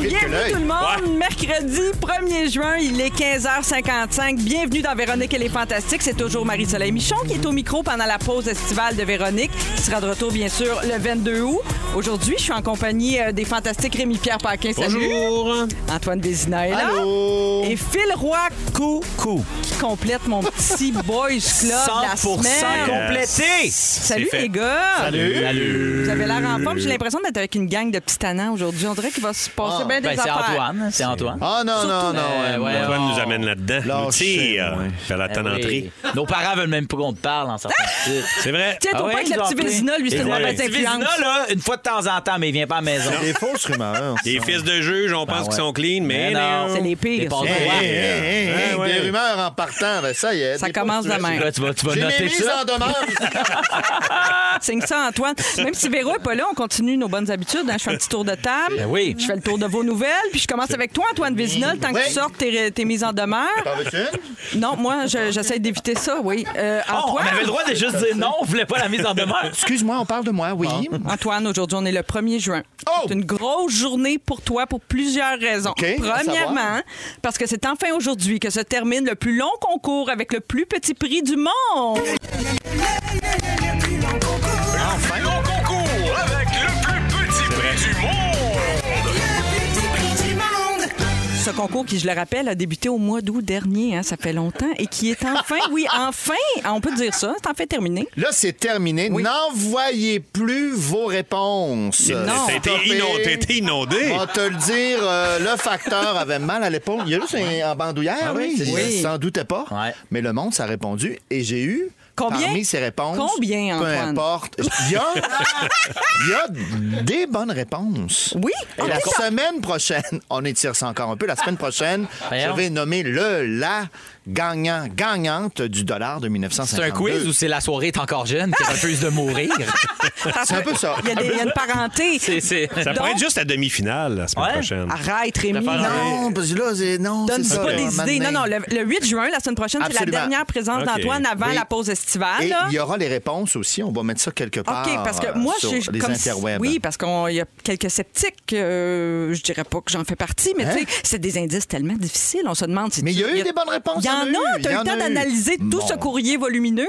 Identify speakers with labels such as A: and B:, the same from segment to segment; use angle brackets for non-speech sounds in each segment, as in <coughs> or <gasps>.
A: Bienvenue tout le monde. Mercredi 1er juin, il est 15h55. Bienvenue dans Véronique et les Fantastiques. C'est toujours Marie-Soleil Michon qui est au micro pendant la pause estivale de Véronique. Qui sera de retour, bien sûr, le 22 août. Aujourd'hui, je suis en compagnie euh, des Fantastiques Rémi-Pierre Paquin. Salut.
B: Bonjour.
A: Antoine Vézina est là. Et Phil Roy Coucou qui complète mon
C: <laughs>
A: petit boys club de la
B: 100%
A: semaine.
B: complété.
A: Salut
B: C'est fait.
A: les gars.
B: Salut.
A: Vous avez l'air en forme. J'ai l'impression d'être avec une gang de petits tannants aujourd'hui. On dirait qu'il va se passer bien des
C: Ben, c'est
A: affaires.
C: Antoine. C'est Antoine.
D: Ah non, non, non.
C: Euh, ouais,
B: Antoine
C: on-
B: nous amène là-dedans. Nous
D: Lâchez,
B: tire.
D: ouais.
B: Fait la
C: Ben
B: tananterie.
C: oui. Nos parents veulent même pas qu'on te parle en sortant.
B: <laughs> C'est vrai.
A: Tiens, ton
C: Ah
A: père
C: ouais,
A: avec le
C: ils ont
A: petit
C: appelé.
A: Vézina, lui, c'est une
B: Ouais.
A: mauvaise
C: Petit
A: influence.
C: Vézina, là, une fois de temps en temps, mais il vient pas à la maison.
D: Des fausses rumeurs. hein,
B: Les
D: ça.
B: fils de juge, on pense
C: Ben ouais. Ben
B: qu'ils sont clean, mais, non.
A: C'est les pires.
C: Dépasse-toi.
D: Hey, hey, hey, hey,
B: Ouais, ouais.
D: Des rumeurs en partant, ben, ça y est.
A: Ça
D: des
A: commence
D: fausses
A: de même.
D: rumeurs.
C: Là, tu vas, tu vas
D: J'ai mes
C: noter
D: mises
C: ça.
D: en demande.
A: Signe ça, Antoine. Même si Véro n'est pas là, on continue nos bonnes habitudes. hein. Je fais un petit tour de table.
C: Ben oui.
A: Je fais le tour de vos nouvelles. Puis je commence avec toi, Antoine Vézina, le temps que
D: Oui.
A: tu sortes tes, tes mises en demeure.
D: <laughs> T'en veux-tu une?
A: Non, moi, je- j'essaie d'éviter ça, oui. Euh,
C: Oh, on
A: Antoine,
C: avait le droit de juste dire non, on voulait pas la mise en demeure.
D: Excuse-moi, on parle de moi, oui.
A: Antoine, aujourd'hui, on est le 1er juin.
D: Oh!
A: C'est une grosse journée pour toi pour plusieurs raisons.
D: OK, à
A: Premièrement,
D: savoir.
A: parce que c'est enfin aujourd'hui que se termine le plus long concours avec le plus petit prix du monde.
D: Enfin.
E: concours avec le plus petit prix du monde.
A: Ce concours qui, je le rappelle, a débuté au mois d'août dernier, hein, ça fait longtemps, et qui est enfin, oui, enfin, ah, on peut dire ça, c'est enfin terminé.
D: Là, c'est terminé. N'envoyez plus vos réponses.
A: Non.
B: T'as été
D: Stoppez.
B: inondé. T'as été inondé.
D: On
A: Eh!
D: va te le dire, euh, le facteur avait mal à l'épaule. Il y a juste un, en bandoulière, oui.
A: Ah oui.
D: Je s'en doutais pas.
C: Ouais.
D: Mais le monde, ça a répondu. Et j'ai eu.
A: Combien?
D: Parmi ces réponses.
A: Combien,
D: Peu
A: Antoine?
D: importe. Il y a, il y a des bonnes réponses.
A: Oui,
D: Et la semaine prochaine, <laughs> on étire ça encore un peu. La semaine prochaine, je
C: Voyons.
D: vais nommer le, la gagnant, gagnante du dollar de
C: <laughs>
D: 1952.
C: C'est un quiz ou c'est la soirée est encore jeune qui refuse de mourir?
D: C'est un peu ça.
A: il y a, des- il y a une parenté.
C: <laughs> C'est- c'est-
B: Ça
A: Donc-
B: pourrait être juste la demi-finale la semaine
C: Ouais.
B: prochaine.
D: Ah,
B: Ah
A: Arrête, Rémi.
B: Préfère-
A: non.
D: Non, parce que là, c'est. Non,
A: Donne-nous
D: c'est ça,
A: pas
D: là,
A: des idées.
D: maintenant.
A: Non, non, le, le 8 juin, la semaine prochaine, c'est la
D: Absolument.
A: dernière présence
B: OK.
A: d'Antoine avant
D: Oui.
A: la pause estivale.
D: Et
A: là.
D: il y aura les réponses aussi. On va mettre ça quelque part.
A: OK, parce que
D: euh,
A: moi,
D: sur
A: je
D: les
A: comme si-
D: interwebs.
A: Oui, parce qu'il y a quelques sceptiques. euh, je dirais pas que j'en fais partie, mais
D: Hein?
A: tu sais, c'est des indices tellement difficiles. On se demande si
D: Mais il y a eu des bonnes réponses,
A: Il y
D: il y
A: en
D: en a
A: a.
D: eu,
A: Tu
D: il y
A: as eu le
D: en
A: temps
D: a eu.
A: d'analyser tout
D: Bon.
A: ce courrier volumineux.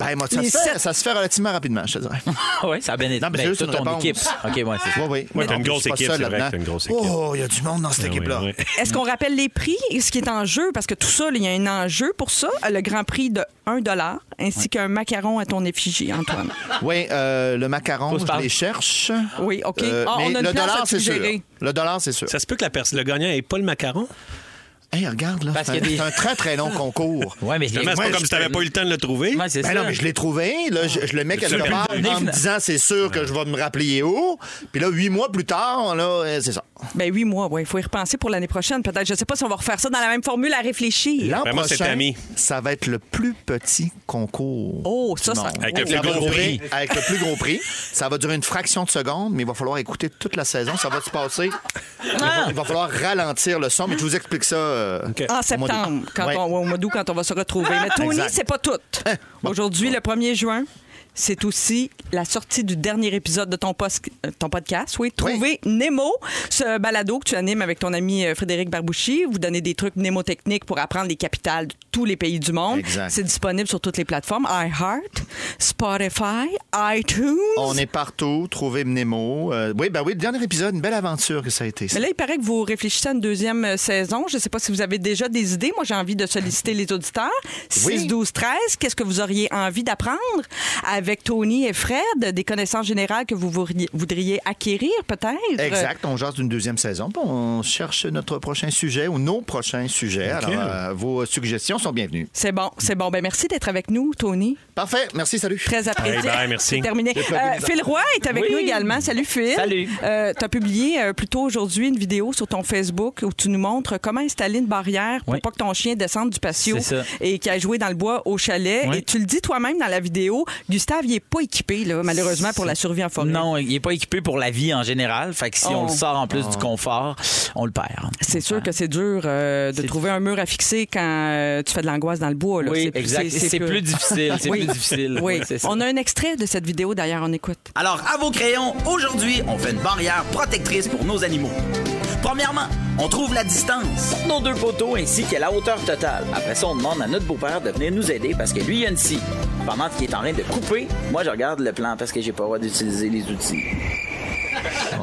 D: Ben, moi, ça,
A: Les
D: se
A: sept-
D: fait, ça se fait relativement rapidement, je te dirais.
C: oui, ça a bien été.
D: Non, mais c'est
C: Ben,
D: juste
C: toute
D: une
C: ton
D: réponse.
C: équipe. OK, ouais, c'est ça.
D: Oui, oui.
B: Ouais, t'as une
D: Non,
B: grosse
D: je suis pas
B: équipe,
D: seul
B: c'est vrai que
D: là-dedans.
B: t'as une grosse équipe.
D: Oh, il y a du monde dans cette
B: Ah oui,
D: équipe-là.
B: oui.
A: Est-ce qu'on rappelle les prix et ce qui est en jeu? Parce que tout ça, là, il y a un enjeu pour ça. Le grand prix de 1 ainsi qu'un macaron à ton effigie, Antoine.
D: Oui, euh, le macaron,
C: Faut se
D: je
C: parler.
D: les cherche. Euh,
A: Oui, OK. Ah, on
D: mais
A: a une
D: le
A: place à
D: dollar,
A: te
D: c'est sûr.
A: suggérer.
D: Le dollar, c'est sûr.
B: Ça se peut que la pers- le gagnant n'ait pas le macaron?
D: Hey, regarde, là,
C: Parce
D: c'est un,
C: qu'il y a des-
D: c'est un très, très long concours.
C: Ouais, mais
B: Finalement, c'est pas
D: je-
B: comme si t'avais pas eu le temps de le trouver.
C: Ouais, c'est
D: Ben
C: ça.
D: non, mais je l'ai trouvé. Là, je, je le mets
B: l'as
D: quelque part
B: perdu.
D: en me disant, c'est sûr que je vais me rappeler où. Puis là, huit mois plus tard, là, euh, c'est ça.
A: Ben oui, moi, ouais, il faut y repenser pour l'année prochaine. Peut-être, je sais pas si on va refaire ça dans la même formule à réfléchir.
D: L'an
B: Ben, moi, c'est
D: prochain,
B: Tammy.
D: ça va être le plus petit concours.
A: Oh, ça,
D: du
A: ça-
D: monde.
B: Avec le
D: Ça
B: plus
D: va
B: gros
D: durer-
B: prix.
D: Avec le plus gros prix. Ça va durer une fraction de seconde, mais il va falloir écouter toute la saison. Ça va se passer.
A: Ah!
D: Il va, il va falloir ralentir le son, mais je vous explique ça. euh,
A: En
D: au mois d'août.
A: septembre, quand
D: Ouais. Ah,
A: on, au mois d'août, quand on va se retrouver. Mais Tony,
D: Exact.
A: c'est
D: <laughs>
A: pas tout. Aujourd'hui, le 1er juin, c'est aussi la sortie du dernier épisode de ton, pos- euh, ton podcast. Oui, Trouver Nemo, ce balado que tu animes avec ton ami euh, Frédéric Barbouchi. Vous donnez des trucs mnémotechniques pour apprendre les capitales de tous les pays du monde.
D: Exact.
A: C'est disponible sur toutes les plateformes iHeart, Spotify, iTunes.
D: On est partout, trouver Mnemo. Euh, oui, ben oui, le dernier épisode, une belle aventure que ça a été. ça.
A: Mais là, il paraît que vous réfléchissez à une deuxième euh, saison. Je ne sais pas si vous avez déjà des idées. Moi, j'ai envie de solliciter les auditeurs. 6,
D: Oui.
A: 12, 13, qu'est-ce que vous auriez envie d'apprendre? avec Tony et Fred, des connaissances générales que vous voudriez, voudriez acquérir peut-être.
D: Exact, on jase d'une deuxième saison. puis on cherche notre prochain sujet ou nos prochains sujets.
B: Ok.
D: Alors, euh, vos suggestions sont bienvenues.
A: C'est bon, c'est bon. Ben merci d'être avec nous, Tony.
D: Parfait, merci, salut.
A: Très apprécié.
B: Hey, bye, merci.
A: C'est terminé.
D: J'ai
A: Euh,
D: plugué
A: Phil Roy est avec
F: Oui.
A: nous également. Salut, Phil.
F: Salut.
A: tu as publié euh, plus tôt aujourd'hui une vidéo sur ton Facebook où tu nous montres comment installer une barrière pour
F: Oui.
A: pas que ton chien descende du patio
F: C'est ça.
A: et qui a joué dans le bois au chalet.
F: Oui.
A: Et tu le dis toi-même dans la vidéo, Gustave, il n'est pas équipé, là, malheureusement, pour la survie en forêt.
F: Non, il n'est pas équipé pour la vie en général. Fait que si
A: Oh.
F: on le sort en plus du confort, on le perd.
A: C'est sûr que c'est dur euh, de
F: C'est-
A: trouver un mur à fixer quand euh, tu fais de l'angoisse dans le bois. là.
F: Oui,
A: C'est-
F: exact.
A: c'est-
F: C'est plus difficile.
A: <laughs>
F: C'est
A: Oui.
F: plus difficile.
A: Oui,
F: c'est ça.
A: on a un extrait de cette vidéo, d'ailleurs, on écoute.
G: Alors, à vos crayons, aujourd'hui, on fait une barrière protectrice pour nos animaux. Premièrement, on trouve la distance.
F: Pour nos deux poteaux ainsi qu'à la hauteur totale. Après ça, on demande à notre beau-père de venir nous aider parce que lui, il a une scie. Pendant qu'il est en train de couper, moi, je regarde le plan parce que j'ai pas le droit d'utiliser les outils.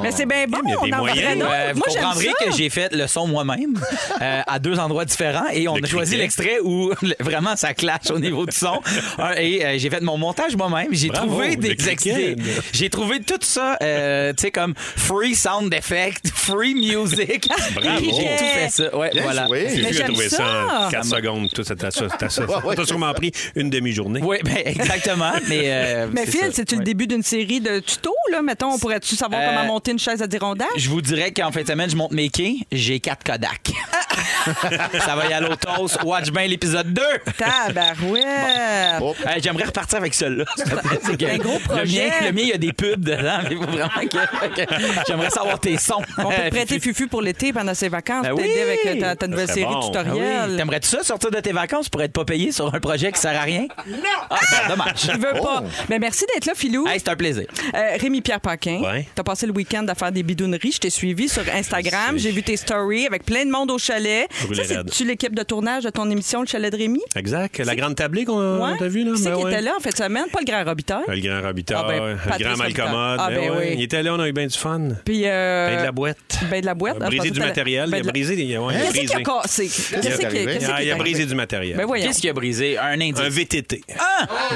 A: Mais c'est bien bon,
B: Ah. Il y a
A: on
B: des
A: en
B: moyens.
A: voudrait
B: Non,
A: d'autres.
F: Euh, vous
A: Moi, j'aime
F: comprendrez
A: ça.
F: que j'ai fait le son moi-même euh, à deux endroits différents et on
B: Le
F: a choisi
B: criquet.
F: l'extrait où le- vraiment ça clash au niveau du son. Euh, et euh, j'ai fait mon montage moi-même. J'ai
B: Bravo,
F: trouvé
B: le
F: des
B: criquet.
F: des- J'ai trouvé tout ça, euh, tu sais, comme free sound effect, free music.
B: Bravo.
F: Et J'ai tout fait ça. Ouais,
D: Bien
F: voilà.
D: joué.
A: euh,
B: J'ai
A: Mais
B: vu à
A: j'aime
B: trouver
A: ça.
B: ça en 4 secondes. Tout ça, t'as ça, t'as ça.
D: <laughs> ouais.
B: T'as sûrement pris une demi-journée.
F: Oui, ben, exactement. Mais, euh,
A: Mais
F: c'est
A: Phil,
F: ça.
A: c'est-tu
F: Ouais.
A: le début d'une série de tutos, là? Mettons, pourrais-tu savoir
F: Euh,
A: comment monter une chaise à dirondage?
B: <laughs>
F: Je vous dirais qu'en fin de semaine, je monte mes quais, j'ai quatre Kodak. ça va y aller au toast. Watch bien l'épisode 2.
A: Tabarouette!
B: Oh.
D: Bon.
F: Euh, J'aimerais repartir
A: <laughs>
F: avec celui-là. C'est que
A: Un gros
F: Le
A: projet.
F: mien, le mien, il y a des pubs dedans. mais faut vraiment que- que- J'aimerais savoir tes sons. Ah
A: On peut te
F: <laughs>
A: prêter Fufu pour l'été pendant ses vacances,
F: Ben
A: t'aider
F: oui!
A: avec euh, ta, ta nouvelle
B: Ça
A: série
B: serait bon. Ben
F: Ah oui.
A: tutoriel.
F: T'aimerais-tu ça sortir de tes vacances pour être pas payé sur un projet qui sert à rien? Non! Ah,
A: <laughs>
F: ben, dommage.
A: Je veux
B: Oh!
A: pas. Mais merci d'être là, Philou.
F: Hey, c'est un plaisir.
A: Euh, Rémi-Pierre Paquin,
B: Ouais.
A: t'as passé le week-end à faire des bidouneries. Je t'ai suivi sur Instagram. J'ai vu tes stories avec plein de monde au chalet.
B: Brûlé
A: Ça,
B: raide.
A: C'est-tu l'équipe de tournage de ton émission, le chalet de Rémi?
B: Exact. La grande tablée qu'on
A: Ouais.
B: t'a vue, là.
A: Qui c'est
B: ben
A: qui
B: ouais.
A: était là en fait semaine? Pas le grand robitaille.
B: Ah, Le grand Robitaille,
A: Ah, ben,
B: le
A: Patrice
B: grand
A: Robitaille.
B: Malcommode.
A: Ah, ben oui.
B: Il était là, on a eu bien du fun.
A: Puis. euh,
B: Ben de la boîte.
A: Ben de la boîte. Ah, je pensais
B: brisé
A: que
B: du
A: t'allais-
B: matériel.
A: ben
B: il
A: de
B: a
A: la-
B: brisé des. ouais,
A: Qu'est-ce
B: brisé.
A: qui a cassé? Qu'est-ce qui
D: arrivé?
A: qu'est-ce qui
B: Ah,
A: est
B: il a
A: arrivé?
B: brisé du matériel.
A: Ben voyons.
F: Qu'est-ce qui a brisé? Un
B: Un
F: indice.
B: VTT.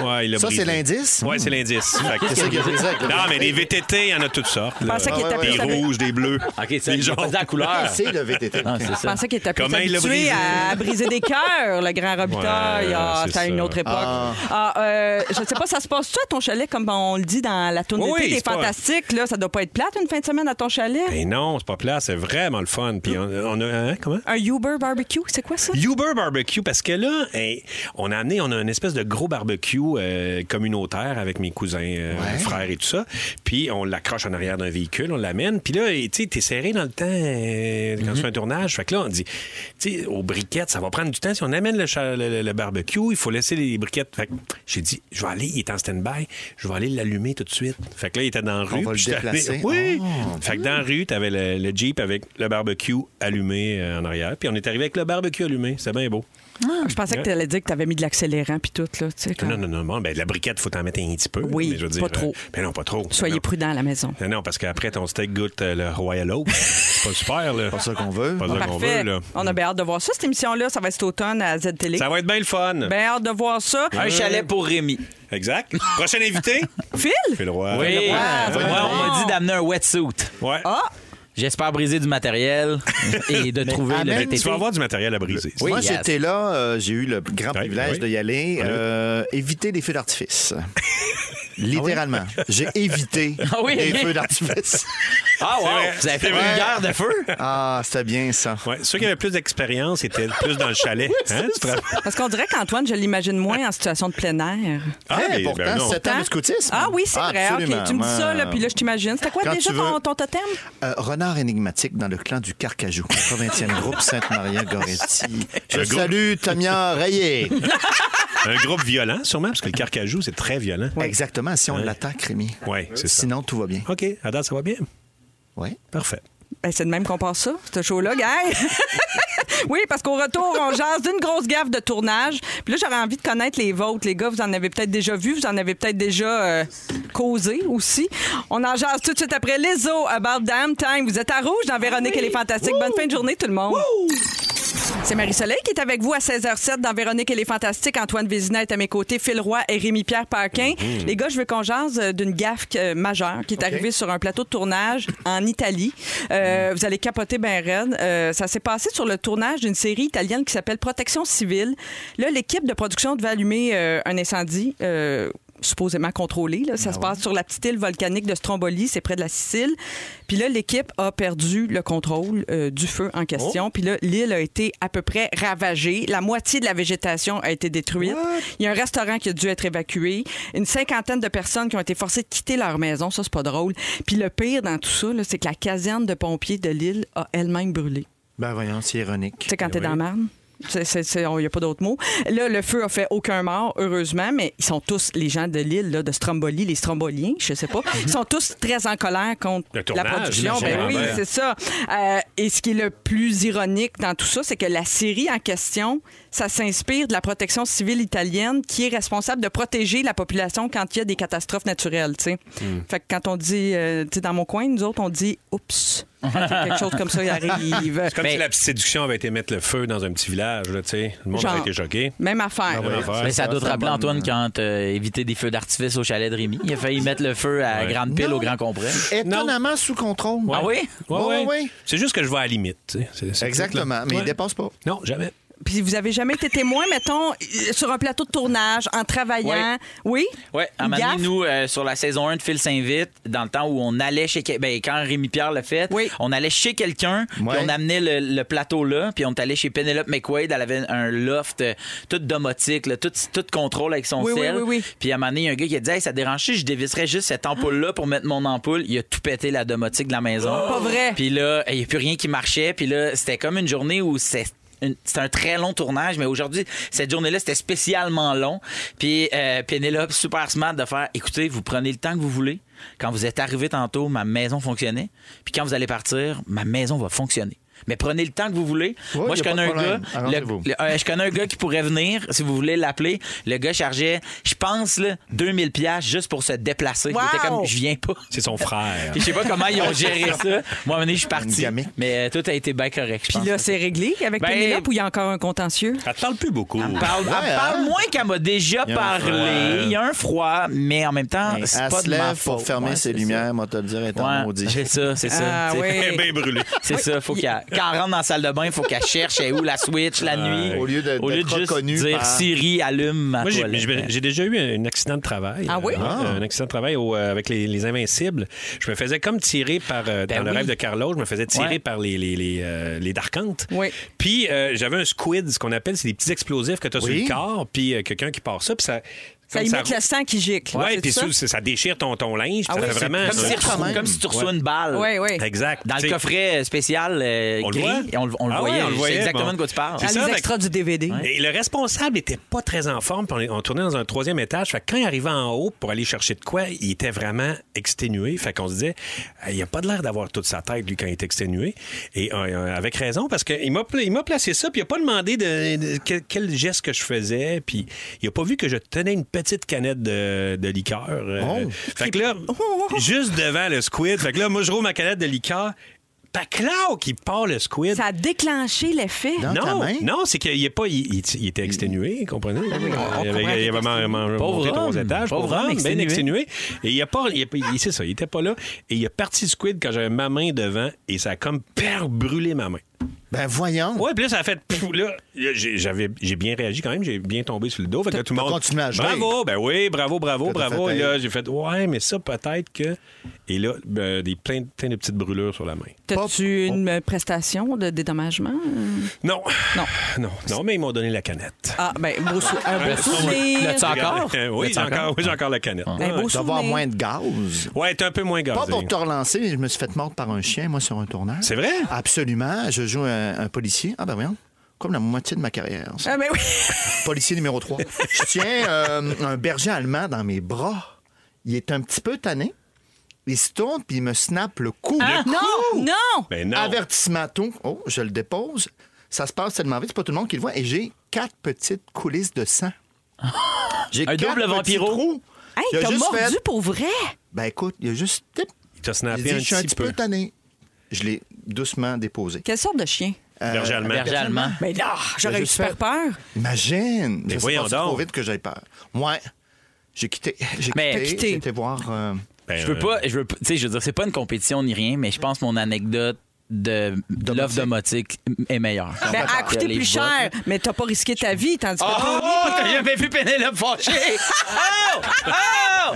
B: Ouais, il l'a
D: Ça, c'est
B: brisé.
D: l'indice?
B: Ouais, c'est l'indice. Fait que-
D: Qu'est-ce qu'il y a brisé avec le
B: Non, mais les VTT, il y en a toutes sortes. là. Ah,
A: pensais qu'il
D: était
B: Des
D: plus
A: habitué.
B: rouges, des bleus.
F: OK, ça,
B: des
F: j'ai pas
B: jaunes.
F: dit
A: <laughs>
F: la couleur.
D: Ah, C'est le VTT.
F: Non, c'est
A: Je
F: ça.
A: pensais qu'il était plus
B: Comment il l'a
A: habitué
B: brisé?
A: à briser des cœurs, le grand robitaille.
B: Ouais,
A: ah,
B: c'est
A: c'était à
B: ça.
A: une autre époque.
D: Ah.
A: Ah, euh, je sais pas, ça se passe-tu à ton chalet comme on le dit dans la tournée
B: Oui,
A: d'été des
B: c'est pas-
A: Fantastiques? Là, ça doit pas être plate une fin de semaine à ton chalet?
B: Ben non, c'est pas plat, c'est vraiment le fun. Puis on, on a. hein, comment?
A: Un Uber barbecue, c'est quoi ça?
B: Uber Barbecue, parce que là, hey, on a amené, on a une espèce de gros barbecue euh, communautaire avec mes cousins, euh, frères et tout ça. Puis on l'accroche en arrière d'un véhicule, on l'amène. Puis là, et, tu sais, t'es serré dans le temps euh, quand tu fais un tournage. Fait que là, on dit, tu sais, aux briquettes, ça va prendre du temps. Si on amène le, cha- le- le- le barbecue, il faut laisser les briquettes. Fait que j'ai dit, je vais aller, il est en stand-by, je vais aller l'allumer tout de suite. Fait que là, il était dans la rue.
D: va
B: puis
D: le
B: j'étais allé-
D: déplacer.
B: Oui! Fait que dans la rue, t'avais le, le Jeep avec le barbecue allumé euh, en arrière. Puis on est arrivé avec le barbecue allumé. C'est bien beau.
A: Je pensais que tu allais dire que tu avais mis de l'accélérant puis tout. Là, tu sais, quand-
B: Non, non, non. non. Ben, de la briquette, faut t'en mettre un petit peu.
A: Ah. Oui,
B: mais je veux
A: pas
B: dire, euh,
A: trop.
B: ben non, pas trop.
A: Soyez
B: Non.
A: prudents à la maison.
B: Non, non, parce qu'après, ton steak goûte euh, le Royal Oak. C'est pas super, là.
D: Pas ça qu'on veut.
B: Pas ça qu'on
A: Parfait.
B: veut, là.
A: On a bien hâte de voir ça, cette émission-là. Ça va être cet automne à Z-Télé.
B: Ça va être bien le fun.
A: Bien hâte de voir ça.
F: Un chalet pour Rémi.
B: Exact. Prochain invité?
A: Phil?
B: Fais le roi.
F: Oui. Ouais, on m'a dit d'amener un wetsuit.
B: Ouais.
A: Ah!
F: J'espère briser
A: <laughs>
F: du matériel et de trouver le
D: amène-
B: Mais
F: VTT.
B: Ben, tu vas avoir du matériel à briser.
F: Oui,
D: Moi,
F: yes.
D: j'étais là, euh, j'ai eu le grand
B: Ouais,
D: privilège
B: oui.
D: de y aller. euh, éviter les feux d'artifice. <laughs> Littéralement. J'ai évité
F: Ah oui,
D: les
F: ok.
D: feux <laughs> d'artifice.
F: Ah wow!
B: vrai,
F: Vous avez fait
B: c'est
F: une
B: vrai.
F: guerre de feu?
D: Ah, c'était bien ça.
B: Ouais. Ceux qui avaient plus d'expérience étaient plus dans le chalet. Hein, tu te rappelles?
A: Parce qu'on dirait qu'antoine, je l'imagine moins en situation de plein air.
B: Ah,
D: Hey,
B: mais, ben
D: pourtant,
B: non.
D: 7 ans de scoutisme.
A: Ah oui, c'est
D: Ah,
A: vrai. OK,
D: absolument.
A: tu me dis ça, là, puis là, je t'imagine. C'était quoi
D: Quand
A: déjà
D: tu
A: ton,
D: veux.
A: ton totem?
D: Euh, renard énigmatique dans le clan du Carcajou, 80e groupe <laughs> Sainte-Marie-Goretti. Je
B: Le groupe-
D: salue Tamia Rayé.
B: Un groupe violent, sûrement, parce que le carcajou, c'est très violent.
D: Exactement, si on l'attaque, Rémi.
B: Ouais, c'est ça.
D: Sinon, tout va bien.
B: OK. À date, ça va bien.
D: Ouais.
B: Parfait.
A: Ben, c'est de même qu'on passe ça, ce show-là, gars. <laughs> oui, parce qu'au retour, on jase d'une grosse gaffe de tournage. Puis là, j'aurais envie de connaître les vôtres. Les gars, vous en avez peut-être déjà vu, vous en avez peut-être déjà euh, causer aussi. On en jase tout de suite après Lizzo, About Damn Time. Vous êtes à Rouge dans Véronique et les Fantastiques. Bonne fin de journée, tout le monde. C'est Marie-Soleil qui est avec vous à 16h07 dans Véronique et les Fantastiques. Antoine Vézina est à mes côtés, Phil Roy et Rémi-Pierre Paquin. Les gars, je veux qu'on jase euh, d'une gaffe euh, majeure qui est arrivée sur un plateau de tournage en Italie. Euh, Vous allez capoter ben raide. Euh, ça s'est passé sur le tournage d'une série italienne qui s'appelle Protection civile. Là, l'équipe de production devait allumer euh, un incendie. euh, supposément contrôlé. là. Ça se passe sur la petite île volcanique de Stromboli, c'est près de la Sicile. Puis là, l'équipe a perdu le contrôle euh, du feu en question. Puis là, l'île a été à peu près ravagée. La moitié de la végétation a été détruite. Il y a un restaurant qui a dû être évacué. Une cinquantaine de personnes qui ont été forcées de quitter leur maison. Ça, c'est pas drôle. Puis le pire dans tout ça, là, c'est que la caserne de pompiers de l'île a elle-même brûlé.
D: Ben voyons, c'est ironique.
A: Tu
B: Ben
A: sais, quand t'es dans la marne. Il n'y a pas d'autre mot. Là, le feu a fait aucun mort, heureusement, mais ils sont tous, les gens de l'île, là, de Stromboli, les Stromboliens, je sais pas, ils sont tous très en colère contre
B: Ah. Le
A: la
B: tournage,
A: production.
B: j'imagine.
A: Ben oui,
B: Ouais.
A: c'est ça. Euh, et ce qui est le plus ironique dans tout ça, c'est que la série en question, ça s'inspire de la protection civile italienne qui est responsable de protéger la population quand il y a des catastrophes naturelles. tu sais.
B: Hmm.
A: Fait que quand on dit, euh, tu sais, dans mon coin, nous autres, on dit oups. Quand quelque chose comme ça il arrive.
B: C'est comme si la petite séduction avait été mettre le feu dans un petit village, là, tu sais. Le monde
A: Genre.
B: aurait été choqué.
A: Même
D: Ah
A: affaire.
B: Même affaire.
F: Mais ça doit te
D: ça
F: rappeler,
D: va,
F: Antoine, quand euh, éviter des feux d'artifice au chalet de Rémi. Il
A: <laughs>
F: a failli mettre le feu à
B: Ouais.
F: grande pile au grand complet.
D: Étonnamment sous contrôle.
F: Ah oui?
B: Ouais,
D: Ouais,
B: ouais.
D: ouais.
B: C'est juste que je vais à la limite. tu sais. C'est- c'est
D: Exactement,
B: tout, là.
D: mais
B: Ouais.
D: il dépasse pas.
B: Non, jamais.
A: Puis vous avez jamais été témoin, mettons, euh, sur un plateau de tournage, en travaillant. Oui?
F: Oui, à un moment donné,
A: Gaffe.
F: nous, euh, sur la saison 1 de Phil s'invite, dans le temps où on allait chez... que- Ben, quand Rémi-Pierre l'a fait,
A: Oui.
F: on allait chez quelqu'un,
D: Ouais.
F: puis on amenait le, le plateau là, puis on est allé chez Penelope McQuaid, elle avait un loft euh, tout domotique, là, tout, tout contrôle avec son
A: Oui, oui,
F: sel.
A: oui, oui.
F: Puis à un moment donné, il y a un gars qui a dit « Hey, ça te dérange si je dévisserais juste cette ampoule-là pour mettre mon ampoule? » Il a tout pété la domotique de la maison.
A: Oh! Pas vrai.
F: Puis là, il n'y a plus rien qui marchait. Puis là, c'était comme une journée où c'est une- C'était un très long tournage, mais aujourd'hui, cette journée-là, c'était spécialement long. Puis euh, Pénélope, super smart de faire écoutez, vous prenez le temps que vous voulez. Quand vous êtes arrivé tantôt, ma maison fonctionnait. Puis quand vous allez partir, ma maison va fonctionner. Mais prenez le temps que vous voulez.
D: Ouais, y
F: Moi, je
D: a pas
F: connais
D: de
F: un gars.
D: problème.
F: le-
D: Arrangez-vous.
F: le- euh, je connais un gars qui pourrait venir, si vous voulez l'appeler. Le gars chargeait, je pense, là, 2000 piastres juste pour se déplacer.
A: Wow!
F: Il était comme je viens pas.
B: C'est
F: <laughs>
B: son frère.
F: Puis je sais pas comment ils
D: <laughs>
F: ont géré ça. Moi, à un moment donné, je suis
D: Une
F: parti.
D: gamique.
F: Mais euh, tout a été bien correct, je
A: Puis
F: pense.
A: là, c'est réglé avec
F: Ah, Ben-
A: Pénélope ou il y a encore un contentieux?
B: Elle te parle plus beaucoup.
F: Elle parle, elle
D: Ouais,
F: parle
D: hein?
F: moins qu'elle m'a déjà
D: Il y a un
F: parlé.
D: froid.
F: Il y a un froid, mais en même temps,
D: Elle
F: Ah, c'est pas
D: se
F: de ma
D: lève pour
F: faute.
D: fermer
F: Ouais,
D: ses
F: c'est
D: lumières, moi, te le dire,
F: ça.
D: étant
F: Ouais,
D: maudit.
F: <laughs> c'est ça, c'est ça.
A: Ah,
F: C'est-
A: oui.
B: <laughs> Bien brûlé.
F: C'est ça, faut qu'elle, quand elle rentre dans la salle de bain, il faut qu'elle cherche elle est où la switch la nuit.
D: Au lieu de-
F: Au lieu
D: d'être
F: de juste
D: reconnue
F: dire
D: par-
F: Siri, allume ma
B: Moi, j'ai-
F: toilette. hein.
B: j'ai j'ai déjà eu un accident de travail.
A: Ah oui?
B: Euh, Un accident de travail au- euh, avec les, les Invincibles. Je me faisais comme tirer par. euh,
F: Ben
B: dans le
F: oui.
B: rêve de Carlo, je me faisais tirer
F: Ouais.
B: par les, les, les, euh, les Darkantes.
A: Oui.
B: Puis euh, j'avais un squid, ce qu'on appelle, c'est des petits explosifs que tu as sur
D: Oui.
B: le corps, puis euh, quelqu'un qui part ça, puis ça.
A: Ça
B: comme
A: imite le sang qui gicle.
B: Ouais,
A: c'est
B: puis
A: ça?
B: ça, ça déchire ton, ton linge.
A: Ah
B: ça
A: oui,
B: fait
A: c'est
B: vraiment.
F: Comme si,
D: Ouais.
F: tu reçois- comme si tu reçois une balle.
A: Oui, oui.
B: Exact.
F: Dans
B: Tu
F: le
B: sais,
F: coffret spécial euh,
B: On le
F: gris,
B: voit?
F: et on, le- on le
B: Ah ouais,
F: voyait.
B: on le
F: je sais
B: voyait,
F: exactement
B: bon.
F: de quoi tu parles.
B: C'est
A: Ah,
B: ça,
A: les
B: avec-
A: extras du DVD.
B: Et le responsable était pas très en forme. puis on, on tournait dans un troisième étage. Fait que quand il arrivait en haut pour aller chercher de quoi, il était vraiment exténué. Fait qu'on se disait, Ah, il a pas de l'air d'avoir toute sa tête, lui, quand il est exténué. Et euh, euh, avec raison, parce qu'il m'a, pla- il m'a placé ça, puis il a pas demandé de, de- quel, quel geste que je faisais. Puis il a pas vu que je tenais une petite canette de, de liqueur. Euh, Fait que là, juste devant le squid, fait que là, moi, je roule ma canette de liqueur. Paclao qui part le squid.
A: Ça a déclenché l'effet.
D: Dans ta
B: Non,
D: main?
B: non, c'est qu'il est pas, il, il- il était exténué, comprenez Il avait, il avait man- man-
F: Pauvre
B: monté trois
F: homme.
B: étages,
F: Pauvre
B: pauvre
F: homme
B: homme, bien
F: exténué.
B: exténué. Et il a pas, il, a pas- il- c'est ça, il était pas là. Et il a parti du squid quand j'avais ma main devant et ça a comme per brûlé ma main.
D: Ben voyons.
B: Ouais, puis là ça a fait pfff, là, j'ai, j'avais, j'ai bien réagi quand même, j'ai bien tombé sur le dos. Fait que là, tout le
D: t'as
B: monde.
D: continué à jouer.
B: Bravo, ben oui, bravo, bravo,
D: T'as- t'as
B: bravo.
D: fait,
B: Et là
D: hey.
B: j'ai fait ouais, mais ça peut-être que. Et là, ben, des plein, plein de petites brûlures sur la main.
A: T'as-tu une euh, prestation de dédommagement? euh?
B: Non,
A: Non.
B: non, non, mais ils m'ont donné la canette.
A: Ah, ben, beau sou- un beau souvenir.
F: L'as-tu encore? Ah.
B: Euh, oui,
F: L'as-tu
B: j'ai encore, oui, j'ai encore la canette.
A: Un beau
D: D'avoir
A: souvenir.
D: moins de gaz.
B: Ouais, t'es un peu moins gazé.
D: Pas pour te relancer, mais je me suis fait mordre par un chien, moi, sur un tournage.
B: C'est vrai?
D: Absolument. Je joue un, un policier. Ah ben voyons. Comme la moitié de ma carrière. ça.
A: Ah, ben <laughs> oui.
D: Policier numéro 3. Je tiens euh, un berger allemand dans mes bras. Il est un petit peu tanné. Il se tourne puis il me snappe le cou.
A: Ah, Non, non.
B: Ben non.
D: Avertissement tout. Oh, je le dépose. Ça se passe tellement vite, c'est pas tout le monde qui le voit. Et j'ai quatre petites coulisses de sang. J'ai
F: Un
D: quatre
F: double
D: petits
F: vampiro.
D: trous. Il
A: Hey,
D: a
A: t'as
D: juste
A: mordu
D: fait-
A: pour vrai?
D: Ben écoute, il a juste. tip,
B: Il t'a
D: il
B: snappé
D: dit,
B: un
D: je suis un
B: petit
D: petit peu
B: peu.
D: tanné. Je l'ai doucement déposé.
A: Quelle sorte de chien?
B: Berger allemand.
F: Berger allemand.
A: Mais Ben, non, j'aurais eu
D: juste
A: super
D: fait-
A: peur.
D: Imagine! Mais
B: voyons donc.
D: trop vite que j'ai peur. Ouais. J'ai quitté. J'ai
F: Mais-
D: quitté.
F: T'as
A: quitté.
D: J'ai été voir. euh,
B: Ben,
F: Je veux pas, je veux, pas- tu sais, je veux dire, c'est pas une compétition ni rien, mais je pense que mon anecdote de de l'offre domotique est meilleure.
A: Ben, elle a coûté
F: Les
A: plus
F: votes, là.
A: cher, mais t'as pas risqué ta vie, tandis que
F: Oh,
A: toi,
F: t'as jamais vu Pénélope
A: <laughs>
F: Oh! fâchée!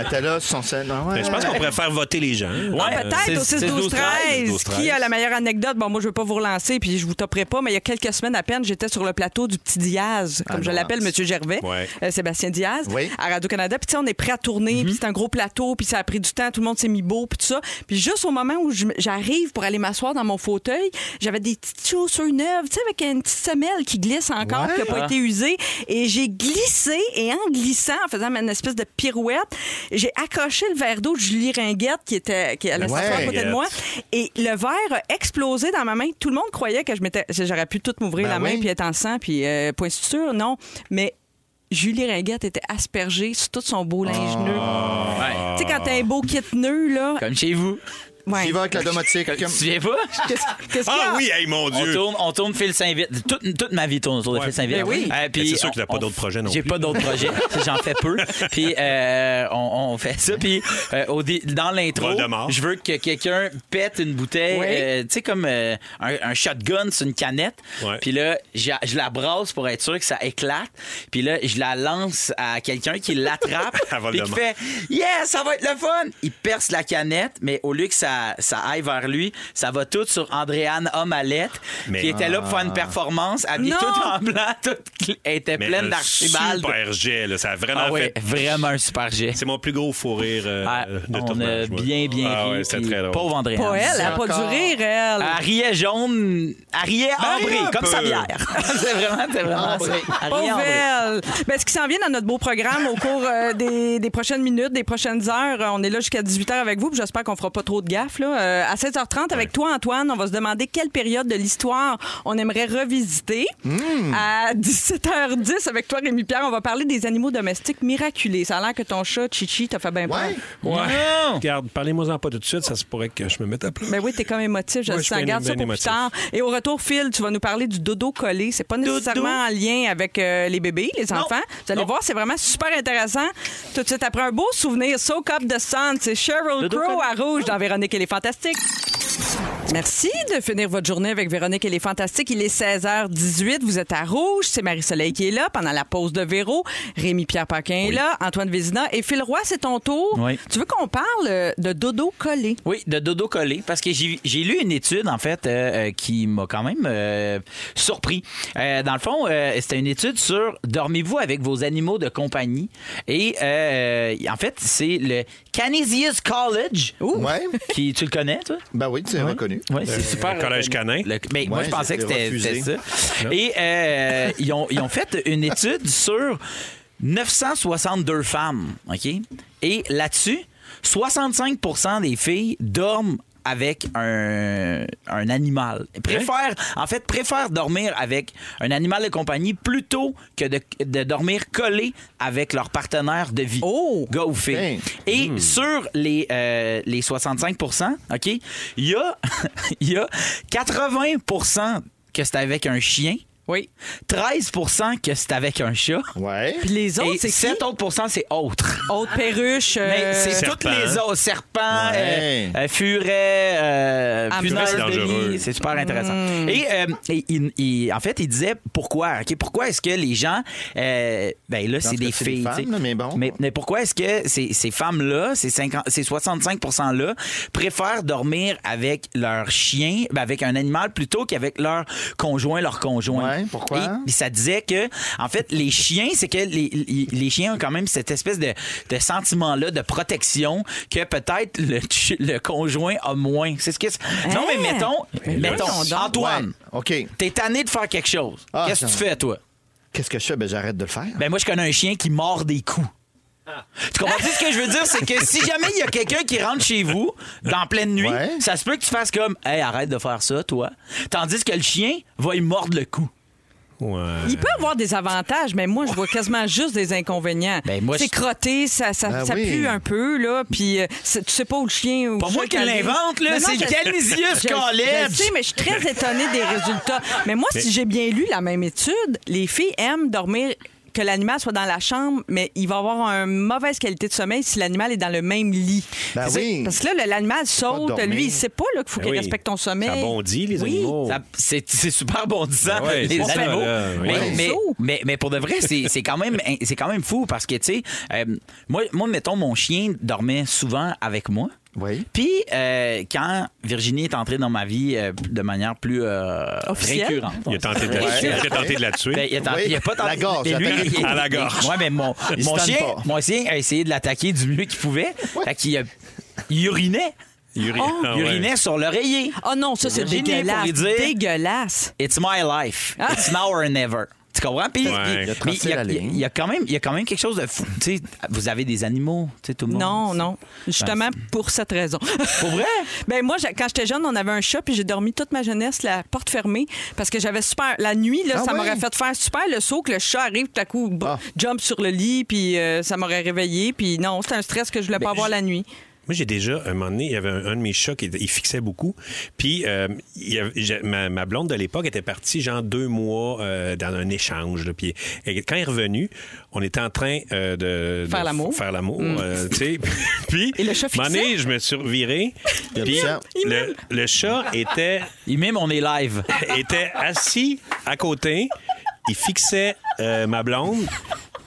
D: Elle était là, son scène. Ah ouais.
B: ben, je pense qu'on pourrait faire voter les gens.
A: Ah,
F: Ouais,
A: peut-être au
F: c'est- c'est
A: 6-12-13.
B: 12-13.
A: Qui a la meilleure anecdote? Bon, moi, je veux pas vous relancer, puis je vous toperai pas, mais il y a quelques semaines à peine, j'étais sur le plateau du petit Diaz, comme
D: Ah,
A: je
D: non,
A: l'appelle,
D: non.
A: M. Gervais,
B: Ouais.
A: euh, Sébastien Diaz,
D: Oui.
A: à Radio-Canada. Puis, tu sais, on est prêt à
D: Mhm.
A: tourner, puis c'est un gros plateau, puis ça a pris du temps, tout le monde s'est mis beau, puis tout ça. Puis, juste au moment où je- j'arrive pour aller m'asseoir dans mon fauteuil, j'avais des petites chaussures neuves, tu sais, avec une petite semelle qui glisse encore, qui a pas été usée. Et j'ai glissé, et en glissant, en faisant une espèce de pirouette, j'ai accroché le verre d'eau de Julie Ringuette, qui était, qui allait
D: Ouais.
A: s'asseoir à côté de moi. Et le verre a explosé dans ma main. Tout le monde croyait que je m'étais, j'aurais pu tout m'ouvrir
D: Ben
A: la main
D: oui.
A: puis être en sang puis euh, point sûr, non. Mais Julie Ringuette était aspergée sur tout son beau linge nœud.
F: Ouais.
A: Tu sais, quand t'as un beau kit nœud, là.
F: Comme chez vous.
A: ouais.
D: J'y vais avec la domotique.
F: Tu te souviens pas?
A: Qu'est-ce qu'est-ce qu'il y a?
B: Ah oui, hey, mon
F: On
B: Dieu!
F: tourne, on tourne Phil Saint-Vite. Toute, toute ma vie tourne autour de Phil Saint-Vite.
A: Ben oui.
F: Euh, puis
B: Mais c'est sûr
F: on-
B: que t'as pas
F: on-
B: d'autres projets non
F: J'ai
B: plus.
F: pas d'autres
B: <laughs>
F: projets. J'en fais peu. Puis euh, on, on fait ça. Puis euh, au dé- dans l'intro,
B: Voldemort.
F: je veux que quelqu'un pète une bouteille,
A: Oui.
F: euh, tu sais, comme euh, un, un shotgun sur une canette.
B: Ouais.
F: Puis là, j'a- je la brasse pour être sûr que ça éclate. Puis là, je la lance à quelqu'un qui l'attrape.
B: <laughs>
F: puis
B: À
F: qui
B: Voldemort.
F: fait <laughs> Yes, ça va être le fun! Il perce la canette, mais au lieu que ça, ça aille vers lui, ça va tout sur Andréane Omalette,
B: Mais- ah.
F: qui était là pour faire une performance, habillée
A: Non!
F: toute en blanc, <laughs> toute cl- elle était
B: Mais
F: pleine
B: un
F: d'archibaldes.
B: Super jet, là, ça a vraiment
F: Ah ouais,
B: fait.
F: vraiment un super jet.
B: C'est mon plus gros fou rire euh,
F: Ah,
B: de
F: on a
B: tournage, moi.
F: bien, bien
B: Ah
F: ri.
B: ouais, c'était
F: puis
B: très drôle.
F: Pauvre Andréane.
A: Pas elle, elle a pas dû
D: Encore.
A: rire, elle.
F: Elle riait jaune, elle riait ambrée,
B: un
F: comme
B: peu.
F: sa bière. <laughs> c'est vraiment, c'est vraiment ça. Elle riait
A: Pauvre
F: ambrée.
A: elle. Ben, ce qui s'en vient dans notre beau programme au cours euh, des, des prochaines minutes, des prochaines heures, euh, on est là jusqu'à 18h avec vous, puis j'espère qu'on fera pas trop de gaffe. Là. Euh, à 16h30, avec toi, Antoine, on va se demander quelle période de l'histoire on aimerait revisiter. À 17h10, avec toi, Rémi-Pierre, on va parler des animaux domestiques miraculés. Ça a l'air que ton chat, Chichi, t'a fait bien peur.
D: Ouais.
B: Ouais.
F: Non!
B: Regarde, parlez-moi-en pas tout de suite, ça se pourrait que je me mette à pleurer.
A: Ben oui, t'es comme émotif, je
B: Ouais,
A: le
B: je
A: sens.
B: suis bien
A: Garde ça pour
B: émotif.
A: plus tard. Et au retour, Phil, tu vas nous parler du dodo collé. C'est pas nécessairement en lien avec euh, les bébés, les enfants. Vous allez voir, c'est vraiment super intéressant. Tout de suite après un beau souvenir, Soak Up the Sun, c'est Sheryl Crow à Rouge dans Véronique et les Fantastiques. Merci de finir votre journée avec Véronique et les Fantastiques. Il est 16h18. Vous êtes à Rouge. C'est Marie-Soleil qui est là pendant la pause de Véro. Rémi-Pierre Paquin est là. Antoine Vézina. Et Phil Roy, c'est ton tour.
F: Oui.
A: Tu veux qu'on parle euh, de dodo collé?
F: Oui, de dodo collé, parce que j'ai j'ai lu une étude, en fait, euh, euh, qui m'a quand même euh, surpris. Euh, dans le fond, euh, c'était une étude sur dormez-vous avec vos animaux de compagnie. Et euh, en fait, c'est le Canisius College.
D: Ouais.
F: Qui, tu le connais, toi?
D: Ben oui, c'est reconnu.
F: Oui, c'est super.
B: le collège
F: reconnu.
B: canin.
F: Le- mais moi,
D: Ouais,
F: je pensais que
D: c'était
F: c'était
D: refusé.
F: c'était ça. Et euh, ils, ont, ils ont fait une étude sur 962 femmes, OK? Et là-dessus, 65 des filles dorment avec un, un animal. Préfèrent, En fait, préfèrent dormir avec un animal de compagnie plutôt que de, de dormir collé avec leur partenaire de vie.
A: Oh!
F: Gars ou filles.
D: Hey.
F: Et sur les, euh, les 65 OK, il y a, <laughs> il y a 80 que c'est avec un chien,
A: Oui.
F: 13 que c'est avec un chat,
D: Ouais.
A: Puis les autres,
F: et
A: c'est qui?
F: 7 autres c'est autre.
A: Autre perruche. euh,
F: Mais c'est
B: Serpent.
F: toutes les autres. Serpent,
D: Ouais.
F: euh, euh, furet, euh,
A: Ah,
F: punaises
B: furet, c'est
F: de
B: dangereux.
F: lit. C'est super intéressant. Et, euh, et il- il- en fait, il disait pourquoi. ok Pourquoi est-ce que les gens. euh, ben là, c'est
D: ce
F: des
D: cas, c'est des
F: filles.
D: femmes,
F: tu sais.
D: mais bon.
F: Mais, mais pourquoi est-ce que ces, ces femmes-là, ces, 50 ces 65 %-là, préfèrent dormir avec leur chien, ben, avec un animal, plutôt qu'avec leur conjoint, leur conjoint?
D: Ouais, pourquoi?
F: Et- puis ça disait que, en fait, les chiens, c'est que les, les- les chiens ont quand même cette espèce de, de sentiment-là de protection que peut-être le, <laughs> ch- le conjoint a moins. C'est ce que. c'est- Non, mais
A: Hein?
F: mettons, mettons
A: voyons donc.
F: Antoine,
D: Ouais. OK.
F: t'es tanné de faire quelque chose.
D: Ah,
F: Qu'est-ce que tu
D: ça-
F: fais, toi?
D: Qu'est-ce que je fais? Ben j'arrête de le faire.
F: Ben moi, je connais un chien qui mord des coups.
A: Ah.
F: Tu comprends ce que je veux dire? C'est
A: <laughs>
F: que si jamais il y a quelqu'un qui rentre chez vous dans pleine nuit,
D: Ouais.
F: ça se peut que tu fasses comme Hey, arrête de faire ça, toi. Tandis que le chien va y mordre le cou.
A: Il peut avoir des avantages, mais moi, je vois quasiment juste des inconvénients.
F: Ben, moi,
A: c'est
F: je-
A: crotté, ça, ça,
D: Ben
A: ça
D: oui.
A: pue un peu, là, puis euh, c'est- tu sais pas où le chien ou
F: Pas
A: le
F: moi
A: chat
F: qui
A: est allé.
F: l'invente, là,
A: Non, non,
F: c'est
A: je-
F: Canisius
A: je-
F: College.
A: Je sais, mais je suis très étonnée des résultats. Mais moi, si j'ai bien lu la même étude, les filles aiment dormir que l'animal soit dans la chambre, mais il va avoir une mauvaise qualité de sommeil si l'animal est dans le même lit.
D: Ben
A: C'est-
D: oui.
A: Parce que là, le- l'animal saute,
D: dormir.
A: lui, il sait pas là, qu'il faut
B: Ben
A: qu'il
B: oui.
A: respecte ton sommeil.
B: Ça bondit, les
A: Oui.
B: animaux.
F: Ça- C'est c'est super bon disant,
B: Ah Oh. ouais,
F: les
B: c'est ça,
F: animaux.
B: là, oui.
F: mais,
B: Ouais.
F: mais,
A: Zoo.
F: mais- mais pour de vrai, c'est c'est quand, même- hein, c'est quand même fou parce que, tu sais, euh, moi, moi, mettons, mon chien dormait souvent avec moi.
D: Oui.
F: Puis, euh, quand Virginie est entrée dans ma vie euh, de manière plus euh,
A: Officielle.
F: récurrente,
B: Il a tenté de la
D: Ouais.
B: tuer. Il a tenté de la tuer.
F: Ben, il, a tenté-
D: Oui.
F: il a pas tenté.
D: La gorge,
F: mais lui,
D: j'attaque.
F: il-
B: À la gorge.
F: Ouais, mais
B: <laughs>
F: mon,
D: Il se
F: mon
D: tanne
F: chien,
D: pas.
F: mon chien a essayé de l'attaquer du mieux qu'il pouvait. Fait qu'il a- il urinait.
B: Il urinait. Ah,
F: Il
B: ouais.
F: urinait sur l'oreiller.
A: Oh non, ça, c'est
F: Virginie, pour
A: dégueulasse.
F: lui dire-
A: Dégueulasse.
F: It's my life.
A: Ah.
F: It's now or never. Tu comprends? Puis,
B: Ouais.
F: puis-
B: Il a
D: tracé
F: puis il y a-
D: la ligne.
F: il y a quand même- il y a quand même quelque chose de fou. Tu sais, vous avez des animaux, tu sais, tout le monde.
A: Non, non. Justement pour cette raison.
F: Pour vrai?
A: <laughs> Ben moi, j'ai- quand j'étais jeune, on avait un chat, puis j'ai dormi toute ma jeunesse la porte fermée parce que j'avais super. La nuit, là,
D: Ah
A: ça
D: oui?
A: m'aurait fait faire super le saut que le chat arrive tout à coup, b-
D: Ah.
A: jump sur le lit, puis euh, ça m'aurait réveillé, puis non, c'était un stress que je voulais pas avoir la nuit.
B: Moi, j'ai déjà, un moment donné, il y avait un, un de mes chats qui il fixait beaucoup. Puis, euh, il y avait- j'ai- ma, ma blonde de l'époque était partie, genre, deux mois euh, dans un échange. là. Puis, et quand il est revenu, on était en train euh, de, de
A: Faire
B: f-
A: l'amour. Mm.
B: Faire l'amour, euh, tu sais. <laughs> puis,
A: Et le chat
B: un moment donné, je me suis reviré.
D: Il
B: Puis,
D: observe.
B: le, le chat était,
F: Il mime, on est live.
B: <laughs> était assis à côté. Il fixait euh, ma blonde.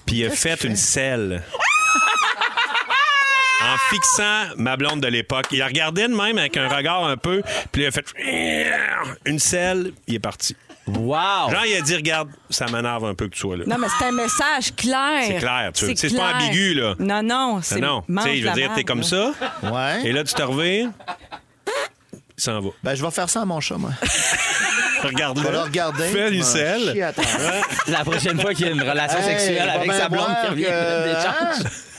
B: Puis, il a fait une selle. en fixant ma blonde de l'époque. Il la regardait de même avec un regard un peu, puis il a fait <laughs> une selle, il est parti.
F: Wow!
B: Jean, il a dit Regarde, ça m'énerve un peu que tu sois là. Ah
A: Non, mais c'est un message clair.
B: C'est clair, tu-
A: C'est
B: tu sais, c'est pas
A: clair.
B: ambigu, là.
A: Non, non, c'est.
B: non, non.
A: mange
B: Tu sais, je veux
A: la
B: dire, t'es
A: marde,
B: comme
A: là.
B: ça,
D: Ouais.
B: et là, tu te reviens, il s'en va.
D: Ben, je vais faire ça à mon chat, moi.
B: Regarde-le.
D: Je vais le regarder.
B: Fais
D: Je
B: une
D: vais chier
B: selle.
D: à terre.
F: La prochaine fois qu'il y a une relation
D: Hey,
F: sexuelle
D: va
F: avec
D: bien
F: sa blonde
D: voir
F: qui revient
D: que-
F: d'échange.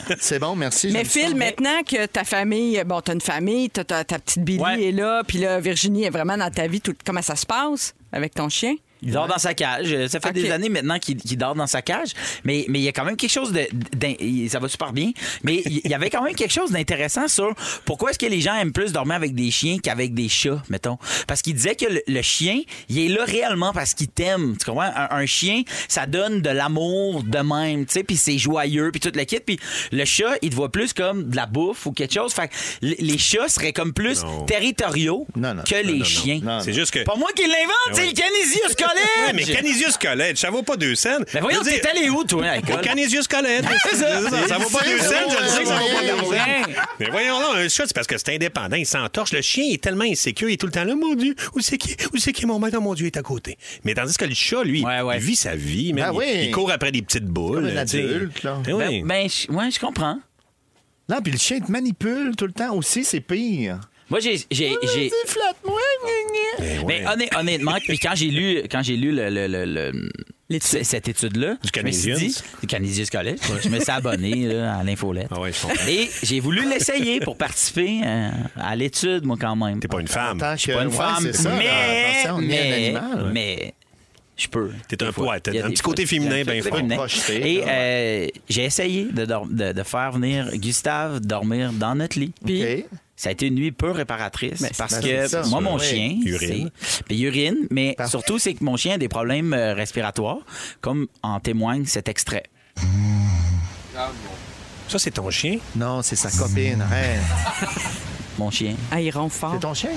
D: Hein? C'est bon, merci.
A: Mais
D: j'aime ça.
A: Phil, maintenant que ta famille, bon, t'as une famille, t'as- t'as- ta petite Billy
F: Ouais.
A: est là, puis là, Virginie est vraiment dans ta vie, tout- comment ça se passe avec ton chien?
F: Il dort dans sa cage. Ça fait
A: Ok.
F: des années maintenant qu'il qu'il dort dans sa cage. Mais mais il y a quand même quelque chose de. d'in- il- Ça va super bien. Mais il il y avait quand même quelque chose d'intéressant sur pourquoi est-ce que les gens aiment plus dormir avec des chiens qu'avec des chats, mettons. Parce qu'il disait que le, le chien, il est là réellement parce qu'il t'aime. Tu comprends? Un, un chien, ça donne de l'amour de même, tu sais, puis c'est joyeux, puis toute la kit. Puis le chat, il te voit plus comme de la bouffe ou quelque chose. Fait que l- les chats seraient comme plus territoriaux
D: Non, non,
F: que
D: non,
F: les
D: non, non.
F: chiens.
D: Non,
B: C'est juste que. Ben
F: Pas moi qui l'invente, c'est
B: oui.
F: le Canisius College!
B: <laughs> Ouais, mais Canisius College, ça vaut pas deux scènes.
F: Mais Ben voyons,
B: Je veux dire,
F: t'es allé où, toi, à l'école?
B: Canisius College.
F: C'est ça.
B: Ça vaut pas
D: C'est
B: deux
D: ça,
B: scènes, je le sais que ça vaut pas
D: ouais,
B: deux
D: ouais.
B: scènes. Mais voyons là, un chat, c'est parce que c'est indépendant, il s'entorche. Le chien est tellement insécure, il est tout le temps là, mon Dieu, où c'est qui, où c'est qui est mon maître, Oh, mon Dieu, il est à côté. Mais tandis que le chat, lui,
F: Ouais, ouais.
B: il vit sa vie, man.
D: Ben
B: Il-
D: oui.
B: il, court après des petites boules.
D: C'est comme un
B: tu sais.
D: adulte, là.
B: Eh oui.
F: Ben, ben, je- ouais, je comprends.
D: Non, puis le chien te manipule tout le temps aussi, c'est pire.
F: Moi, j'ai. j'ai, j'ai-
D: Vas-y, flatte-moi, gna, gna.
B: Eh ouais.
F: mais honn- honnêtement, puis quand j'ai lu, quand j'ai lu le, le- le- le- ce- cette étude-là,
B: Du
F: je me suis
B: Canisius.
F: dit, du Canisius College, je me suis abonné là, à l'infolette.
B: Ah ouais, je comprends.
F: Et j'ai voulu l'essayer pour participer euh, à l'étude, moi, quand même.
B: T'es pas une femme.
D: Tant que-
F: Pas une
D: ouais,
F: femme,
D: c'est ça,
F: mais,
D: attention, on est
F: mais,
D: un animal.
F: mais je peux.
B: T'es un
F: Des fois.
B: poids, t'as
F: Il y a
B: un
F: des
B: petit
F: fois,
B: côté
F: il y a un
B: féminin ben,
F: petit côté
B: bien fort.
F: féminin.
D: Projeté,
F: Et
D: là,
F: euh, j'ai essayé de, dor- de- de faire venir Gustave dormir dans notre lit.
A: Puis,
D: OK.
F: Ça a été une nuit peu réparatrice parce
D: ben,
F: que
D: c'est ça.
F: moi, mon
D: Oui.
F: chien,
B: Urine.
F: c'est- puis urine, mais
D: Parfait.
F: surtout, c'est que mon chien a des problèmes euh, respiratoires, comme en témoigne cet extrait.
B: Ça, c'est ton chien.
D: Non, c'est sa copine, reine.
F: Mon chien,
A: ah, il ronfle fort.
D: C'est ton chien?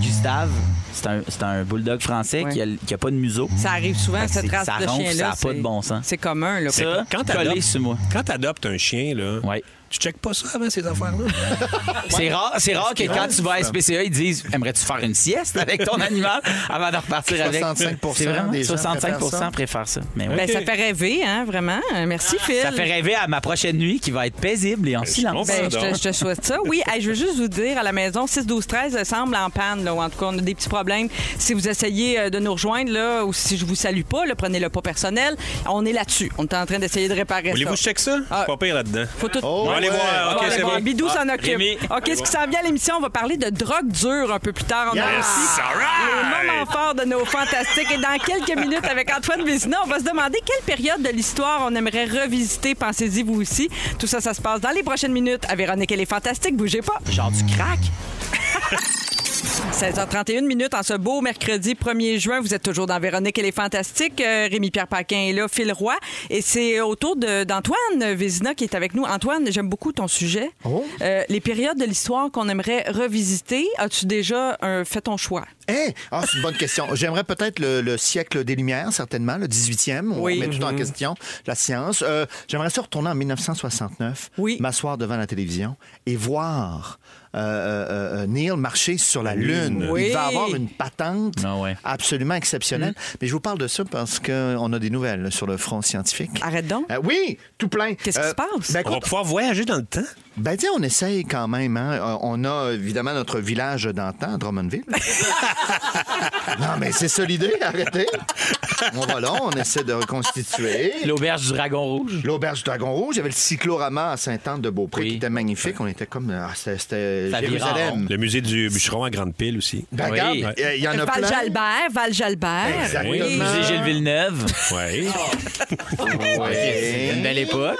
F: Gustave, c'est un, c'est un bulldog français
A: Ouais.
F: qui, a, qui a pas de museau.
A: Ça arrive souvent,
F: Fait que
A: cette
F: Ben, c'est-
A: race
F: ça
A: de
F: ronfle,
A: chien-là.
F: ça a pas
A: c'est-
F: de bon sens.
A: C'est commun, là.
F: Ça,
B: Quand
F: collé
B: t'adoptes-
F: sur moi.
B: Quand t'adoptes un chien, là,
F: Ouais.
B: tu checkes pas ça avant ces affaires-là.
F: C'est rare, c'est rare que quand tu vas à SPCA, ils disent Aimerais-tu faire une sieste avec ton animal avant de repartir avec
D: 65%
F: C'est vraiment-
D: des gens
F: 65%
D: préfèrent ça.
F: préfèrent ça. Mais oui.
A: Ben, ça fait rêver, hein, vraiment. Euh, Merci, Phil.
F: Ça fait rêver à ma prochaine nuit qui va être paisible et en silence.
B: comprends.
A: Ben, je, te, je te souhaite ça. Oui, hey, je veux juste vous dire, à la maison, 6, 12, 13 euh, semble en panne, là, ou en tout cas, on a des petits problèmes. Si vous essayez euh, de nous rejoindre, là, ou si je vous salue pas, là, prenez-le pas personnel. On est là-dessus. On est en train d'essayer de réparer ça.
B: Voulez-vous que je check ça? Je suis
A: Ah.
B: pas pire là-dedans.
A: Faut tout...
D: Oh,
B: On va
D: ouais,
B: aller voir.
A: On
B: OK,
A: va aller
B: c'est
A: voir.
B: bon.
A: Bidou s'en
B: Ah,
A: occupe.
B: Rémi.
A: OK, ce qui s'en vient à l'émission, on va parler de drogue dure un peu plus tard. On a
B: Yes,
A: aussi
B: all right.
A: les moments forts de nos fantastiques. Et dans quelques minutes, avec Antoine Vézina, on va se demander quelle période de l'histoire on aimerait revisiter. Pensez-y, vous aussi. Tout ça, ça se passe dans les prochaines minutes à Véronique et les Fantastiques. Bougez pas.
F: Genre du crack?
A: <laughs> 16h31 minutes en ce beau mercredi 1er juin. Vous êtes toujours dans Véronique et les Fantastiques. Euh, Rémi-Pierre Paquin est là, Phil Roy. Et c'est au tour de- d'Antoine Vézina qui est avec nous. Antoine, j'aime beaucoup ton sujet.
F: Oh.
A: Euh, les périodes de l'histoire qu'on aimerait revisiter. As-tu déjà euh, fait ton choix?
D: Hey! Ah, c'est une bonne question. J'aimerais peut-être le, le siècle des Lumières, certainement, le 18e. On
A: Oui. Mhm.
D: met tout en question, la science. Euh, J'aimerais ça retourner en 1969,
A: Oui.
D: m'asseoir devant la télévision et voir euh, euh, euh, Neil marcher sur la Lune.
A: Oui.
D: Il va avoir une patente
F: Ah ouais.
D: absolument exceptionnelle.
A: Mm.
D: Mais je vous parle de ça parce qu'on a des nouvelles sur le front scientifique.
A: Arrête donc.
D: Euh, oui, tout plein.
A: Ah. Qu'est-ce qui se passe?
D: ben,
B: On va pouvoir voyager dans le temps.
D: ben tiens, on essaye quand même. hein. Euh, On a évidemment notre village d'antan, Drummondville. <laughs> non, mais c'est ça l'idée, arrêtez. On va là, on essaie de reconstituer.
F: Ben, L'auberge du Dragon Rouge.
D: L'auberge du Dragon Rouge, il y avait le cyclorama à Sainte-Anne-de-Beaupré
F: Oui.
D: qui était magnifique. On était comme... ah, c'était- c'était
F: Ça vire
D: Jérusalem.
B: Le musée du bûcheron à Grande-Pile aussi.
D: Ben,
F: Oui.
D: regarde, il y- il y en a plein.
A: Val-Jalbert, Val-Jalbert.
D: Exactement.
B: Oui.
F: Musée Gilles Villeneuve.
B: Oui.
D: Ouais.
F: Une belle époque.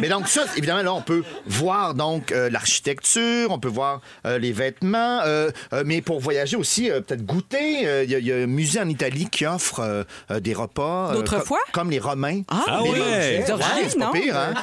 D: Mais donc ça, évidemment, là, on peut voir donc euh, l'architecture, on peut voir euh, les vêtements, euh, euh, mais pour voyager aussi, euh, peut-être goûter. Euh, Il y a- il y, a un musée en Italie qui offre euh, euh, des repas. euh,
A: D'autrefois?
D: co- Comme les Romains.
B: Ah
D: Les
B: ouais.
D: mangeaient.
A: Des origines,
D: Ouais, c'est pas
A: non?
D: pire, hein?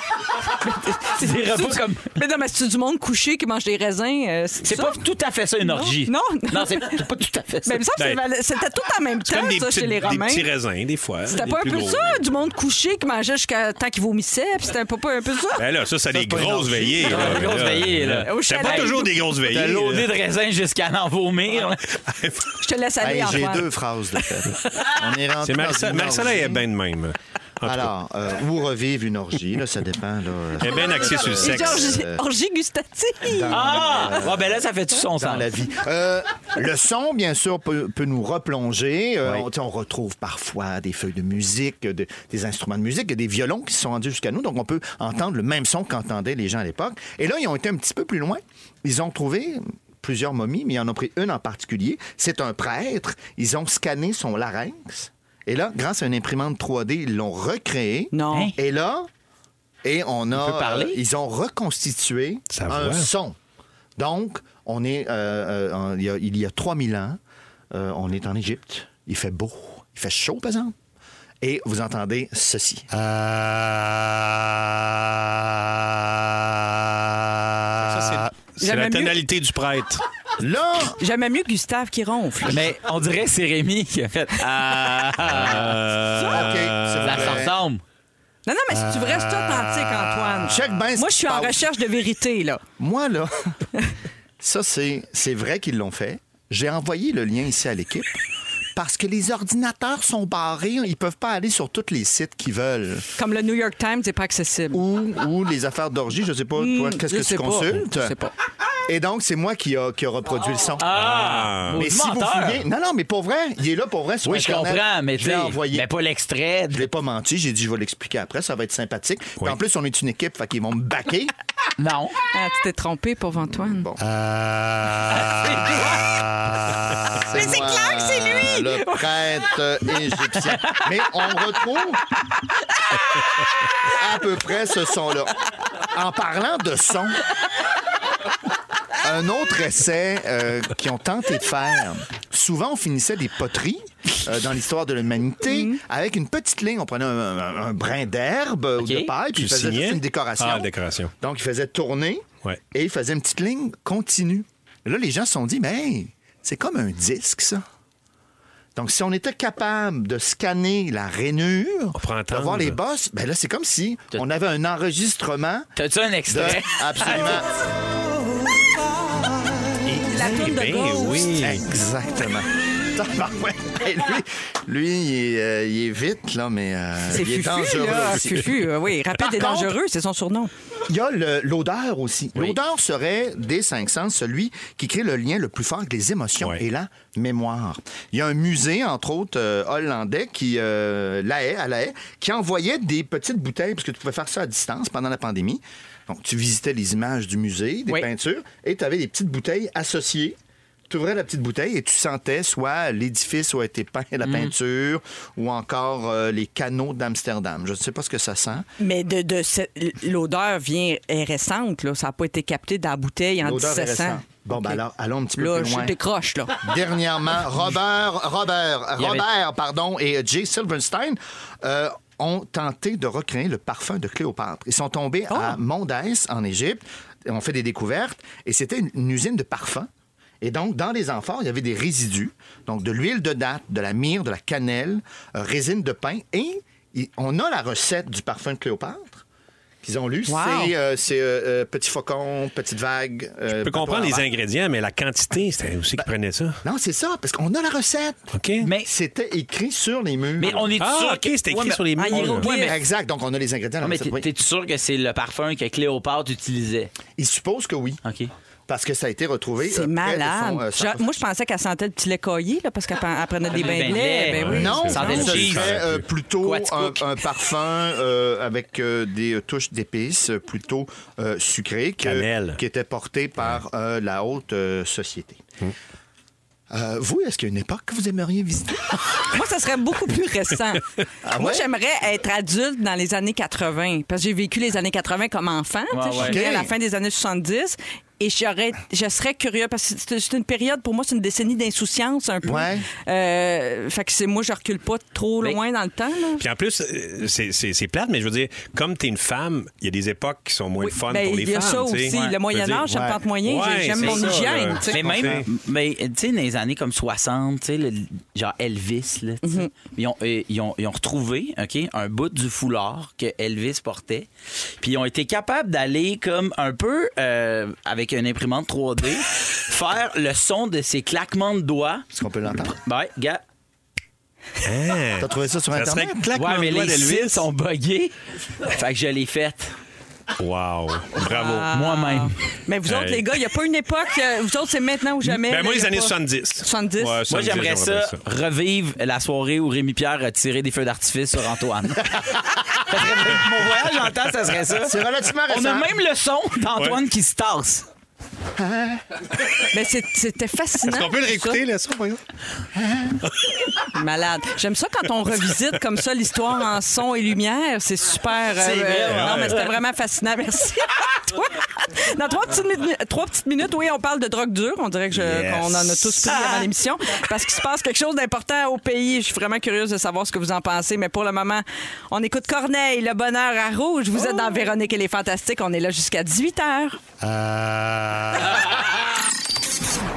A: C'est
F: Des repas comme-
A: Mais non, mais c'est du monde couché qui mange des raisins. euh,
F: C'est
A: ça?
F: pas tout à fait ça une orgie.
A: Non.
F: Non, c'est c'est pas tout à fait ça.
A: Mais il me semble que c'est
B: Ben,
A: val- c'était tout en même
B: C'est
A: temps,
B: comme des,
A: ça,
B: petites-
A: chez les
B: des
A: Romains.
B: petits raisins, des fois.
A: C'était
B: des
A: pas un
B: plus
A: peu
B: gros.
A: ça, du monde couché qui mangeait jusqu'à temps qu'il vomissait, puis c'était pas, pas un peu ça.
B: Ben là, ça, c'est des
D: c'est pas
B: grosses
D: énorme.
B: veillées.
F: Ah,
B: là.
F: des grosses
B: Là,
F: veillées, là.
B: là.
A: Au
B: C'était pas
A: chalet.
B: toujours des grosses veillées.
F: T'as
B: là.
F: l'audé de raisin jusqu'à en vomir. là.
A: Je te laisse aller,
D: Hey, J'ai
A: Antoine.
D: deux phrases de fait.
A: <laughs>
D: On est rentré
B: C'est Marcella,
D: dans une
B: Marcella
D: orgie.
B: est bien de même. En tout cas,
D: Alors, euh, où revivre une orgie, là, ça dépend. Là, Euh,
B: Elle est bien axée sur le
A: C'est
B: sexe.
A: orgie, orgie gustative.
F: Ah! Ouais, ben là, ça fait tout son
D: dans
F: sens.
D: la vie. Euh, le son, bien sûr, peut, peut nous replonger. Euh, on, tu sais, on retrouve parfois des feuilles de musique, de- des instruments de musique, des violons qui se sont rendus jusqu'à nous. Donc, on peut entendre le même son qu'entendaient les gens à l'époque. Et là, ils ont été un petit peu plus loin. Ils ont trouvé plusieurs momies, mais ils en ont pris une en particulier. C'est un prêtre. Ils ont scanné son larynx. Et là, grâce à une imprimante 3D, ils l'ont recréé.
A: Non. Hein?
D: Et là, et on a.
F: peut parler?
D: euh, ils ont reconstitué
B: Sa
D: un
B: voix.
D: son. Donc, on est, euh, euh, en- il, y a, il y a 3000 ans, euh, on est en Égypte. Il fait beau. Il fait chaud, par exemple. Et vous entendez ceci.
B: Ça, c'est c'est
A: J'aimais
B: la
A: mieux-
B: tonalité du prêtre.
D: Là,
A: J'aimais mieux Gustave qui
D: Ah,
A: ronfle.
F: Mais on dirait que c'est Rémi qui a fait. Ah, ah,
D: OK, c'est
F: ça
D: vrai.
F: se ressemble.
A: Non, non, mais si tu restes authentique, Antoine.
D: Ah. Check bien ce
A: Moi,
D: qui
A: je suis
D: se
A: en
D: passe.
A: recherche de vérité, là.
D: Moi, là, <laughs> ça, c'est c'est vrai qu'ils l'ont fait. J'ai envoyé le lien ici à l'équipe parce que les ordinateurs sont barrés. Ils peuvent pas aller sur tous les sites qu'ils veulent.
A: Comme le New York Times n'est pas accessible.
D: ou, ou les affaires d'orgie, je sais pas, toi,
A: Hmm,
D: qu'est-ce
A: je
D: que tu
A: sais pas.
D: consultes?
A: Je sais pas.
D: Et donc, c'est moi qui a, qui a reproduit le son.
F: Ah!
D: mais
F: maudit
D: si vous
F: menteur.
D: fouillez... Non, non, mais pour vrai, il est là pour vrai sur
F: Oui, je
D: Internet.
F: comprends, mais
D: Je
F: tu
D: l'ai
F: sais,
D: envoyé.
F: mais pas l'extrait.
D: Je l'ai pas menti, j'ai dit je vais l'expliquer après, ça va être sympathique. Puis
B: Oui.
D: En plus, on est une équipe, fait qu'ils vont me baquer.
F: Non.
A: Ah, tu t'es trompé, pauvre Antoine.
D: Bon. <laughs>
A: Mais c'est
D: moi,
A: clair que c'est lui!
D: Le prêtre euh, égyptien. Mais on retrouve à peu près ce son-là. En parlant de son, un autre essai euh, qu'ils ont tenté de faire. Souvent, on finissait des poteries euh, dans l'histoire de l'humanité avec une petite ligne. On prenait un, un- un brin d'herbe ou de
F: Ok.
D: paille, puis
B: Tu
D: il faisait
B: signais?
D: juste une décoration.
B: Ah, décoration.
D: Donc, il faisait tourner
B: Ouais.
D: et il faisait une petite ligne continue. Là, les gens se sont dit, mais hey, c'est comme un disque, ça. Donc, si on était capable de scanner la rainure,
B: pourrait
D: de
B: entendre.
D: voir les bosses, ben là, c'est comme si
F: T'as-
D: on avait un enregistrement
F: T'as-tu un
D: de...
F: extrait?
A: <laughs>
D: Absolument.
A: La tourne de
B: ben
A: gauche.
B: oui.
D: Exactement. <laughs> Tabarouette. Et lui, lui il, est, euh, il est vite, là, mais euh,
A: C'est
D: il est
A: Fufu,
D: dangereux.
A: là.
D: aussi.
A: Fufu, euh, oui. Rapide
D: Par
A: et
D: contre-
A: dangereux, c'est son surnom.
D: Il y a le- l'odeur aussi. L'odeur serait, des cinq sens, celui qui crée le lien le plus fort avec les émotions
B: Ouais.
D: et la mémoire. Il y a un musée, entre autres, euh, hollandais, qui, euh, La Haye, à La Haye, qui envoyait des petites bouteilles, parce que tu pouvais faire ça à distance pendant la pandémie, Donc, tu visitais les images du musée, des
A: Oui.
D: peintures, et tu avais des petites bouteilles associées. Tu ouvrais la petite bouteille et tu sentais soit l'édifice où a été peint la peinture ou encore euh, les canaux d'Amsterdam. Je ne sais pas ce que ça sent.
A: Mais de, de ce- l'odeur vient est récente, là. Ça n'a pas été capté dans la bouteille en
D: L'odeur est
A: 1700.
D: récente. Bon, ben alors, allons un petit peu
A: Là,
D: plus
A: je
D: loin.
A: décroche, là.
F: <laughs>
D: Dernièrement, Robert, Robert,
F: Il y avait-
D: Robert, pardon, et Jay Silverstein euh, ont tenté de recréer le parfum de Cléopâtre. Ils sont tombés
F: Oh.
D: à Mondès, en Égypte. et ont fait des découvertes et c'était une, une usine de parfums. Et donc, dans les amphores, il y avait des résidus, donc de l'huile de date, de la myrrhe, de la cannelle, euh, résine de pin. Et il- on a la recette du parfum de Cléopâtre qu'ils ont lu.
A: Wow.
D: C'est, euh, c'est, euh, euh, petit faucon, petite vague. euh,
B: Je peux comprendre les ingrédients, mais la quantité, c'était aussi qui prenait ça.
D: Non, c'est ça, parce qu'on a la recette.
B: OK?
F: Mais,
D: C'était écrit sur les murs.
F: mais on est sûr.
B: ah, OK, c'était écrit
F: Ouais, mais-
B: sur les murs.
A: Ah, il roule.
F: Ouais, mais-
D: Exact, donc on a les ingrédients. dans la
F: Non, mais
D: recette, oui.
F: t'es- t'es-tu sûr que c'est le parfum que Cléopâtre utilisait?
D: Il suppose que oui,
F: OK.
D: parce que ça a été retrouvé. euh,
A: C'est
D: près de
A: malade.
D: son, euh, Ah,
A: Je- moi, je pensais qu'elle sentait le petit lait caillé, là, parce qu'elle pen- elle prenait des
F: Elle prenait
A: bains de
F: des
A: lait.
F: bains de
A: Ben
F: lait.
A: oui.
D: non,
F: Ouais,
D: ça
F: ça sentait le cheese.
D: serait euh, plutôt un,
F: Quaticook.
D: un parfum euh, avec euh, des euh, touches d'épices euh, plutôt euh, sucrées que-
B: Cannelle.
D: qui étaient portées par euh, la haute euh, société.
B: Mmh.
D: Euh, vous, est-ce qu'il y a une époque que vous aimeriez visiter?
A: Moi, ça serait beaucoup plus récent.
B: Ah
A: Moi,
D: ouais?
A: j'aimerais être adulte dans les années 80, parce que j'ai vécu les années 80 comme enfant. tu sais,
F: Ouais,
A: Je
F: ouais.
A: suis née à
D: OK.
A: la fin des années 70. Et j'aurais, je serais curieux parce que c'est- c'est une période pour moi, c'est une décennie d'insouciance un peu.
D: Ouais.
A: Euh, fait que c'est moi, je recule pas trop
F: Mais-
A: loin dans le temps. là.
B: Puis en plus, euh, c'est- c'est c'est plate, mais je veux dire, comme t'es une femme, il y a des époques qui sont moins
A: Oui,
B: fun
A: ben,
B: pour les
A: il y a
B: femmes.
A: ça
B: tu sais.
A: aussi.
B: Ouais.
A: Le Moyen Âge,
B: Je veux dire,
A: ça me tente moyen.
B: ouais,
A: J'aime
B: c'est
A: mon
B: ça,
A: hygiène.
B: là.
A: tu sais.
F: Mais même,
B: Conseil.
F: mais, tu sais, dans les années comme 60, tu sais, le- genre Elvis, là, tu sais,
A: Mhm.
F: ils, ont, euh, ils, ont, ils ont retrouvé OK, un bout du foulard que Elvis portait. Puis ils ont été capables d'aller comme un peu euh, avec une imprimante 3D, <laughs> faire le son de ses claquements de doigts.
D: Est-ce qu'on peut l'entendre?
F: Ben, gars.
B: Hein?
D: T'as trouvé ça sur
B: Ça serait
D: Internet?
B: claquement
F: Ouais, mais
B: de doigts
F: les
B: d'Elvis.
F: cils sont buggés. fait que je l'ai faite
B: Wow. Bravo.
A: Ah.
F: moi-même.
A: Mais vous autres,
B: Hey.
A: les gars, il n'y a pas une époque. euh, Vous autres, c'est maintenant ou jamais.
B: Euh. Ben,
A: là,
B: moi,
A: y
B: les
A: a
B: années
A: pas-
B: 70.
A: 70.
B: Ouais,
A: Moi,
F: Moi,
B: 70,
F: j'aimerais ça,
B: j'aimerais
F: revivre la soirée où Rémi Pierre a tiré des feux d'artifice sur Antoine. Ça serait- mon voyage en temps, ça serait ça.
D: C'est relativement
F: On a
D: récent.
F: même le son d'Antoine
B: Ouais.
F: qui se tasse.
A: Mais Ben, c'est- c'était fascinant.
B: Est-ce qu'on peut le
A: tout ça.
B: réécouter, là, ça, voyons?
A: Malade. J'aime ça quand on revisite comme ça l'histoire en son et lumière. C'est super. euh,
F: C'est vrai,
A: euh,
F: ouais.
A: Non, mais c'était vraiment fascinant. Merci. <laughs> Toi, Dans trois petites, minutes, trois petites minutes, oui, on parle de drogue dure. On dirait que je-
B: Yes.
A: qu'on en a tous pris avant l'émission. Parce qu'il se passe quelque chose d'important au pays. Je suis vraiment curieuse de savoir ce que vous en pensez. Mais pour le moment, on écoute Corneille, Le Bonheur à Rouge. Vous êtes dans Véronique et les Fantastiques. On est là jusqu'à 18 h.
B: Euh,
F: Ah,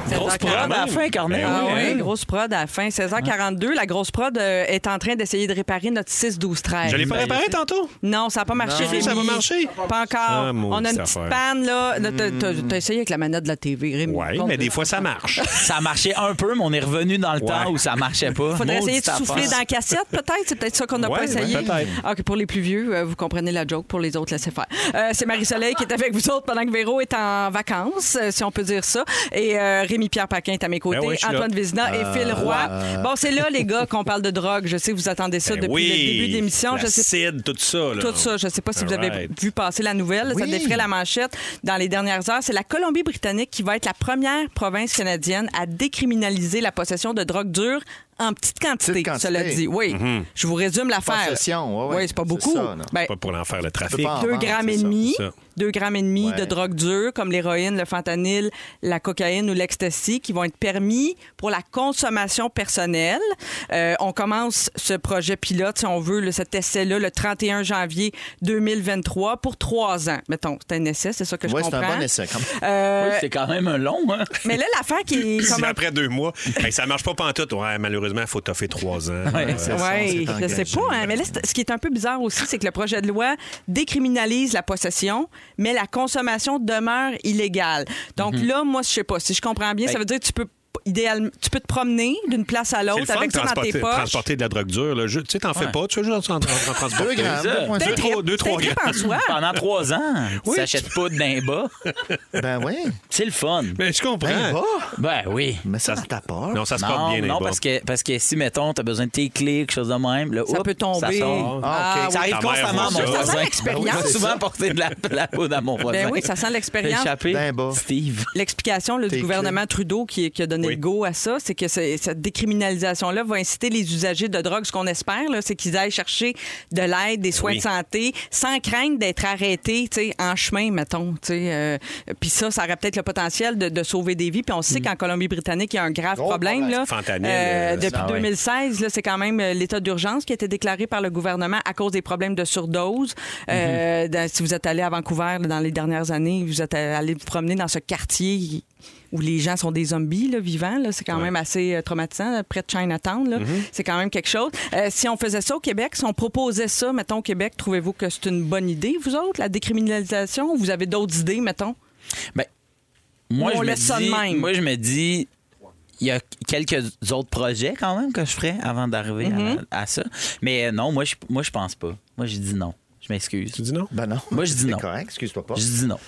F: Grosse prod à la fin, Corneille.
A: Ah
B: Ben
A: oui,
B: oui, hein?
A: grosse prod à la fin. 16h42, la grosse prod euh, est en train d'essayer de réparer notre 6-12-13.
B: Je l'ai pas réparé tantôt?
A: Non, ça n'a pas marché.
B: Non. Ça va
A: Rémi.
B: marcher? Hmm.
A: Pas encore.
B: Ah,
A: On a
B: maudite
A: une petite
B: affaire.
A: panne, là. Là, t'as- t'as- T'as essayé avec la manette de la TV, Rémi.
B: Oui,
A: Compte-
B: mais des fois, ça marche.
F: Ça marchait un peu, mais on est revenu dans le
B: Ouais.
F: temps où ça marchait pas.
A: Faudrait essayer de
F: Maudite
A: souffler
F: affaire.
A: dans la cassette, peut-être. C'est peut-être ça qu'on n'a
B: Ouais,
A: pas essayé.
B: ouais, peut-être.
A: OK, pour les plus vieux, euh, vous comprenez la joke. Pour les autres, laissez faire. Euh, c'est Marie-Soleil qui est avec vous autres pendant que Véro est en vacances, euh, si on peut dire ça. Et euh, Rémi-Pierre Paquin est à mes côtés,
B: Ben oui, je suis Ah.
A: Antoine Vézina et Phil Roy. Bon, c'est là, les gars, qu'on parle de drogue. Je sais que vous attendez ça
B: Ben
A: depuis
B: oui,
A: le début de l'émission. Je sais
B: l'acide, tout ça. Là.
A: Tout ça, je ne sais pas si vous avez
B: Alright.
A: vu passer la nouvelle, ça
D: Oui.
A: défrait la manchette dans les dernières heures. C'est la Colombie-Britannique qui va être la première province canadienne à décriminaliser la possession de drogue dure en petite quantité,
D: Petite quantité.
A: cela dit. Oui, je vous résume l'affaire.
D: Possession, ouais, ouais.
A: Oui, c'est pas
D: C'est
A: beaucoup.
D: ça, non.
A: Ben,
B: Pas pour l'en faire le
D: Tu peux
B: trafic.
D: pas en
A: deux
D: vendre,
A: grammes
D: Ah, ben,
A: et
D: c'est ça.
A: demi,
B: c'est ça.
A: deux grammes et demi
D: Ouais.
A: de drogue dure comme l'héroïne, le fentanyl, la cocaïne ou l'ecstasy qui vont être permis pour la consommation personnelle. Euh, on commence ce projet pilote, si on veut, le- cet essai-là, le 31 janvier 2023 pour trois ans. Mettons, c'est un essai, c'est ça que
D: Ouais,
A: je
D: c'est
A: comprends.
D: un bon essai. quand même.
A: Euh,
F: Ouais, C'est quand même un long, hein?
A: mais là, l'affaire
D: <coughs>
A: qui est
B: Si
A: comme un
B: après deux mois, <laughs> hey, ça marche pas pantoute. Ouais, malheureusement, il faut toffer trois ans.
F: Ouais.
B: Euh,
D: C'est ça, on
A: Oui,
D: s'est
A: je sais
D: engagé.
A: pas. hein, mais là, c'est- ce qui est un peu bizarre aussi, c'est que le projet de loi décriminalise la possession, mais la consommation demeure illégale. Donc là, moi, je sais pas. Si je comprends bien, ça veut dire que tu peux. p- idéalement, tu peux te promener d'une place à l'autre
B: C'est le fun
A: avec ça dans
B: transporter,
A: tes poches.
B: transporter de la drogue dure. là. Je- Tu sais, t'en fais
F: Ouais.
B: pas. Tu fais juste en, en, en transporter.
D: Deux grammes,
F: deux
D: points
B: Deux,
D: cinq.
B: trois, deux,
A: T'es
B: trois
A: trip
B: grammes.
A: en soi.
F: Pendant trois ans,
B: Oui,
F: tu n'achètes pas d'un bas.
D: Ben oui.
B: Hein?
F: C'est le fun.
B: Mais je comprends.
D: Ben va.
F: Ben oui.
D: Mais ça, ça t'apporte.
B: Non, ça se
F: Non,
B: porte bien, les
F: non
B: bas.
F: parce, que, parce que si, mettons, t'as besoin de tes clés, quelque chose de même, là,
A: Ça
F: oups,
A: peut
F: Ça,
A: tomber.
F: sort.
D: Ah, ok.
F: Ça arrive
B: Ta mère
F: constamment,
B: voit
F: mon
B: ça.
F: voisin.
A: Ça sent l'expérience.
F: Ben oui, j'ai souvent porté de la, la poudre à mon voisin.
A: Ben oui, ça sent l'expérience.
F: Échappé.
D: Ben bas.
F: Steve.
A: L'explication là, du
D: T'es
A: gouvernement Trudeau qui, qui a donné
B: Oui.
A: le go à ça, c'est que ce- cette décriminalisation-là va inciter les usagers de drogue. Ce qu'on espère, là, c'est qu'ils aillent chercher de l'aide, des soins
B: Oui.
A: de santé, sans crainte d'être arrêtés tu sais, en chemin, mettons. tu sais, euh, Puis ça, ça aurait peut-être le potentiel de, de sauver des vies. Puis on
B: Mm.
A: sait qu'en Colombie-Britannique, il y a un
B: Oh,
A: grave
D: Gros
A: problème.
D: problème.
A: Là.
B: Fentanyl,
A: Euh,
B: euh,
A: depuis
B: ça, ouais.
A: 2016, là, c'est quand même euh, l'état d'urgence qui a été déclaré par le gouvernement à cause des problèmes de surdose.
F: Mhm.
A: Euh, dans- si vous êtes allé à Vancouver là, dans les dernières années, vous êtes allé vous promener dans ce quartier où les gens sont des zombies là, vivants. là. c'est quand même assez euh, traumatisant, là, près de Chinatown. là.
F: Mhm.
A: C'est quand même quelque chose. Euh, si on faisait ça au Québec, si on proposait ça, mettons, au Québec, trouvez-vous que c'est une bonne idée, vous autres, la décriminalisation? Ou vous avez d'autres idées, mettons?
F: Ben, moi,
A: On
F: je me
A: laisse ça de
F: dis-
A: même.
F: Moi, je me dis, il y a quelques autres projets quand même que je ferais avant d'arriver à-
A: Mm-hmm.
F: à, ça. Mais euh, non, moi, je, moi, je pense pas. Moi, je dis non. Je m'excuse.
B: Tu dis non?
D: Ben non.
F: Moi, je dis
D: C'est
F: non.
D: correct, excuse-toi pas.
F: Je dis non.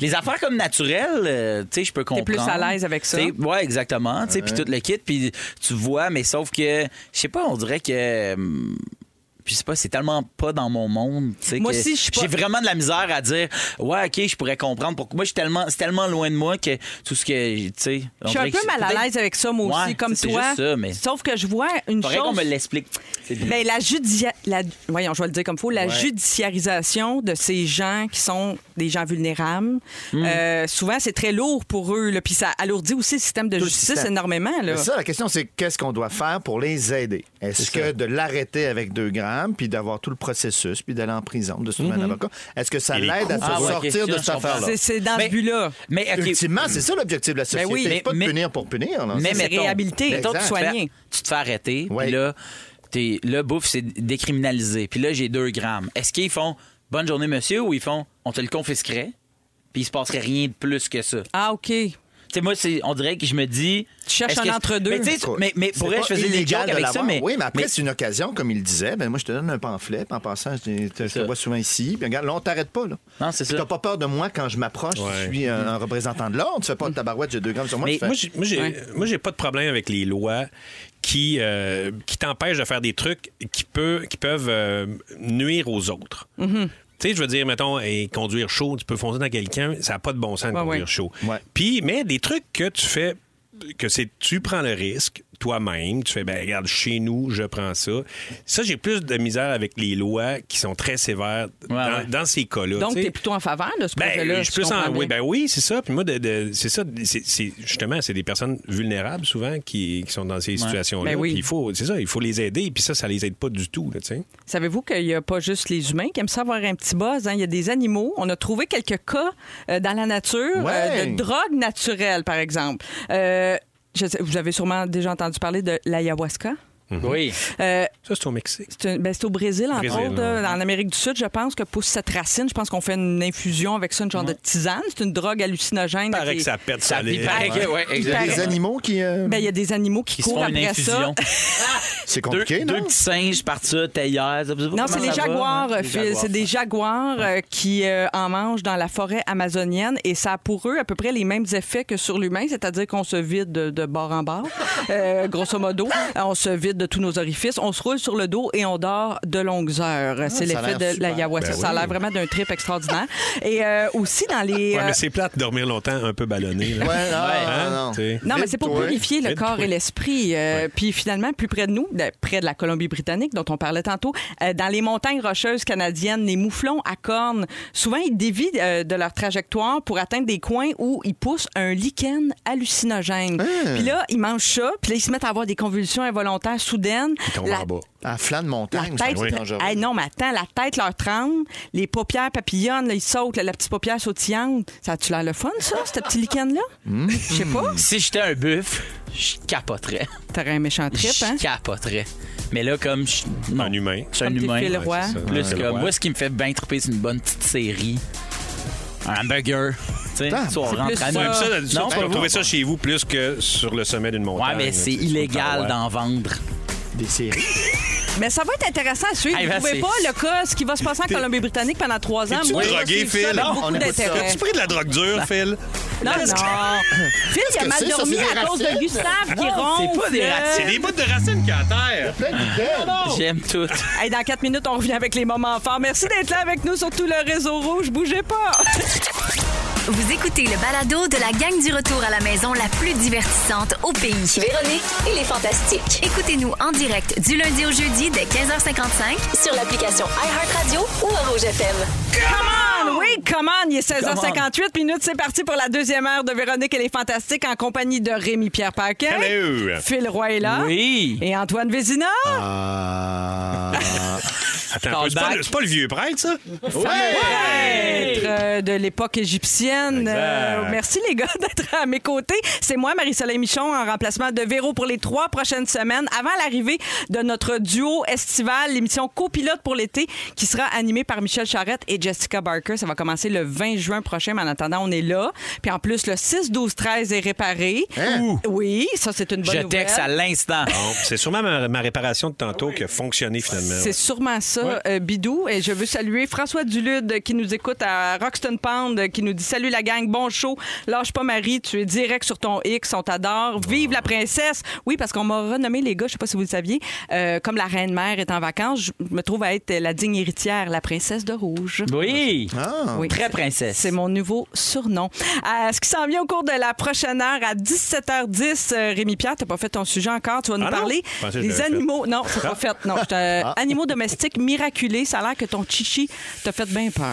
F: Les affaires comme naturelles, euh, tu sais, je peux comprendre.
A: plus à l'aise avec ça.
F: T'sais, Ouais, exactement. Tu sais, puis tout le kit, puis tu vois, mais sauf que, je sais pas, on dirait que. hum, Je sais pas, c'est tellement pas dans mon monde. tu sais,
A: Moi
F: que
A: aussi, je suis pas-
F: J'ai vraiment de la misère à dire, ouais, OK, je pourrais comprendre. Pourquoi. Moi, je suis tellement, c'est tellement loin de moi que tout ce que. Tu sais. on
A: Je suis un
F: dirait que
A: peu
F: c'est
A: mal à
F: peut-être-
A: l'aise avec ça, moi aussi,
F: Ouais,
A: comme
F: c'est
A: toi.
F: juste ça, mais.
A: Sauf que je vois une
F: Faudrait qu'on
A: chose.
F: me l'explique. C'est-
A: Ben, la, judia... la... Voyons, je vais le dire comme faut, la
D: Ouais.
A: judiciarisation de ces gens qui sont des gens vulnérables, euh, souvent, c'est très lourd pour eux. là, Puis ça alourdit aussi le système de
D: Tout le
A: justice
D: système.
A: énormément. Là.
D: Mais ça, la question, c'est qu'est-ce qu'on doit faire pour les aider? Est-ce que de l'arrêter avec 2 grammes, puis d'avoir tout le processus, puis d'aller en prison, de se trouver
F: Mm-hmm.
D: un avocat, est-ce que ça
B: Et les
D: l'aide à se
B: coûts
F: pour ça.
D: sortir
F: Ah ouais,
D: de cette
F: ok, ça, je comprends.
D: affaire-là?
A: C'est- C'est dans
F: Mais-
A: ce but-là.
F: Mais, OK.
D: Ultimement, c'est ça l'objectif de la société.
A: oui,
D: c'est pas de
F: Ben mais-
D: punir pour punir. là.
F: Mais
D: C'est- Ben
A: c'est
F: mettons,
A: réhabilité.
F: mettons que
D: Ah, Exact.
F: tu te
A: Soigner.
F: fais- Tu te fais arrêter,
D: Ouais.
F: puis là, t'es, là, bouffe, c'est décriminalisé. Puis là, j'ai 2 grammes. Est-ce qu'ils font bonne journée, monsieur, ou ils font on te le confisquerait, puis il se passerait rien de plus que ça? Tu
A: Ah, OK.
F: sais, moi, c'est, on dirait que je me dis.
A: Tu cherches
F: est-ce
A: un
F: que-
A: entre-deux.
F: Mais, tu sais, mais, mais
D: C'est
F: pour vrai,
D: pas
F: je faisais des
D: illégal
F: jokes
D: de
F: avec ça,
D: l'avoir.
F: mais.
D: Oui, mais après,
F: mais-
D: c'est une occasion, comme il disait. Ben, moi, je te donne un pamphlet, puis en passant, je, te- je te
F: ça.
D: vois souvent ici. Puis regarde, là, on t'arrête pas. Là.
F: Non, c'est
D: Puis
F: ça.
D: T'as pas peur de moi quand je m'approche,
B: Ouais.
D: je suis euh, un, un représentant de l'ordre. Tu fais pas de tabarouette, j'ai 2 grammes sur moi.
F: Mais
D: tu fais-
B: Moi, j'ai- moi, j'ai
A: Ouais.
B: moi, j'ai pas de problème avec les lois qui, euh, qui t'empêchent de faire des trucs qui, peut, qui peuvent euh, nuire aux autres.
A: Mm-hmm.
B: Tu sais, je veux dire, mettons, eh, conduire chaud, tu peux foncer dans quelqu'un, ça n'a pas de bon sens de
A: Ouais,
B: conduire
A: ouais.
B: chaud.
D: Ouais.
B: Puis, mais des trucs que tu fais, que c'est tu prends le risque toi-même, tu fais, ben regarde, chez nous, je prends ça. Ça, j'ai plus de misère avec les lois qui sont très sévères dans,
F: ouais.
B: dans ces cas-là.
A: Donc,
B: tu
A: tu
B: sais.
A: es plutôt en faveur de ce projet-là.
B: Ben, je
A: si
B: peux
A: je comprends
B: en... Oui,
A: bien.
B: ben oui, c'est ça. Puis moi, de, de- c'est ça. c'est- c'est- justement, c'est des personnes vulnérables souvent qui, qui sont dans ces situations-là.
A: Ben oui.
B: Puis il faut, c'est ça, il faut les aider. Puis ça, ça les aide pas du tout, là, tu sais.
A: Savez-vous qu'il n'y a pas juste les humains qui aiment ça avoir un petit buzz? hein? Il y a des animaux. On a trouvé quelques cas euh, dans la nature
D: Ouais.
A: euh, de drogue naturelle, par exemple. Euh, je sais- vous avez sûrement déjà entendu parler de l'ayahuasca.
F: Mhm. Oui.
A: Euh,
B: Ça, c'est au Mexique.
A: c'est un- ben, c'est au Brésil, entre
B: Brésil,
A: autres, là.
B: ouais.
A: en Amérique du Sud, je pense que pousse cette racine. Je pense qu'on fait une infusion avec ça, une genre de tisane. C'est une drogue hallucinogène.
B: Il paraît
A: qui-
B: que ça pète ça.
F: Il paraît que, ouais,
D: Il y a des
F: exactement.
D: animaux qui. euh,
A: Ben, il y a des animaux qui
F: Qui se
A: courent
F: font une
A: après ça.
F: infusion.
D: c'est
F: Deux,
D: compliqué, non?
F: deux petits singes partis ça, tailleurs.
A: Non, c'est les jaguars, euh. Phil. C'est des jaguars euh, qui euh, en mangent dans la forêt amazonienne et ça a pour eux à peu près les mêmes effets que sur l'humain, c'est-à-dire qu'on se vide de, de bord en bord, <laughs> euh, grosso modo. On se vide de tous nos orifices, on se roule sur le dos et on dort de longues heures. c'est
D: ça a l'air
A: l'effet de
D: super.
A: l'ayahuasca.
B: Ben
A: Ça a
B: oui.
A: l'air vraiment d'un trip extraordinaire. Et euh, aussi dans les...
B: Ouais,
A: euh,
B: mais c'est plate de dormir longtemps un peu ballonné. là.
D: Ouais, non,
B: Hein?
D: non, non.
B: Tu sais.
A: Non, mais c'est pour
D: Vite-toi.
A: purifier le
B: Vite-toi.
A: corps et l'esprit. Euh, Puis finalement, plus près de nous, de- près de la Colombie-Britannique, dont on parlait tantôt, euh, dans les montagnes rocheuses canadiennes, les mouflons à cornes, souvent ils dévient euh, de leur trajectoire pour atteindre des coins où ils poussent un lichen hallucinogène.
D: Ah.
A: Puis là, ils mangent ça, puis là, ils se mettent à avoir des convulsions involontaires soudaines.
B: Ils tombent
A: La-
B: en bas.
D: À flanc de
A: la
D: montagne, c'est
A: tête,
D: dangereux.
A: Hey, non, mais attends, la tête leur tremble, les paupières papillonnent, là, ils sautent, là, la petite paupière sautillante. Ça a-tu l'air le fun, ça, ce petit lichen-là?
D: Hmm.
A: Je sais pas.
F: Si j'étais un buff, je capoterais.
A: T'aurais un méchant trip, hein?
F: Je capoterais. Mais là, comme je. non.
B: Un humain.
F: Je suis un
A: Comme t'es
F: humain.
A: Phil Roy.
B: Ouais, c'est ça.
F: Plus
B: Ouais.
F: que moi, ce qui me fait bien triper, c'est une bonne petite série. Un hamburger. Tu sais,
D: Ah,
F: soit on
D: c'est
F: rentre
A: plus
F: à
A: ça.
F: nous.
B: Ouais, puis ça, là, ça,
F: Non,
B: tu
F: pas
B: vas trouver
F: vous.
B: ça chez vous plus que sur le sommet d'une montagne.
F: Ouais, mais
B: là,
F: c'est
B: tu sais,
F: illégal
B: ouais.
F: d'en vendre.
D: Des séries.
A: Mais ça va être intéressant à suivre.
F: Hey,
A: Vous
F: ben,
A: ne pouvez pas le
F: c'est-
A: cas, ce qui va se passer en Colombie-Britannique pendant trois ans.
B: T'es-tu
A: Moi, je vais
B: drogué,
A: suivre ça
B: Phil?
A: avec
B: Non,
D: on
A: beaucoup
D: écoute ça.
A: d'intérêt.
B: As-tu pris de la drogue dure, Phil?
A: Non, non. Phil, il a
D: que
A: mal
D: c'est, ça,
A: dormi
D: c'est des
A: à cause de
D: racines?
A: Gustave qui
F: Non, c'est
A: ronfle.
F: pas des
B: C'est des bouts de racines qui à terre.
D: Plein d'idées.
F: J'aime tout.
A: Hey, dans quatre minutes, on revient avec les moments forts. Merci d'être là avec nous sur tout le réseau rouge. Bougez pas.
H: Vous écoutez le balado de la gang du retour à la maison la plus divertissante au pays.
I: Véronique et les Fantastiques.
H: Écoutez-nous en direct du lundi au jeudi dès 15h55
I: Sur l'application iHeartRadio ou à Rouge FM.
A: Come on! Oui, come on! Il est 16h58 minutes. C'est parti pour la deuxième heure de Véronique et les Fantastiques en compagnie de Rémi-Pierre Paquin.
B: Hello.
A: Phil Roy est là.
F: Oui.
A: Ah! Et Antoine Vézina.
D: Ah.
B: Attends, un peu, c'est pas, le- c'est pas le vieux prêtre, ça?
A: être, euh, de l'époque égyptienne.
B: Exact.
A: Euh, merci les gars <laughs> d'être à mes côtés. C'est moi, Marie-Soleil Michon, en remplacement de Véro pour les trois prochaines semaines, avant l'arrivée de notre duo estival, l'émission copilote pour l'été, qui sera animée par Michel Charette et Jessica Barker. Ça va commencer le 20 juin prochain, mais en attendant, on est là. Puis en plus, le 6-12-13 est réparé.
D: Hein?
A: Oui, ça, c'est une bonne
F: Je
A: nouvelle.
F: texte à l'instant.
B: Bon, c'est sûrement ma, ma réparation de tantôt qui a fonctionné finalement.
A: C'est sûrement ça, euh, Bidou. Et je veux saluer François Dulude euh, qui nous écoute à Roxton Pound, euh, qui nous dit Salut la gang, bon show. Lâche pas Marie, tu es direct sur ton X, on t'adore. Vive la princesse. Oui, parce qu'on m'a renommé les gars, je sais pas si vous le saviez. euh, comme la reine mère est en vacances, je me trouve à être la digne héritière, la princesse de rouge.
F: Oui.
D: Ah.
A: Oui,
F: Très princesse.
A: c'est mon nouveau surnom. Euh, ce qui s'en vient au cours de la prochaine heure à 17h10, euh, Rémi Pierre, t'as pas fait ton sujet encore. Tu vas nous
B: Ah non?
A: parler
B: Je pensais que
A: des
B: je l'avais Ah.
A: animaux. Non, c'est pas fait. Non, c'est, euh, animaux domestiques miraculés. Ça a l'air que ton chichi t'a fait bien peur.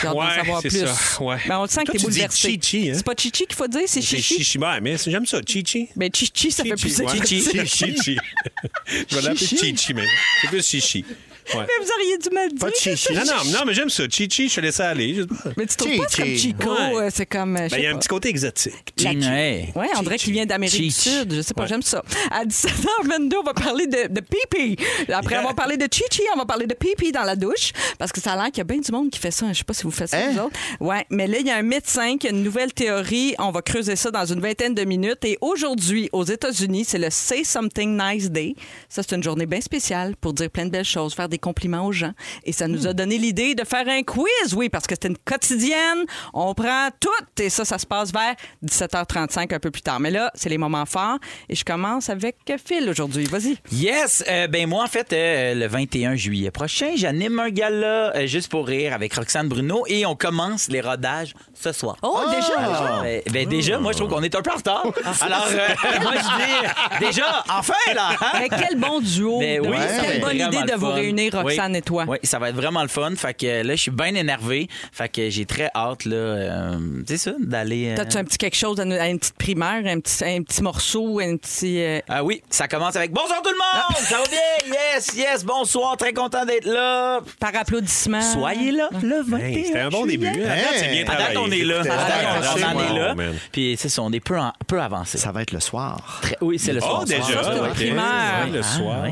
A: J'ai hâte d'en
B: Ouais,
A: savoir
B: c'est
A: plus.
B: ça, ouais.
A: Ben, on le sent que t'es
B: Toi, tu dis
A: bouleversé.
B: chichi, hein?
A: C'est pas chichi qu'il faut dire, c'est
B: C'est
A: chichi.
B: chichi. Ouais, mais c'est- j'aime ça, chichi.
A: Mais chichi, ça fait plus
B: Chichi,
A: <laughs>
B: ouais.
A: agressif.
B: Chichi, chichi. <laughs> Je vais l'appeler chichi, mais c'est plus chichi. Ouais.
A: Mais Vous auriez dû me le
D: Pas de
A: dire.
D: chichi.
B: Non, non, non, mais j'aime ça. Chichi, je te laisse aller. Je- Ben,
A: Mais tu trouves pas c'est comme
D: Chichi.
A: Chico,
B: Ouais. Ben,
A: euh, c'est comme. euh, je
B: Il
A: sais
B: y a un
A: pas.
B: petit côté exotique.
F: Ouais.
A: Oui, on dirait qu'il vient d'Amérique du
F: Chichi.
A: Sud. Je sais pas,
B: Ouais.
A: j'aime ça. À 17h22, on va parler de, de pipi. Après
B: Yeah.
A: avoir parlé de chichi, on va parler de pipi dans la douche. Parce que ça a l'air qu'il y a bien du monde qui fait ça. Je sais pas si vous faites ça,
D: Hein?
A: vous autres. Oui, mais là, il y a un médecin qui a une nouvelle théorie. On va creuser ça dans une vingtaine de minutes. Et aujourd'hui, aux États-Unis, c'est le Say Something Nice Day. Ça, c'est une journée bien spéciale pour dire plein de belles choses, faire des compliments aux gens. Et ça nous a donné l'idée de faire un quiz. Oui, parce que c'était une quotidienne. On prend tout. Et ça, ça se passe vers 17h35, un peu plus tard. Mais là, c'est les moments forts. Et je commence avec Phil aujourd'hui. Vas-y.
F: Yes! Euh, ben moi, en fait, euh, le 21 juillet prochain, j'anime un gala euh, juste pour rire avec Roxane Bruno et on commence les rodages ce soir.
A: Oh, déjà?
F: Ben, ben déjà, moi, je trouve qu'on est un peu en retard. Alors, euh, <laughs> moi, je dis, déjà, enfin, là! hein?
A: Mais Eh, quel bon duo. de-
F: Ben oui,
D: ouais.
F: ça va
A: Quelle
F: être
A: bonne
F: vraiment
A: idée de
F: le
A: vous
F: fun.
A: réunir,
F: Oui.
A: Roxane et toi.
F: Oui, ça va être vraiment le fun. Fait que euh, là, je suis bien énervé. Fait que j'ai très hâte, là, euh, c'est ça, d'aller. euh,
A: T'as-tu un petit quelque chose, à nous- à une petite primaire, un petit, un petit morceau, un petit... euh,
F: Ah oui, ça commence avec Bonjour tout le
A: Ah!
F: monde! Ça va bien? Yes, yes, bonsoir, très content d'être là.
A: par applaudissement.
F: Soyez là, le 21
B: Hey, C'était un bon
F: juillet.
B: début. hein. À date, c'est bien
F: À
B: travaillé.
F: date, on est là. À
D: Écoutez,
F: date,
D: c'est
F: on en
D: bon,
F: est là.
B: man.
F: Puis c'est ça, on est peu, en- peu avancé.
D: Ça va être le soir.
F: Très- Oui, c'est le soir.
B: Oh, déjà.
A: c'est une
B: ok.
A: primaire.
B: Ouais, le soir.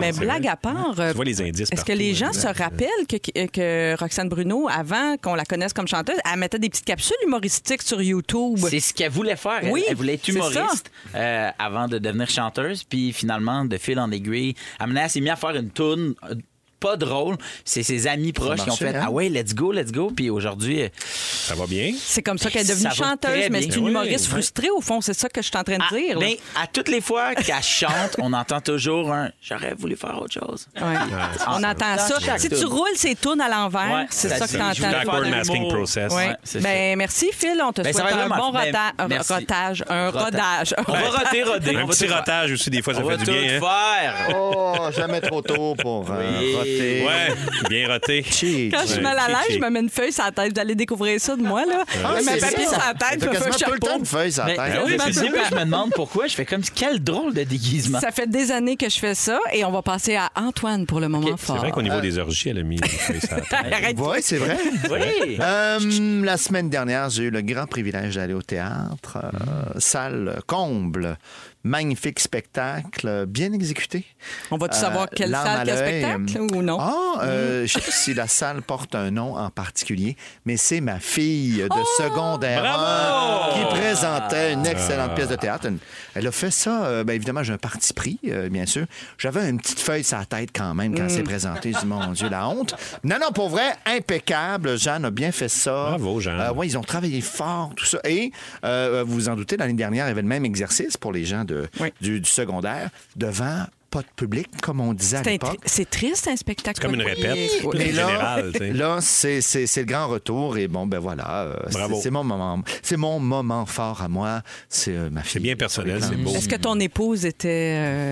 A: Mais blague à part... euh,
B: Tu vois les indices.
A: Est-ce que les
F: hein,
A: gens se rappellent que, que- que Roxane Bruno, avant qu'on la connaisse comme chanteuse, elle mettait des petites capsules humoristiques sur YouTube?
F: C'est ce qu'elle voulait faire. Elle-
A: Oui,
F: elle voulait être
A: c'est
F: humoriste euh, avant de devenir chanteuse. Puis finalement, de fil en aiguille, Amina elle s'est mise à faire une tourne euh, pas drôle. C'est ses amis proches qui ont
D: marché,
F: fait
D: hein?
F: Ah ouais, let's go, let's go. Puis aujourd'hui, euh,
B: Ça va bien?
A: C'est comme ça qu'elle est devenue
F: Ça va
A: chanteuse,
F: très
A: mais
F: bien.
A: c'est une
B: Oui,
A: humoriste
B: oui.
A: frustrée, au fond, c'est ça que je suis en train de
F: à,
A: dire. là.
F: ben, à toutes les fois qu'elle chante, on entend toujours un J'aurais voulu faire autre chose.
A: Ouais.
F: euh,
A: On entend
F: dans
A: ça.
F: chaque
A: Si
F: tune.
A: tu roules ces tunes à l'envers,
F: Ouais,
A: c'est ça
F: ça
A: que
F: dit.
A: tu
F: Je voulais
A: entends.
F: faire
B: Backward
F: de
B: masking
F: l'humour.
B: process.
F: Ouais,
B: Ouais.
F: c'est
A: Ben, merci, Phil. On te
F: Ben, ça
A: souhaite
F: va
A: un
F: être
A: bon
F: vraiment-
A: rota-
F: Ben,
A: un
F: merci. Ben,
A: rotage. Un
F: Rota-
A: rodage.
F: On va roter, roder.
B: Un
F: on va
B: petit
F: tout faire.
B: rotage aussi, des fois, ça
F: On va
B: fait
F: tout
B: du bien. hein.
A: <laughs>
F: faire.
D: Oh, jamais trop tôt pour euh, roter.
B: Ouais, bien roté.
D: Chichi.
A: Quand je suis mal à l'aise, je me mets une feuille sur la tête. Vous allez découvrir ça de moi, là.
D: Ah,
A: Je mets
D: c'est
A: un papier
D: ça.
A: sur la tête,
D: T'as
A: je me fais un
D: quasiment tout le temps
A: chapeau.
D: de feuilles à
F: Mais,
D: la
F: ben
D: tête.
F: oui,
A: ben,
F: depuis le
A: ben,
F: début, je me demande pourquoi. Je fais comme quel drôle
A: <laughs>
F: de déguisement.
A: Ça fait des années que je fais ça et on va passer à Antoine pour le moment
B: C'est
A: fort. <laughs>
B: vrai qu'au niveau des orgies, elle a mis. oui, ça attend.
A: Arrête.
D: Ouais, c'est vrai.
F: Oui.
D: Euh, la
A: Hmm.
D: semaine dernière, j'ai eu le grand privilège d'aller au théâtre, euh, salle comble. Magnifique spectacle, bien exécuté. Euh,
A: On va-tu savoir quelle salle, quel spectacle ou non? Hmm.
D: Ah, euh, je sais pas si la salle porte un nom en particulier, mais c'est ma fille de
A: Oh!
D: secondaire un
B: Ah.
D: qui présentait une excellente pièce de théâtre. Une- Elle a fait ça. euh, ben, évidemment, j'ai un parti pris, euh, bien sûr. J'avais une petite feuille sur la tête quand même quand elle s'est présentée. J'ai dit, mon Dieu, la honte. Non, non, pour vrai, impeccable. Jeanne a bien fait ça.
B: Bravo, Jeanne.
D: Euh, ouais, ils ont travaillé fort, tout ça. Et euh, vous vous en doutez, l'année dernière, il y avait le même exercice pour les gens de,
A: Oui.
D: du, du secondaire devant pas de public, comme on disait à
A: C'est un
D: l'époque.
A: tri- C'est triste, un spectacle.
B: C'est comme une
A: Oui.
B: répète.
A: Oui.
D: Mais
B: En
D: là,
B: général, tu sais.
D: là c'est, c'est- c'est le grand retour et bon, ben voilà. euh, c'est-
B: Bravo.
D: C'est, mon moment, c'est mon moment fort à moi. C'est euh, ma fille.
B: C'est bien personnel, c'est beau.
A: Est-ce que ton épouse était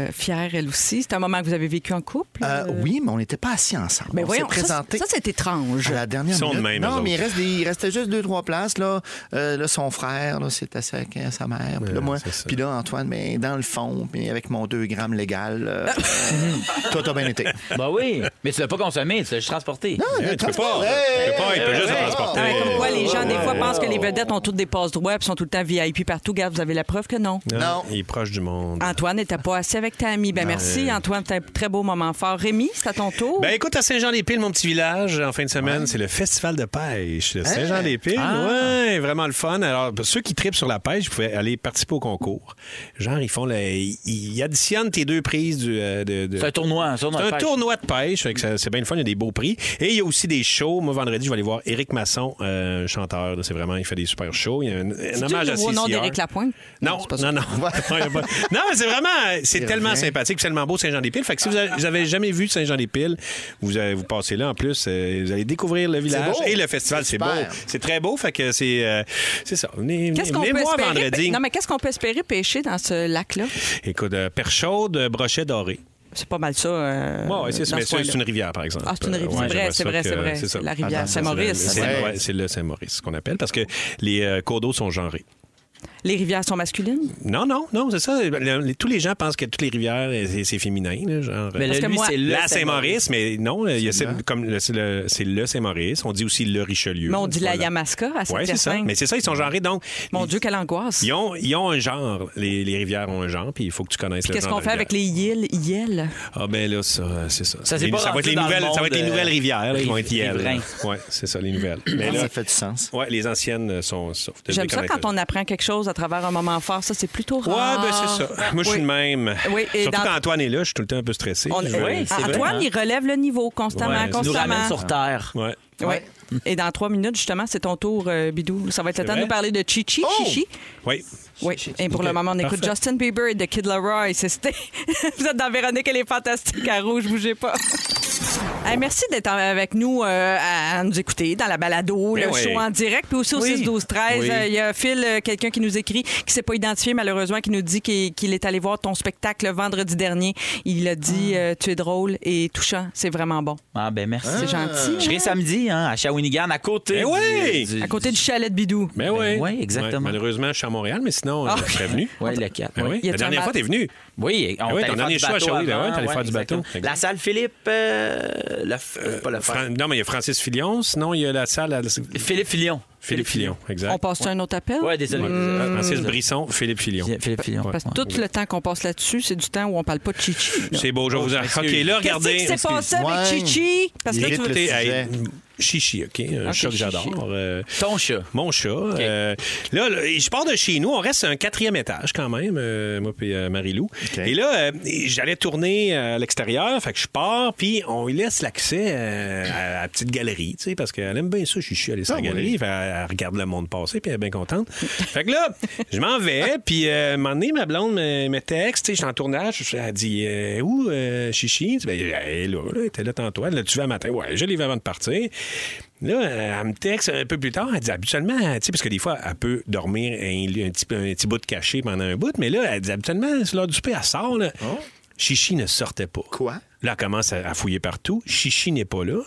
A: euh, fière, elle aussi? C'est un moment que vous avez vécu en couple?
D: Euh, oui, mais on n'était pas assis ensemble. on
A: Mais Ben voyons,
D: s'est
A: ça,
D: présenté.
A: ça, c'est étrange.
D: à la dernière
B: Ils sont de
D: minute.
B: même,
D: non,
B: eux
D: mais il,
B: autres.
D: reste des- il restait juste deux, trois places. Là, Euh, là son frère, là, c'était sa, euh, sa mère. Puis là, moi,
B: c'est ça.
D: puis là, Antoine, mais dans le fond, puis avec mon 2 grammes légal,
A: <laughs>
D: euh, toi, t'as bien été.
F: Ben oui. Mais tu l'as pas consommé, tu l'as juste transporté.
B: Eh, Tu peux pas.
D: Hey,
B: Tu peux pas, il peut juste se
D: hey,
B: transporter.
A: Ah ouais, comme quoi, les gens, des fois, pensent que les vedettes ont toutes des passe-droits et sont tout le temps VIP partout. Garde, vous avez la preuve que non.
D: Non.
B: Il est proche du monde.
A: Antoine n'était pas assis avec ta amie. Ben merci, Antoine. C'était un très beau moment fort. Rémi, c'est à ton tour.
B: Ben écoute, à Saint-Jean-des-Piles, mon petit village, en fin de semaine, c'est le festival de pêche
A: Hein?
B: de Saint-Jean-des-Piles.
A: Ah.
B: Ouais, vraiment le fun. Alors, pour ceux qui tripent sur la pêche, vous pouvez aller participer au concours. Genre, ils font le, ils- ils additionnent tes deux prises du, euh, de, de-
F: C'est un tournoi, un tournoi.
B: C'est
F: de
B: un
F: pêche.
B: tournoi de pêche, fait que ça- c'est bien le fun, il y a des beaux prix. Et il y a aussi des shows. Moi, vendredi, je vais aller voir Éric Masson, euh, un chanteur. là, C'est vraiment, il fait des super shows. Il y a un, un hommage à
A: le nouveau nom
B: CCR.
A: d'Éric Lapointe?
B: Non, non, non.
A: <laughs>
B: <laughs> Non, il y a pas- non, mais c'est vraiment, c'est tellement
D: revient.
B: sympathique, puis tellement beau Saint-Jean-des-Piles. Fait que si vous avez, vous avez jamais vu Saint-Jean-des-Piles, vous, allez- vous passez là. En plus, euh, vous allez découvrir le village
D: beau.
B: et le festival.
D: C'est
B: C'est beau.
D: super.
B: C'est très beau. Fait que c'est, euh, c'est ça. Venez, venez,
A: Qu'est-ce qu'on
B: venez
A: peut
B: me voir
A: espérer? Ben,
B: vendredi.
A: Non, mais qu'est-ce qu'on peut espérer pêcher dans ce lac-là?
B: Écoute, euh, perche chaude, euh, brochet doré.
A: C'est pas mal ça. euh,
B: Ouais, ouais, c'est ça.
A: dans
B: Mais
A: ce
B: ça,
A: coin-là.
B: c'est une rivière, par exemple.
A: Ah, c'est une rivière.
B: Euh, ouais,
A: C'est vrai,
B: j'aimerais
A: c'est
B: ça
A: vrai,
B: que-
A: c'est vrai.
B: ça. Ah,
A: La rivière
D: Attends,
A: Saint-Maurice.
B: C'est
D: Ouais.
B: le- ouais, c'est le Saint-Maurice, ce qu'on appelle, parce que les euh, cours d'eau sont genrés.
A: Les rivières sont masculines?
B: Non, non, non, c'est ça. Le- les- tous les gens pensent que toutes les rivières, euh, c'est c'est féminin. là, genre,
F: Mais
A: Parce
F: là,
A: que
F: lui,
A: moi-
F: c'est le
B: la Saint-Maurice, mais non, euh, il y a
D: là.
B: Saint- comme le- c'est le, c'est le Saint-Maurice. On dit aussi le Richelieu.
A: Mais on dit la
B: Voilà.
A: Yamaska à
B: Oui, c'est ça.
A: Saint-Hyacinthe.
B: Mais c'est ça, ils sont genrés. Donc,
A: Mon
B: ils-
A: Dieu, quelle angoisse.
B: Ils ont, ils ont un genre. Les, les rivières ont un genre, puis il faut que tu connaisses le
A: Qu'est-ce
B: genre
A: qu'on
B: de
A: fait avec
B: rivière.
A: les îles? Yelles?
B: Ah, ben là, ça, euh, c'est ça.
F: Ça s'est
B: Les-
F: pas
B: va être
F: rendu
B: les
F: dans le
B: nouvelles, ça va être les
F: monde,
B: nouvelles
F: euh,
B: rivières là, qui vont
F: riv-
B: être Yel.
F: riverain.
B: Oui, c'est ça, les nouvelles. <laughs>
F: Ah,
B: Mais
D: Ça
B: là,
D: fait du sens.
B: ouais, les anciennes euh, sont. sont- de-
A: J'aime
B: de
A: ça
B: connaître
A: quand
B: le-
A: on apprend quelque chose à travers un moment fort. Ça, c'est plutôt
B: Ouais,
A: rare.
B: ben c'est ça. Moi, je suis
A: Ah, Oui.
B: le même.
A: Oui, et
B: Surtout
A: dans-
B: quand Antoine est là, je suis tout le temps un peu stressé.
A: On-
B: Je Ah. veux-
F: Oui, c'est vrai,
A: Antoine,
F: hein.
A: il relève le niveau constamment,
B: Ouais,
F: Il nous
A: constamment.
F: ramène sur Terre.
B: Ouais.
A: Ouais. Et dans trois minutes, justement, c'est ton tour, euh, Bidou. Ça va être le temps de
B: vrai?
A: nous parler de Chichi,
F: Oh!
A: Chichi.
B: Oui.
A: Oui. Et pour le moment, on écoute
B: parfait.
A: Justin Bieber et The Kid Laroi. C'est <laughs> c'était- Vous êtes dans Véronique, elle est fantastique à rouge, bougez pas. Hey, merci d'être avec nous, euh, à à nous écouter dans la balado,
B: Ben
A: le
B: oui.
A: show en direct, puis aussi au
F: Oui.
A: 6-12-13.
F: Oui.
A: euh, Il y a Phil, euh, quelqu'un qui nous écrit, qui s'est pas identifié malheureusement, qui nous dit qu'il qu'il est allé voir ton spectacle vendredi dernier. Il a dit euh, Tu es drôle et touchant, c'est vraiment bon.
F: Ah, ben merci.
A: C'est gentil.
F: Je serai samedi hein, à Shawinigan, à côté.
B: Eh oui!
A: À côté du chalet de Bidou.
B: Mais oui.
F: Ben oui, exactement.
B: Ben malheureusement, je suis à Montréal, mais sinon,
A: Ah.
B: euh, je serais venu.
F: Ouais, le quatre,
B: Ben
F: ouais.
B: oui.
A: Y a-tu
B: La
A: un
B: dernière
A: mat-
B: fois, t'es venu.
F: Oui, on
B: Ah oui,
F: est allé
B: t'en
F: faire
B: as
F: du
B: les choix à
F: bateau
B: Shawinigan,
F: avant,
B: ouais, t'es allé faire du bateau.
F: exactement. La salle Philippe, euh, le f- euh, pas le frère.
B: Fran- Non, mais il y a Francis Fillon. Sinon, il y a la salle. à-
F: Philippe Filion.
B: Philippe Fillon,
A: On
B: exact.
A: passe à un autre appel?
F: Ouais, désolé.
B: Ouais. Francis Brisson, Philippe Fillon.
F: Philippe- Philippe Filion.
A: Parce que
F: Ouais.
A: tout le temps qu'on passe là-dessus, c'est du temps où on parle pas de Chichi. là.
B: C'est beau, je
F: Oh,
B: vais vous en...
F: excuse.
B: OK, là,
A: Qu'est-ce qui
B: regardez.
A: s'est passé
D: Ouais.
A: avec Chichi? Parce
D: Il
A: que là, tu-
D: est-
B: Écoutez,
D: Le
B: hey,
D: sujet.
B: chichi, OK? Un
A: Ok,
B: chat que
A: chichi.
B: j'adore. euh,
F: Ton chat.
B: Mon chat. euh, là, là, je pars de chez nous. On reste à un quatrième étage quand même, euh, moi et Marie-Lou. Et là, euh, j'allais tourner euh, à l'extérieur. Fait que je pars, puis on lui laisse l'accès euh, à la petite galerie, tu sais, parce qu'elle aime bien ça, Chichi, aller sur la
D: Ah oui.
B: galerie. Fait, elle, elle regarde le monde passer, puis elle est bien contente. <laughs> fait que là, je m'en vais, puis euh, un moment donné, ma blonde me, me texte. tu sais, Je suis en tournage. Elle dit euh, Où, euh, Chichi? Je dis, Ben, elle est là, là, elle était là tantôt. Elle l'a tué le matin. Ouais, je l'ai vu avant de partir. Là, euh, elle me texte un peu plus tard. Elle dit habituellement, tu sais, parce que des fois, elle peut dormir un, un petit, peu- un petit bout de caché pendant un bout, mais là, elle dit habituellement, c'est l'heure du souper, elle sort. là. Chichi ne sortait pas.
D: Quoi?
B: Là, elle commence à, à fouiller partout. Chichi n'est pas là.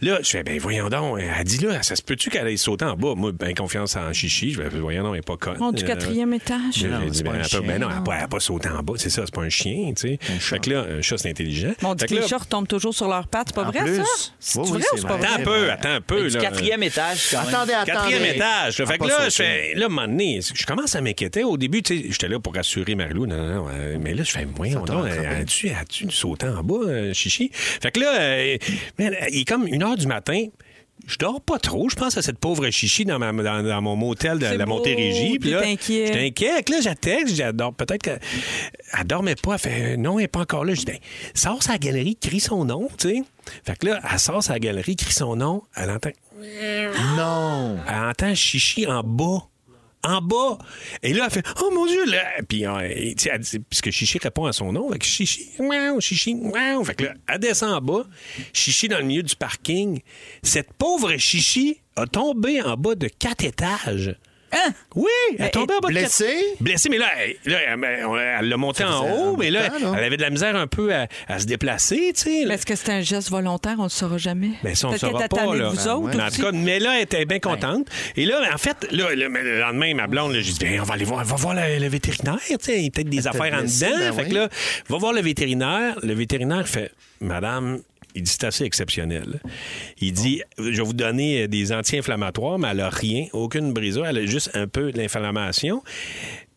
B: Là, je fais, ben voyons donc. Elle dit là, ça se peut-tu qu'elle aille sauter en bas? Moi, ben confiance en Chichi. Je fais, voyons donc, elle n'est pas conne.
A: Bon, du
B: Euh,
A: quatrième étage.
B: j'ai
D: Non,
B: dit,
D: c'est
B: ben,
D: pas un
B: elle peut- ben
D: chien,
B: non, elle n'a pas, elle a pas sauté en bas. C'est ça, c'est pas un chien, tu sais. Fait que là, un chat, c'est intelligent.
A: Bon, on dit
B: Fait
A: que
B: là,
A: les chats tombent toujours sur leurs pattes. C'est pas
D: En
A: vrai,
D: plus.
A: ça? C'est
D: Oui, oui,
A: vrai ou
D: c'est
A: c'est pas
D: vrai.
A: vrai?
B: Attends un peu, attends un peu.
F: Du
B: là.
F: quatrième étage, quand même.
D: Attendez, attendez.
B: Quatrième étage. Là.
D: Ah,
B: Fait que
D: pas
B: là, je
D: sauté.
B: fais, là, à un moment donné, je commence à m'inquiéter. Au début, tu sais, j'étais là pour rassurer Marilou. Non, non, non. euh, mais là, je fais, voyons
D: t'a
B: donc, euh,
D: rattrapé.
B: as-tu, as-tu du sautant en bas, euh, chichi? Fait que là, euh, man, il est comme une heure du matin. Je dors pas trop. Je pense à cette pauvre chichi dans, ma- dans- dans mon motel de
A: C'est
B: la
A: beau,
B: Montérégie.
A: puis
B: Puis là,
A: t'inquiète.
B: j'étais inquiet. Fait que Là, j'atteste. J'adore. Peut-être qu'elle elle dormait pas. Elle fait, euh, non, elle est pas encore là. Je dis, ben, sors sa galerie, crie son nom, tu sais. Fait que là, elle sort sa galerie, crie son nom. Elle entend.
D: Non.
B: Elle entend chichi en bas. En bas. Et là, elle fait Oh mon Dieu! Là. Puis, euh, et, tu sais, elle dit- puisque Chichi répond à son nom, fait que Chichi, wow, Chichi, wow. Fait que là, elle descend en bas, Chichi dans le milieu du parking. Cette pauvre Chichi a tombé en bas de quatre étages.
A: Hein?
B: Oui, elle est tombée en bas de
D: blessée?
B: quatre- Blessée, mais là, elle, là, elle- elle l'a montée en
D: faisait
B: haut,
D: un
B: mais là,
D: bout de temps, là.
B: elle avait de la misère un peu à, à se déplacer, tu sais.
A: Mais Est-ce que c'est un geste volontaire? On ne le saura jamais.
B: Mais Ben, ça, on ne
A: Peut-être
B: saura
A: qu'elle
B: pas.
A: tannée de
B: Là.
A: vous autres
B: Mais en
A: aussi. Ben.
B: tout cas, mais là, elle était bien contente. Et là, en fait, là, le, mais le lendemain, ma blonde, là, j'ai dit, Bien, on va aller voir, va voir le, le vétérinaire. tu sais, Il y a peut-être des
D: peut-être
B: affaires en
D: blessée,
B: dedans.
D: ben
B: fait
D: oui.
B: que là, va voir le vétérinaire. Le vétérinaire fait, Madame, il dit, c'est assez exceptionnel. Il dit, je vais vous donner euh, des anti-inflammatoires, mais elle n'a rien, aucune brisure. Elle a juste un peu de l'inflammation.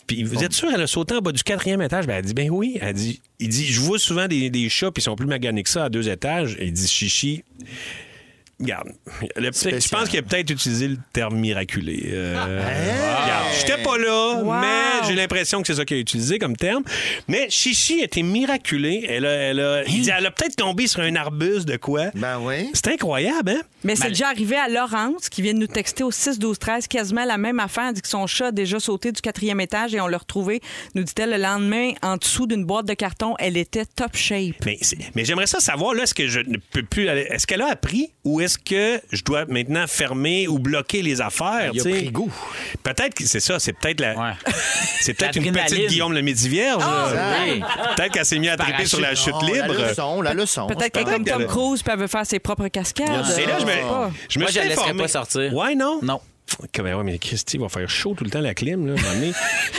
B: Puis vous êtes sûr, elle a sauté en bas du quatrième étage? Ben, elle dit, ben oui. Elle dit, il dit, je vois souvent des, des chats, puis ils sont plus maganés que ça à deux étages. Il dit, chichi, Regarde, le- je pense qu'il a peut-être utilisé le terme miraculé. Euh,
D: Ah.
B: regarde, J'étais pas là,
A: Wow.
B: mais j'ai l'impression que c'est ça qu'il a utilisé comme terme. Mais Chichi était miraculée. Elle a, elle a- il dit, elle a peut-être tombé sur un arbuste de quoi.
D: Hein? Ben oui.
B: C'est incroyable, hein?
A: Mais c'est déjà arrivé à Laurence qui vient de nous texter au 6 12 13 quasiment la même affaire. Elle dit que son chat a déjà sauté du quatrième étage et on l'a retrouvé, nous dit-elle, le lendemain en dessous d'une boîte de carton. Elle était top shape.
B: Mais, c'est- mais j'aimerais ça savoir, là, est-ce que je ne peux plus aller- Est-ce qu'elle a appris ou est-ce que je dois maintenant fermer ou bloquer les affaires?
D: Il a
B: tu sais?
D: pris goût.
B: Peut-être que c'est ça, c'est peut-être la.
F: Ouais.
B: <laughs> C'est peut-être une
F: L'adrénaline.
B: petite Guillaume le Médivierge.
A: Ah,
F: oui.
B: Peut-être qu'elle s'est mise à triper sur la chute
D: Non,
B: libre.
D: La leçon, la leçon.
A: Peut-être qu'elle est comme Tom Cruise peut faire ses propres cascades.
B: C'est là, je me,
A: sais pas.
B: je me
F: Moi, je
B: suis
F: la laisserais
B: informé.
F: pas sortir.
B: Ouais, non?
F: Non.
B: Comme, ouais, mais Christy va faire chaud tout le temps la clim. Là, à un moment donné.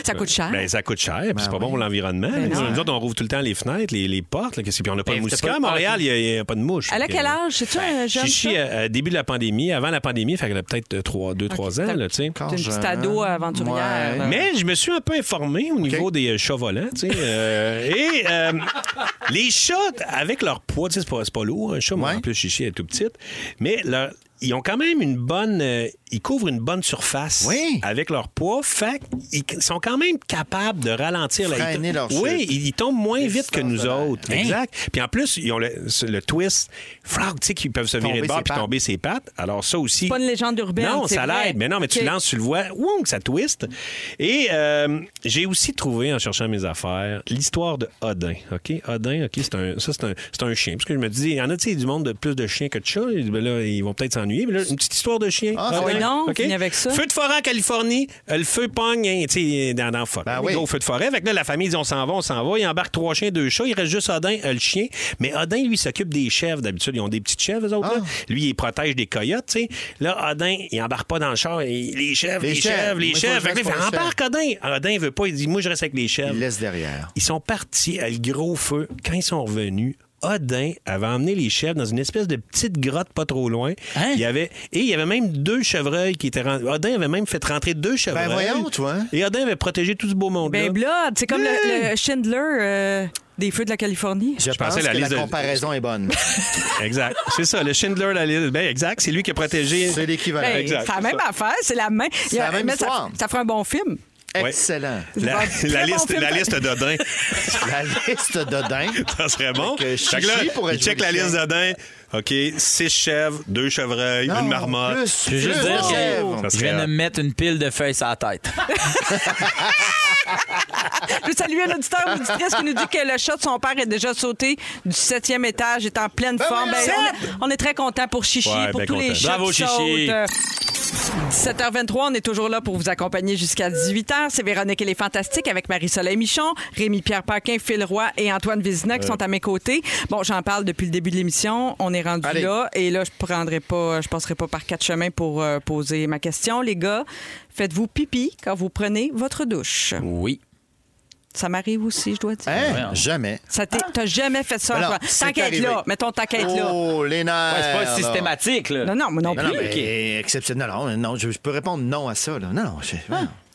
A: Ça coûte cher. Ben
B: Ben, ça coûte cher, puis c'est pas bon pour l'environnement. Nous, nous autres, on rouvre tout le temps les fenêtres, les, les portes, là, qu'est-ce que- puis on n'a pas
F: Ben,
B: de
F: t'as
B: moustiquaires.
F: pas
B: À
F: de
B: Montréal, il n'y a, pas de mouche.
A: Elle a
B: Fait
A: quel
B: que-
A: âge? C'est-tu un jeune
B: Ben, Chichi,
A: chat?
B: euh, début de la pandémie, avant la pandémie, fait qu'elle a peut-être euh, 2-3
A: t'as-
B: ans, là, tu sais.
A: C'est une petite ado aventurière.
D: Ouais.
B: Mais je me suis un peu informé au niveau des euh, chats volants. tu sais, euh, et euh, les chats, avec leur poids, tu sais, c'est pas, c'est pas lourd, un chat, moi,
D: Ouais.
B: en plus, Chichi est tout petite. Mais leur- ils ont quand même une bonne. euh, ils couvrent une bonne surface
D: Oui.
B: avec leur poids. Fait qu'ils sont quand même capables de ralentir la-
D: Freiner leur
B: Oui,
D: chute.
B: ils, ils tombent moins vite que nous
D: distances de
B: autres. Exact. Puis en plus, ils ont le, le twist. Frog, tu sais, qu'ils peuvent se virer
D: Tomber
B: de bord
D: ses
B: puis
D: pattes.
B: tomber ses pattes. Alors, ça aussi.
A: C'est pas une légende urbaine,
B: Non,
A: c'est
B: ça
A: vrai.
B: l'aide. Mais non, mais tu
A: OK.
B: lances, tu le vois, ouh, que ça twist. Et euh, j'ai aussi trouvé, en cherchant mes affaires, l'histoire de Odin. OK? Odin, OK, c'est un, ça, c'est un, c'est un chien. Parce que je me dis, il y en a, tu sais, du monde de plus de chiens que de chats. Et ben là, ils vont peut-être s'ennuyer. Mais là, une petite histoire de chien.
D: Ah,
B: Odin,
D: oui,
A: non, on
B: OK?
A: finit avec ça.
B: Feu de forêt en Californie, euh, le feu pogne, hein, tu sais, dans, dans le fort.
D: Ben
B: Des
D: oui.
B: Gros feu de forêt. Fait que là, la famille dit, on s'en va, on s'en va. Ils embarquent trois chiens, deux chats. Il reste juste Odin, euh, le chien. Mais Odin, lui, s'occupe des chèvres. D'habitude, ils ont des petites chèvres, eux autres.
D: Ah.
B: là. Lui, il protège des coyotes, tu sais. Là, Odin, il embarque pas dans le char. Il- les chèvres,
D: Les
B: les,
D: chèvres.
B: chèvres, les
D: Moi,
B: chèvres.
D: faut que
B: Fait
D: je
B: que là, il
D: reste pour
B: fait,
D: les
B: embarque Odin. Odin, il veut pas. Il dit, moi, je reste avec les chèvres.
D: Il laisse derrière.
B: Ils sont partis à le gros feu. Quand ils sont revenus, Odin avait emmené les chèvres dans une espèce de petite grotte pas trop loin.
F: Hein?
B: Il y avait, et il y avait même deux chevreuils qui étaient rentrés. Odin avait même fait rentrer deux chevreuils.
D: Ben, voyons, toi. hein?
B: Et Odin avait protégé tout ce beau monde-là.
A: Ben, Blood, c'est comme le, le Schindler euh, des feux de la Californie.
D: Je, pense
B: pensais la
D: que
B: liste de-
D: la comparaison est bonne.
B: exact. C'est ça, le Schindler, la liste. Ben, exact. C'est lui qui a protégé.
D: C'est l'équivalent.
A: Ben,
B: exact,
A: c'est la
B: c'est
A: même
B: ça.
A: affaire, c'est la main. Il y a-
D: la même
A: mais ça,
D: histoire.
A: ça ferait un bon film.
B: Ouais.
F: <laughs>
D: Excellent.
B: La,
A: Très
B: la
A: bon
B: liste,
A: film.
B: la liste
A: <laughs>
B: d'Odin.
D: La liste de dingue.
B: Ça serait bon.
D: Fait que
B: Fait que là,
D: Chichi euh, pourrait
B: il
D: jouer
B: check la
D: le
B: liste d'Odin. OK, six chèvres, deux chevreuils, une marmotte.
D: Plus,
F: Je veux juste
D: plus
F: dire
D: de
F: que
D: chèvres.
B: Ça
F: je viens
B: serait-
F: de me mettre une pile de feuilles sur la tête.
A: Je veux saluer un auditeur une auditrice qui nous dit que le chat de son père est déjà sauté du septième étage, est en pleine forme. Ben, on, est- on est très content pour Chichi,
B: Ouais,
A: pour
B: ben
A: tous les
B: content.
A: chats
F: Bravo,
A: qui
F: Chichi.
A: sautent. 17h23, on est toujours là pour vous accompagner jusqu'à 18h. C'est Véronique et les Fantastiques avec Marie-Soleil Michon, Rémi-Pierre Paquin, Phil Roy et Antoine Vézina qui sont à mes côtés. Bon, j'en parle depuis le début de l'émission. On est rendu
D: Allez.
A: là et là, je prendrai pas, je passerai pas par quatre chemins pour euh, poser ma question. Les gars, faites-vous pipi quand vous prenez votre douche.
F: Oui.
A: Ça m'arrive aussi, je dois dire.
D: Hein? Jamais.
A: Ça t'est- t'as jamais fait ça,
D: Mais non,
A: toi.
D: c'est
A: T'inquiète
D: arrivé.
A: là. Mettons, t'inquiète là.
D: Oh, les nerfs.
F: Ouais, c'est pas
D: là.
F: systématique, là.
A: Non, non, moi non
D: Non,
A: plus.
D: non, mais exceptionnel. Non, non, je, je peux répondre non à ça. Là. Non, non, je-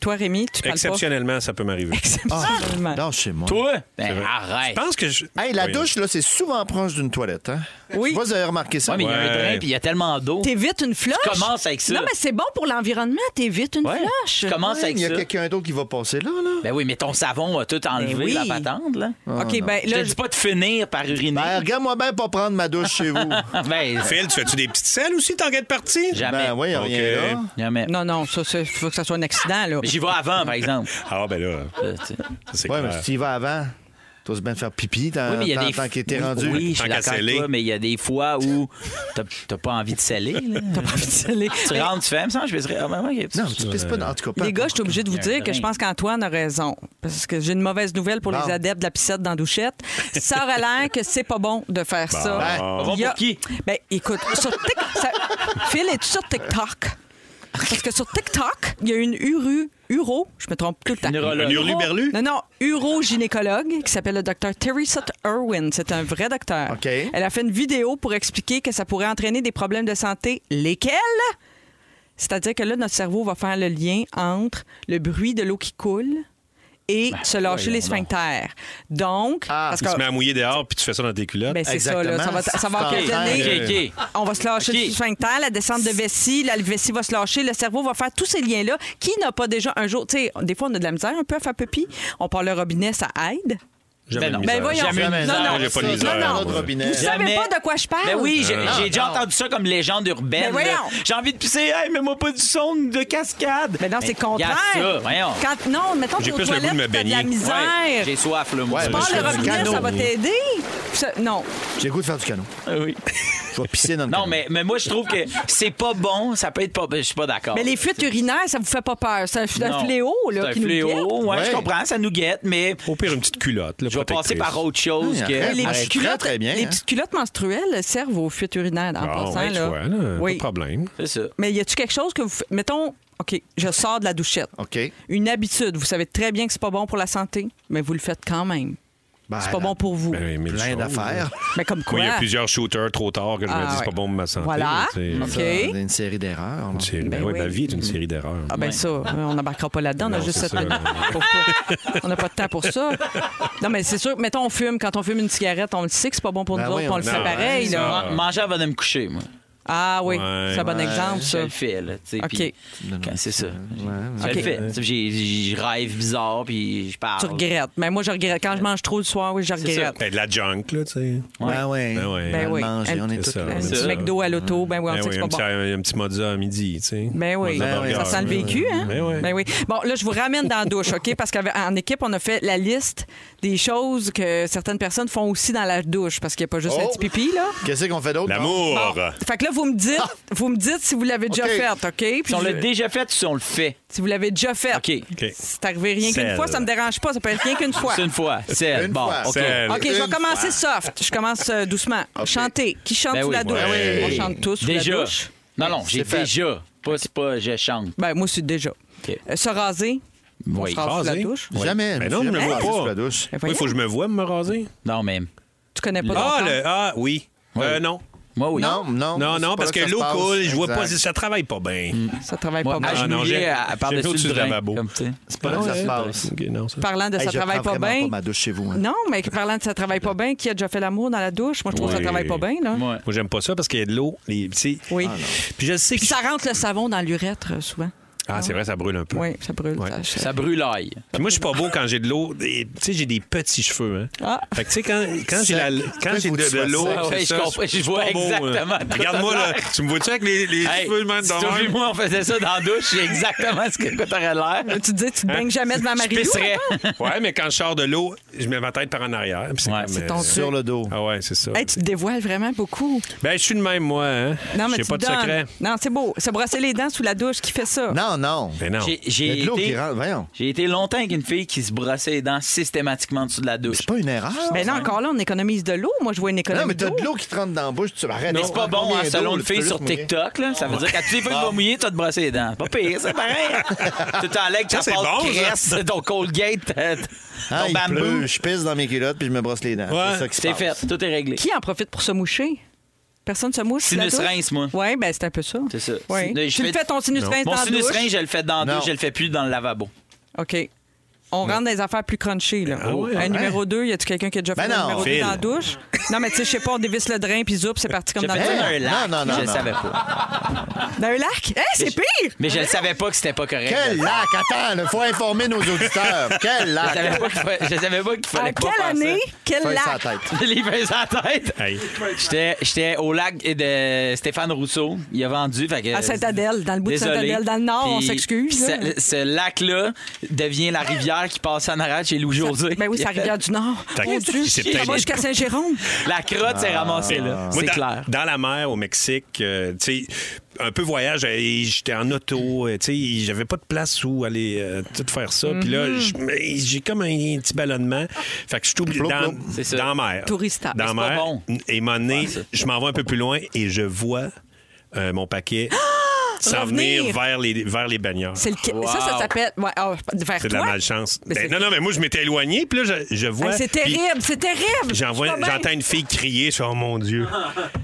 A: Toi, Rémi, tu parles pas.
B: Exceptionnellement, ça peut m'arriver.
A: <laughs> ah. Exceptionnellement.
D: Ah! non, chez moi.
F: Toi?
B: C'est
F: Ben,
B: vrai. Je
F: arrête.
B: pense que je.
D: Hey, la
B: Oui.
D: douche, là, c'est souvent proche d'une toilette. Hein?
A: Oui.
D: Je sais pas si vous avez remarqué ça.
F: Ouais, mais il y a un
B: Ouais.
F: drain, puis il y a tellement d'eau.
A: T'évites une floche.
F: Tu commences avec ça.
A: Non, mais c'est bon pour l'environnement. T'évites une
F: Ouais.
A: floche.
F: Tu commences
D: Ouais,
F: avec
D: il y a
F: ça.
D: quelqu'un d'autre qui va passer là. là.
F: Ben oui, mais ton savon a tout enlevé,
A: oui.
F: la patente, là.
D: Ah,
A: OK, ben
F: Je
A: là,
F: te dis pas de finir par uriner.
D: Ben, regarde-moi bien pas prendre ma douche chez vous.
F: Ben,
B: Phil, tu fais-tu des petites selles aussi, tant qu'à être parti?
F: jamais.
D: ben oui, on
B: Ok.
D: est là.
F: Jamais.
A: non, non, ça, il faut que ça soit un accident, là. <laughs>
F: Mais J'y vais avant, par exemple.
B: Ah, ben là,
F: Euh, tu sais.
B: ça, c'est
D: Ouais,
B: clair.
D: mais si tu y vas avant, tu vas bien faire pipi tant,
F: Oui, mais il y a
D: tant-
F: des
D: tant qu'il était
F: oui,
D: rendu.
F: Oui, je suis
B: Tant qu'à
F: d'accord avec
B: sceller.
F: toi, mais il y a des fois où t'as- t'as pas envie de sceller. là. tu rentres, tu fais, ça, je vais Ah, ben, ouais, ok.
D: Non, tu pisses pas dans. En tout cas,
A: Les gars, je suis obligée de vous
F: Il y a un
A: dire que je
F: drain.
A: pense qu'Antoine a raison. Parce que j'ai une mauvaise nouvelle pour
D: Bon.
A: les adeptes de la piscette dans la douchette. Ça aurait l'air que c'est pas bon de faire ça.
D: Ben,
B: Ah,
F: pas bon
A: Il y
F: pour qui?
A: Ben, écoute, sur Tik- ça- Phil, es-tu sur TikTok? Parce que sur TikTok, il y a une uru, uro, je me trompe tout le temps.
F: Une urologue.
B: Un hurluberlu?
A: Non, non, urogynécologue qui s'appelle le docteur Teresa Irwin. C'est un vrai docteur.
D: OK.
A: Elle a fait une vidéo pour expliquer que ça pourrait entraîner des problèmes de santé. Lesquels? C'est-à-dire que là, notre cerveau va faire le lien entre le bruit de l'eau qui coule et se lâcher les sphincters. Donc, parce
B: Tu te mets
A: que.
B: à mouiller dehors, puis tu fais ça dans tes culottes.
A: Ben, c'est ça, là. ça va, ça va
D: Exactement.
A: occasionner-
F: OK,
D: euh,
F: OK.
A: on va se lâcher
F: OK.
A: du sphincter, la descente de vessie, la vessie va se lâcher, le cerveau va faire tous ces liens-là. Qui n'a pas déjà un jour, tu sais, des fois on a de la misère un peu à faire pipi, on parle le robinet, ça aide.
B: Jamais
F: Ben non.
B: de
A: Ben
B: misère.
A: voyons.
F: Jamais
A: non,
F: une misère,
A: non,
B: j'ai pas de
A: non,
B: misère,
A: non.
B: moi.
D: Notre robinet.
A: Vous savez
F: Jamais.
A: pas de quoi je parle?
F: Ben oui, j'ai
D: Ah,
B: Non,
F: j'ai déjà entendu ça comme légende urbaine.
A: Ben voyons.
F: là. J'ai envie de pisser, hey, mets-moi pas du son de cascade.
A: Mais non, c'est le contraire.
F: regarde ça, voyons.
A: Quand, non, mettons
B: J'ai
A: que
B: plus
A: aux
B: le goût de
A: toilettes,
B: me
A: t'as de la
B: baigner.
A: misère.
F: Ouais, j'ai soif, là, moi.
D: Ouais, mais
A: Tu parles
D: je
A: le
D: fais du
A: robinet,
D: canot.
A: ça va t'aider. Ça- Non.
D: J'ai le goût de faire du canot.
F: Ah Oui.
D: Je vais pisser dans le
F: Non,
D: canot.
F: mais, mais moi, je trouve que c'est pas bon. Ça peut être pas. ben, Je suis pas d'accord.
A: Mais les fuites urinaires, ça vous fait pas peur. C'est un,
F: Non.
A: un fléau, là,
F: C'est un
A: qui nous guette.
F: fléau, ouais,
D: Ouais.
F: je comprends, ça nous guette, mais
B: Au pire, une petite culotte. là,
F: je vais passer
B: protectrice.
F: par autre chose
D: Oui,
F: que.
D: arrête.
A: Ah, Les,
D: Ouais,
A: petites
D: très,
A: culottes,
D: très bien,
A: les
D: hein.
A: petites culottes menstruelles servent aux fuites urinaires en
B: Ah,
A: passant.
B: ouais, tu
A: là.
B: vois, là,
A: Oui.
B: pas de problème.
F: C'est ça.
A: Mais y a-tu quelque chose que vous. f- Mettons, OK, je sors de la douchette.
D: OK. Ben,
A: Une habitude. Vous savez très bien que c'est pas bon pour la santé, mais vous le faites quand même.
D: Ben,
A: C'est pas bon pour vous.
B: Ben, il y a mille
D: Plein
B: choses,
D: d'affaires.
B: là.
A: Mais comme quoi.
B: Moi, il y a plusieurs shooters trop tard que je
A: Ah,
B: me dis,
A: ouais.
B: c'est pas bon pour ma santé.
A: Voilà.
B: tu sais.
A: OK.
D: Il y a une série d'erreurs. là.
B: Une série-
A: Ben
B: ben oui,
A: oui.
B: ma vie est une série d'erreurs.
A: Ah ben ça, on n'embarquera pas là-dedans, on a
B: Non,
A: juste
B: c'est
A: sept
B: ça,
A: minutes.
B: non,
A: Faut pas- On n'a pas de temps pour ça. Non, mais c'est sûr, mettons, on fume. Quand on fume une cigarette, on le sait que c'est pas bon pour
D: Ben
A: nous autres,
D: oui,
A: puis on le
D: on-
A: fait
B: non,
A: pareil.
B: c'est
A: là.
D: Ah.
B: ça.
F: Man- Manger avant de me coucher, moi.
A: Ah oui,
B: Ouais.
A: c'est un bon
D: Ouais.
A: exemple,
F: Je
A: ça.
F: le fais, là. tu sais,
A: OK.
F: puis- quand- C'est ça. Je
A: OK.
F: le fais. Tu sais, j'ai- j'ai- Je rêve bizarre, puis je parle.
A: Tu regrettes. Mais moi, je regrette. Quand je mange trop le soir, oui, je regrette.
B: Ben, de la junk, là, tu sais.
D: Ben ouais.
B: Ben ouais.
A: Ben
D: Mal
A: oui.
D: mangé,
A: Un
D: on est
B: petit-
D: tous là.
B: c'est
A: Un
B: ça.
A: petit McDo à l'auto, ben oui, on
B: Ben
A: sait que
B: oui,
A: c'est
B: un,
A: pas
B: petit,
A: bon.
B: un, un petit mozza à midi, tu sais.
A: Ben oui,
B: Mozza burger,
A: ça sent le
B: là.
A: vécu, hein?
B: Ben oui.
A: Ben oui. Bon, là, je vous ramène dans la douche, OK? Parce qu'en équipe, on a fait la liste des choses que certaines personnes font aussi dans la douche, parce qu'il n'y a pas juste un
D: Oh!
A: petit pipi, là.
D: Qu'est-ce qu'on fait d'autre?
B: L'amour!
A: Fait que là, vous me dites, vous me dites si vous l'avez déjà
D: Ah! OK.
A: fait, OK? Puis
F: Si on l'a
A: je-
F: déjà fait ou si on le fait?
A: Si vous l'avez déjà fait.
F: OK.
B: OK.
A: C'est arrivé rien qu'une
B: Celle.
A: fois, ça me dérange pas, ça peut être rien qu'une fois.
F: C'est une fois. C'est
D: Une
F: bon.
D: fois.
F: OK.
B: Celle.
A: OK, je vais
D: Une
A: commencer soft. Je commence euh, doucement. Chanter. Qui chante
F: Ben
A: sous
F: oui.
A: la douche?
B: Ouais.
A: On chante tous sous la
F: Déjà.
A: douche.
F: Non, non, j'ai
D: C'est fait.
F: déjà. Pas, c'est pas je chante.
A: Ben, moi, c'est déjà.
F: OK.
A: Euh, se raser. On
F: Oui.
A: se rase sous la
B: Raser.
A: douche.
D: Jamais.
B: Ben non, je me
D: Jamais
B: vois
D: rasé
B: pas.
D: sous la douche.
A: Ben,
B: Oui, il faut que je me voie me raser.
F: Non, mais.
A: Tu connais pas
B: Ah,
A: ton corps.
B: le, ah oui. Euh, non.
F: Moi, oui.
D: Non, non.
B: Non,
D: c'est
B: non,
D: pas
B: parce
D: là
B: que
D: ça
B: l'eau
D: se passe.
B: coule, je vois
D: Exact. Mm.
B: pas, ça travaille pas bien.
A: Ça travaille
F: Moi,
A: pas bien.
B: Ah, non,
F: agenouillé
B: j'ai-
F: à- à
B: j'ai fait
F: par-dessus
B: au-dessus
F: le
B: du
F: drain.
B: lavabo.
F: comme, tu sais.
D: C'est pas là que ça se passe.
B: Ok, non, ça-
A: Parlant de
D: Hey,
A: ça
D: je
A: travaille
D: prends
A: pas
D: vraiment
A: bien.
D: pas ma douche chez vous, hein.
A: Non, mais parlant de ça travaille pas bien, qui a déjà fait l'amour dans la douche? Moi, je trouve que ça
B: Oui.
A: travaille pas bien, là.
F: Ouais.
D: Ah,
B: Moi, j'aime pas ça parce qu'il y a de l'eau. les- tu sais.
A: Oui.
B: Puis je sais que
A: Puis ça rentre le savon dans l'urètre euh, souvent.
B: Ah, c'est vrai, ça brûle un peu.
A: Oui, ça brûle.
B: Ouais.
A: ça achève.
F: Ça brûlaille.
B: Puis moi, je suis pas beau quand j'ai de l'eau. Et, Tu sais, j'ai des petits cheveux. Hein.
A: Ah.
B: Fait que, tu sais, quand, quand j'ai, la,
D: Sec.
B: quand
D: Peut-être
B: j'ai
D: faut
B: de,
D: que tu
B: de
D: sois
B: l'eau,
D: sec.
B: c'est
F: Ouais, je
B: ça,
F: comprends. Je
B: suis
F: vois
B: pas beau, hein.
F: exactement de quoi
B: Regarde-moi,
F: t'as
B: là. Tu me vois-tu avec les, les cheveux de même
F: si
B: de
F: t'as
B: même?
F: vu, moi, on faisait ça dans la douche. C'est exactement ce que quoi t'aurais l'air.
A: Tu te dis, tu te baignes jamais devant
F: Je
A: marie
F: pisserais.
B: Ouais, mais quand je sors de l'eau, je mets ma tête par en arrière. puis c'est
F: Ouais,
B: comme,
F: c'est
B: euh,
A: ton
D: Sur le dos.
B: Ah ouais, c'est ça.
A: Hey, Ben, tu te dévoiles vraiment beaucoup.
B: Ben, je suis de même, moi. Hein?
A: Non, mais
B: J'ai
A: tu
B: pas de
A: donnes.
B: secret.
A: Non, c'est beau. Se brosser les dents sous la douche qui fait ça.
D: Non, non.
B: Mais Ben non.
F: J'ai-
D: Il y a
F: J'ai
D: de l'eau qui
F: été-
D: rentre. Voyons.
F: j'ai été longtemps avec une fille qui se brossait les dents systématiquement en dessous de la douche.
D: C'est pas une erreur.
A: Mais Ben non, encore là, on économise de l'eau. Moi, je vois une
D: Non,
A: économie
D: mais t'as
A: d'eau.
D: de l'eau qui te rentre dans la bouche, tu arrêtes.
F: Mais c'est pas bon, hein, selon une fille sur TikTok. Là, ça veut
D: Ah.
F: dire qu'à tous les fois que tu vas mouiller, tu vas te brosser les dents. Pas pire, c'est
D: <laughs>
F: pareil. tu t'enlèves ta
B: c'est
F: pâte
B: bon, ça.
F: graisse, <laughs> ton Colgate, euh,
D: Ah,
F: ton
D: il pleut,
F: bambou.
D: je pisse dans mes culottes puis je me brosse les dents.
B: Ouais.
D: C'est ça qui se
F: C'est
D: passe.
F: fait, tout est réglé.
A: Qui en profite pour se moucher? Personne se mouche.
F: Sinus rince, moi.
A: Oui, ben c'est un peu ça.
F: C'est ça.
A: Ouais.
F: Sinus- je
A: Tu le
F: fais-
A: fais ton sinus
B: Non.
A: rince
F: Mon
A: dans la
F: sinus
A: douche?
F: rein, je le fais dans la
D: Non.
F: douche, je le fais plus dans le lavabo.
A: OK. On rentre dans les affaires plus crunchy. Là.
B: Ah ouais,
A: Un
B: ouais.
A: numéro 2, y a-tu quelqu'un qui a déjà fait
D: Ben
A: un
D: non.
A: numéro 2
B: Phil.
A: dans la douche? Non, mais tu sais, je sais pas, on dévisse le drain, puis zoup, c'est parti comme
F: J'ai
A: dans
F: fait
A: le
F: ça dans
A: lac.
F: un lac.
D: Hein? non, non,
F: je
D: non,
F: le
D: non.
F: savais pas.
A: Dans un lac? Hé, c'est pire!
F: Mais je le savais pas que c'était pas correct.
D: Quel lac! Attends, il faut informer nos
F: <laughs>
D: auditeurs. Quel
F: Je
D: lac!
F: savais pas qu'il fallait- je savais pas qu'il fallait
A: En
F: pas
A: quelle
F: faire ça.
A: année? Quel
D: Feuille sur la
A: lac?
D: tête.
F: Je l'ai fait sur la tête.
B: Hey.
F: J'étais, j'étais au lac de Stéphane Rousseau. Il a vendu. Fait que-
A: À Sainte-Adèle, dans le bout de
F: Désolé.
A: Sainte-Adèle, dans le nord, on
F: Puis-
A: s'excuse,
F: puis
A: là.
F: Ce, ce lac-là devient la rivière qui passe en arrière chez Lou José.
A: Ben oui, c'est la rivière du
B: <laughs>
A: Nord.
B: T'as-
A: Mon Dieu,
B: c'est
A: ça
B: peut-être-
A: va jusqu'à Saint-Jérôme.
F: La crotte s'est ramassée là.
B: Ah. Moi,
F: C'est
B: dans,
F: clair.
B: Dans la mer au Mexique, euh, tu sais, un peu voyage, euh, j'étais en auto, euh, tu sais, j'avais pas de place où aller euh, tout faire ça. Puis là,
A: Mm-hmm.
B: je- mais j'ai comme un petit ballonnement. Fait que je suis obligé
D: Plop,
B: dans,
D: plop.
F: C'est ça.
B: dans la mer.
A: Tourista.
B: Dans la
F: Mais c'est
B: mer.
F: pas bon.
B: Et mon nez,
F: Ouais, ça.
B: je m'en vais un peu plus loin et je vois euh,
A: <gasps>
B: mon paquet s'en
A: Ah! Revenir.
B: venir vers les, vers les bannières.
A: C'est le...
F: Wow.
A: Ça, ça s'appelle. Ouais, ah, vers
B: C'est de
A: toi?
B: la malchance.
A: Mais
B: Ben,
A: c'est-
B: non, non, mais moi, je m'étais éloigné, puis là, je, je vois.
A: Hey, c'est
B: puis
A: terrible, c'est terrible.
B: j'en vois-
A: Je suis pas bien.
B: J'entends une fille crier, je fais, oh mon Dieu,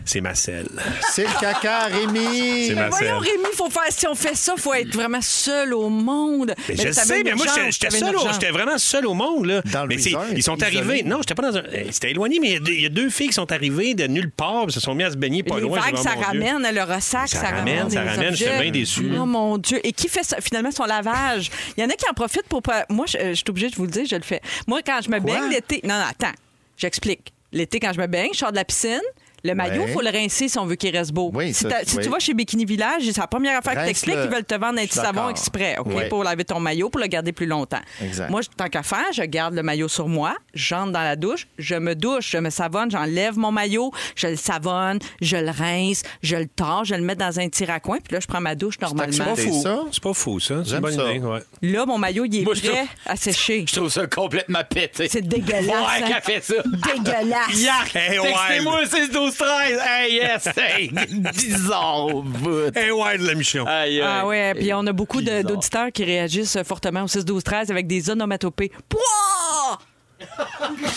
B: c'est ma selle.
D: C'est le caca, Rémi!
B: C'est
A: Mais
B: ma selle.
A: voyons, Rémi, faut faire, si on fait ça, faut être vraiment seul au monde.
B: Mais je
A: t'avais
B: sais,
A: une
B: mais moi,
A: urgence,
B: j'étais- j'étais
A: t'avais une
B: seul. au-
A: urgence.
B: J'étais vraiment seul au monde. Là.
D: Dans le
B: mais c'est-
D: freezer,
B: ils sont
D: isolé.
B: arrivés. Non, j'étais pas dans un. euh, C'était éloigné, mais il y a deux- il y, a deux filles qui sont arrivées de nulle part, puis se sont mis à se baigner pas
A: Les
B: loin.
A: vagues,
B: j'ai dit,
A: ça
B: oh, mon Dieu.
A: ramène, hein, le ressac, ça,
B: Ça ramène,
A: ramène.
B: ça
A: des
B: ramène,
A: objets.
B: j'étais bien déçu.
A: Oh mon Dieu. Et qui fait ça, finalement son lavage? Il y en a qui en profitent pour. pas- Moi, je, je suis obligée de vous le dire, je le fais. Moi, quand je me baigne l'été. Non, non, attends, j'explique. L'été, quand je me baigne, je sors de la piscine. Le maillot, il
D: Ouais.
A: faut le rincer si on veut qu'il reste beau.
D: Oui,
A: si
D: ça,
A: t'as- si
D: oui.
A: tu vas chez Bikini Village, c'est la première affaire qui
D: Rince-le.
A: t'explique qu'ils veulent te vendre un
D: Je
A: petit
D: suis
A: savon
D: d'accord.
A: exprès OK,
D: Ouais.
A: pour laver ton maillot, pour le garder plus longtemps.
D: Exact.
A: Moi, je- tant qu'à faire, je garde le maillot sur moi, j'entre dans la douche, je me douche, je me savonne, j'enlève mon maillot, je le savonne, je le rince, je le tords, je le mets dans un tir à coin, puis là, je prends ma douche
B: C'est
A: normalement.
B: pas fou.
D: ça?
B: C'est pas fou, ça. C'est
D: J'aime
B: une bonne
D: ça.
B: idée. ouais.
A: Là, mon maillot, il est
F: Moi, je
A: prêt
F: trouve-
A: à sécher.
F: Je trouve ça complètement pété.
A: C'est dégueulasse,
F: Ouais,
A: hein?
F: qu'elle fait ça.
A: Dégueulasse!
F: Yark!
B: Hey,
F: Textez-moi le 6 12 13. Hey yes, hey, <laughs> bizarre au bout.
B: Hey, ouais, de la mission.
F: Aïe, aïe.
A: Ah ouais, puis on a beaucoup de-
F: Bizarre.
A: d'auditeurs qui réagissent fortement au 6 12 13 avec des onomatopées.
B: <laughs>
A: Pouah!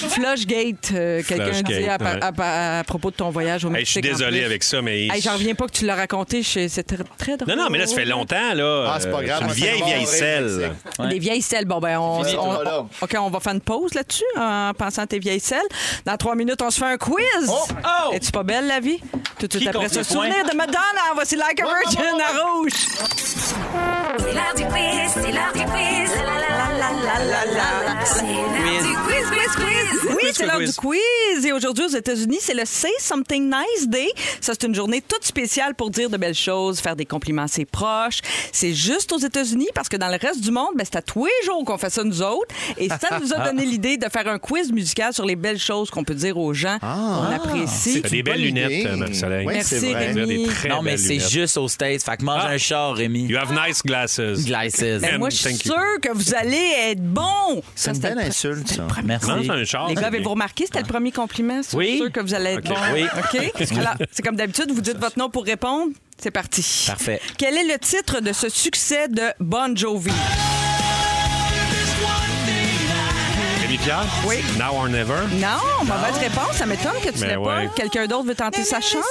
A: Flushgate, euh, quelqu'un
B: Flushgate,
A: dit à, par-
B: ouais.
A: à par- à propos de ton voyage au
B: Hey, je suis
A: Mexique. en
B: désolé
A: plus.
B: avec ça, mais.
A: Hey, J'en reviens pas que tu l'as raconté. je- C'est tr- très drôle.
B: Non, non, mais là, ça fait longtemps, là.
D: Ah, c'est pas
B: Euh,
D: grave,
B: Une
D: moi, ça
B: vieille,
D: me
B: vieille
D: barre,
B: selle.
D: Mexique.
F: Ouais.
A: Des vieilles selles. Bon, ben, on,
D: Fini,
A: on-
D: tout va
A: on-
D: là.
A: OK, on va faire une pause là-dessus en pensant à tes vieilles selles. Dans trois minutes, on se fait un quiz.
F: Oh!
A: Es-tu pas belle, la vie? Tout de
F: Qui
A: suite après
F: compte
A: ce
F: les points?
A: souvenir de Madonna. Voici Like a Virgin à rouge.
H: C'est l'heure du quiz, c'est l'heure du quiz. La, la, la, la, la, la, la, la. C'est l'heure du quiz, quiz, quiz.
A: Oui, c'est l'heure du quiz. Et aujourd'hui, aux États-Unis, c'est le Say Something Nice Day. Ça, c'est une journée toute spéciale pour dire de belles choses, faire des compliments à ses proches. C'est juste aux États-Unis parce que dans le reste du monde, ben, c'est à tous les jours qu'on fait ça, nous autres. Et ça nous a donné l'idée de faire un quiz musical sur les belles choses qu'on peut dire aux gens qu'on apprécie.
B: T'as des
D: une
B: belles
D: bonne
B: lunettes,
D: idée.
B: euh, Marie-Soleil.
D: Ouais,
A: Merci,
D: c'est vrai.
B: Vous avez
A: Rémi.
B: des très
F: Non, mais
B: belles
F: c'est
B: lunettes.
F: juste au States. Fait que mange
B: Ah.
F: un char, Rémi.
B: You have nice glasses.
F: Glasses.
A: Ben,
B: Man,
A: moi, je suis
B: thank you.
A: sûre que vous allez être bon.
D: C'est
A: Ça,
D: une
A: c'était
D: belle
A: le pre-
D: insulte, ça.
B: Mange
F: Merci.
B: un char.
A: Les gars,
B: c'est
A: avez-vous
B: bien.
A: remarqué, c'était le premier compliment? Je suis
F: Oui.
A: sûre que vous allez être
B: Ah, Ok.
A: bon.
F: Oui.
A: OK? Alors, c'est comme d'habitude, vous dites votre nom pour répondre. C'est parti.
F: Parfait.
A: <laughs> Quel est le titre de ce succès de Bon Jovi?
B: Rémi Pierre?
A: Oui.
B: Now or never?
A: Non, mauvaise réponse. Ça m'étonne que tu
B: Mais
A: l'aies
B: ouais.
A: pas. Quelqu'un d'autre veut tenter sa chance.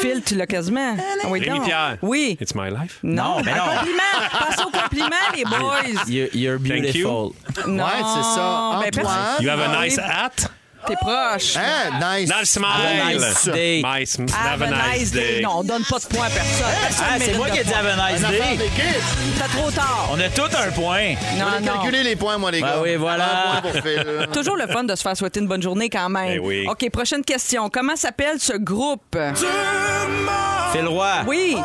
A: Phil, tu l'as quasiment. Ah oui,
B: Rémi
A: donc.
B: Pierre?
A: Oui.
B: It's my life?
A: Non,
F: Non, mais
A: Un
F: non.
A: compliment. Passez au compliment, les boys.
F: You're, you're
B: Thank you.
J: Ah,
F: beautiful.
A: Non.
D: Ouais, c'est ça.
A: Ben,
D: Antoine.
B: You have a
A: personne-
B: nice hat?
A: T'es proche.
D: Hein? Nice.
B: Nice smile.
D: Have a nice day.
B: Nice.
A: Have a nice day. Non, on donne pas de point à personne. Personne
J: Ah, c'est
A: mérite
J: moi
A: de
J: qui ai dit
A: point.
J: Have a nice day.
A: T'as trop tard.
J: On a tout un point.
D: On a
A: Non, non.
D: calculé les points, moi, les
B: Bah
J: Ah
D: gars.
J: oui, voilà.
D: Un point pour Phil.
A: <laughs> Toujours le fun de se faire souhaiter une bonne journée quand même.
J: Ben
B: Eh oui.
A: OK, prochaine question. Comment s'appelle ce groupe?
J: Phil Roy.
A: Ah. Oui,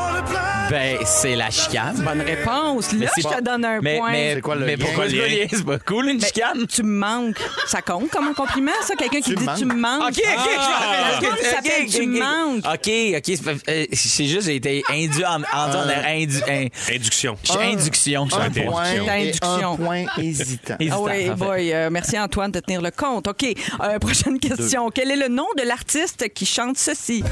J: Ben, c'est la chicane.
A: bonne réponse. Là, je te donne un
J: mais,
A: point.
J: Mais,
D: C'est quoi le
J: mais
D: lien?
J: pourquoi le
B: Lien.
J: lien? C'est pas cool, une chicane?
A: Tu me manques. Ça compte comme un compliment, ça? Quelqu'un qui
D: Tu
A: dit
D: me
A: tu me manques.
J: OK, OK, je me rappelle.
A: Comment il s'appelle?
J: OK,
A: Ah. Tu
J: OK, Ah,
A: manques.
J: OK, OK. c'est pas- euh, C'est juste, j'ai été induit en. en- en- indu- in-
B: Induction.
A: Ah,
J: je suis induction. je suis
D: Un
J: un peu.
D: point et
A: Induction.
D: un point hésitant.
J: Hésitant,
A: Ah oui,
J: en fait.
A: boy. euh, merci Antoine de tenir le compte. OK, euh, prochaine question. Quel est le nom de l'artiste qui chante ceci?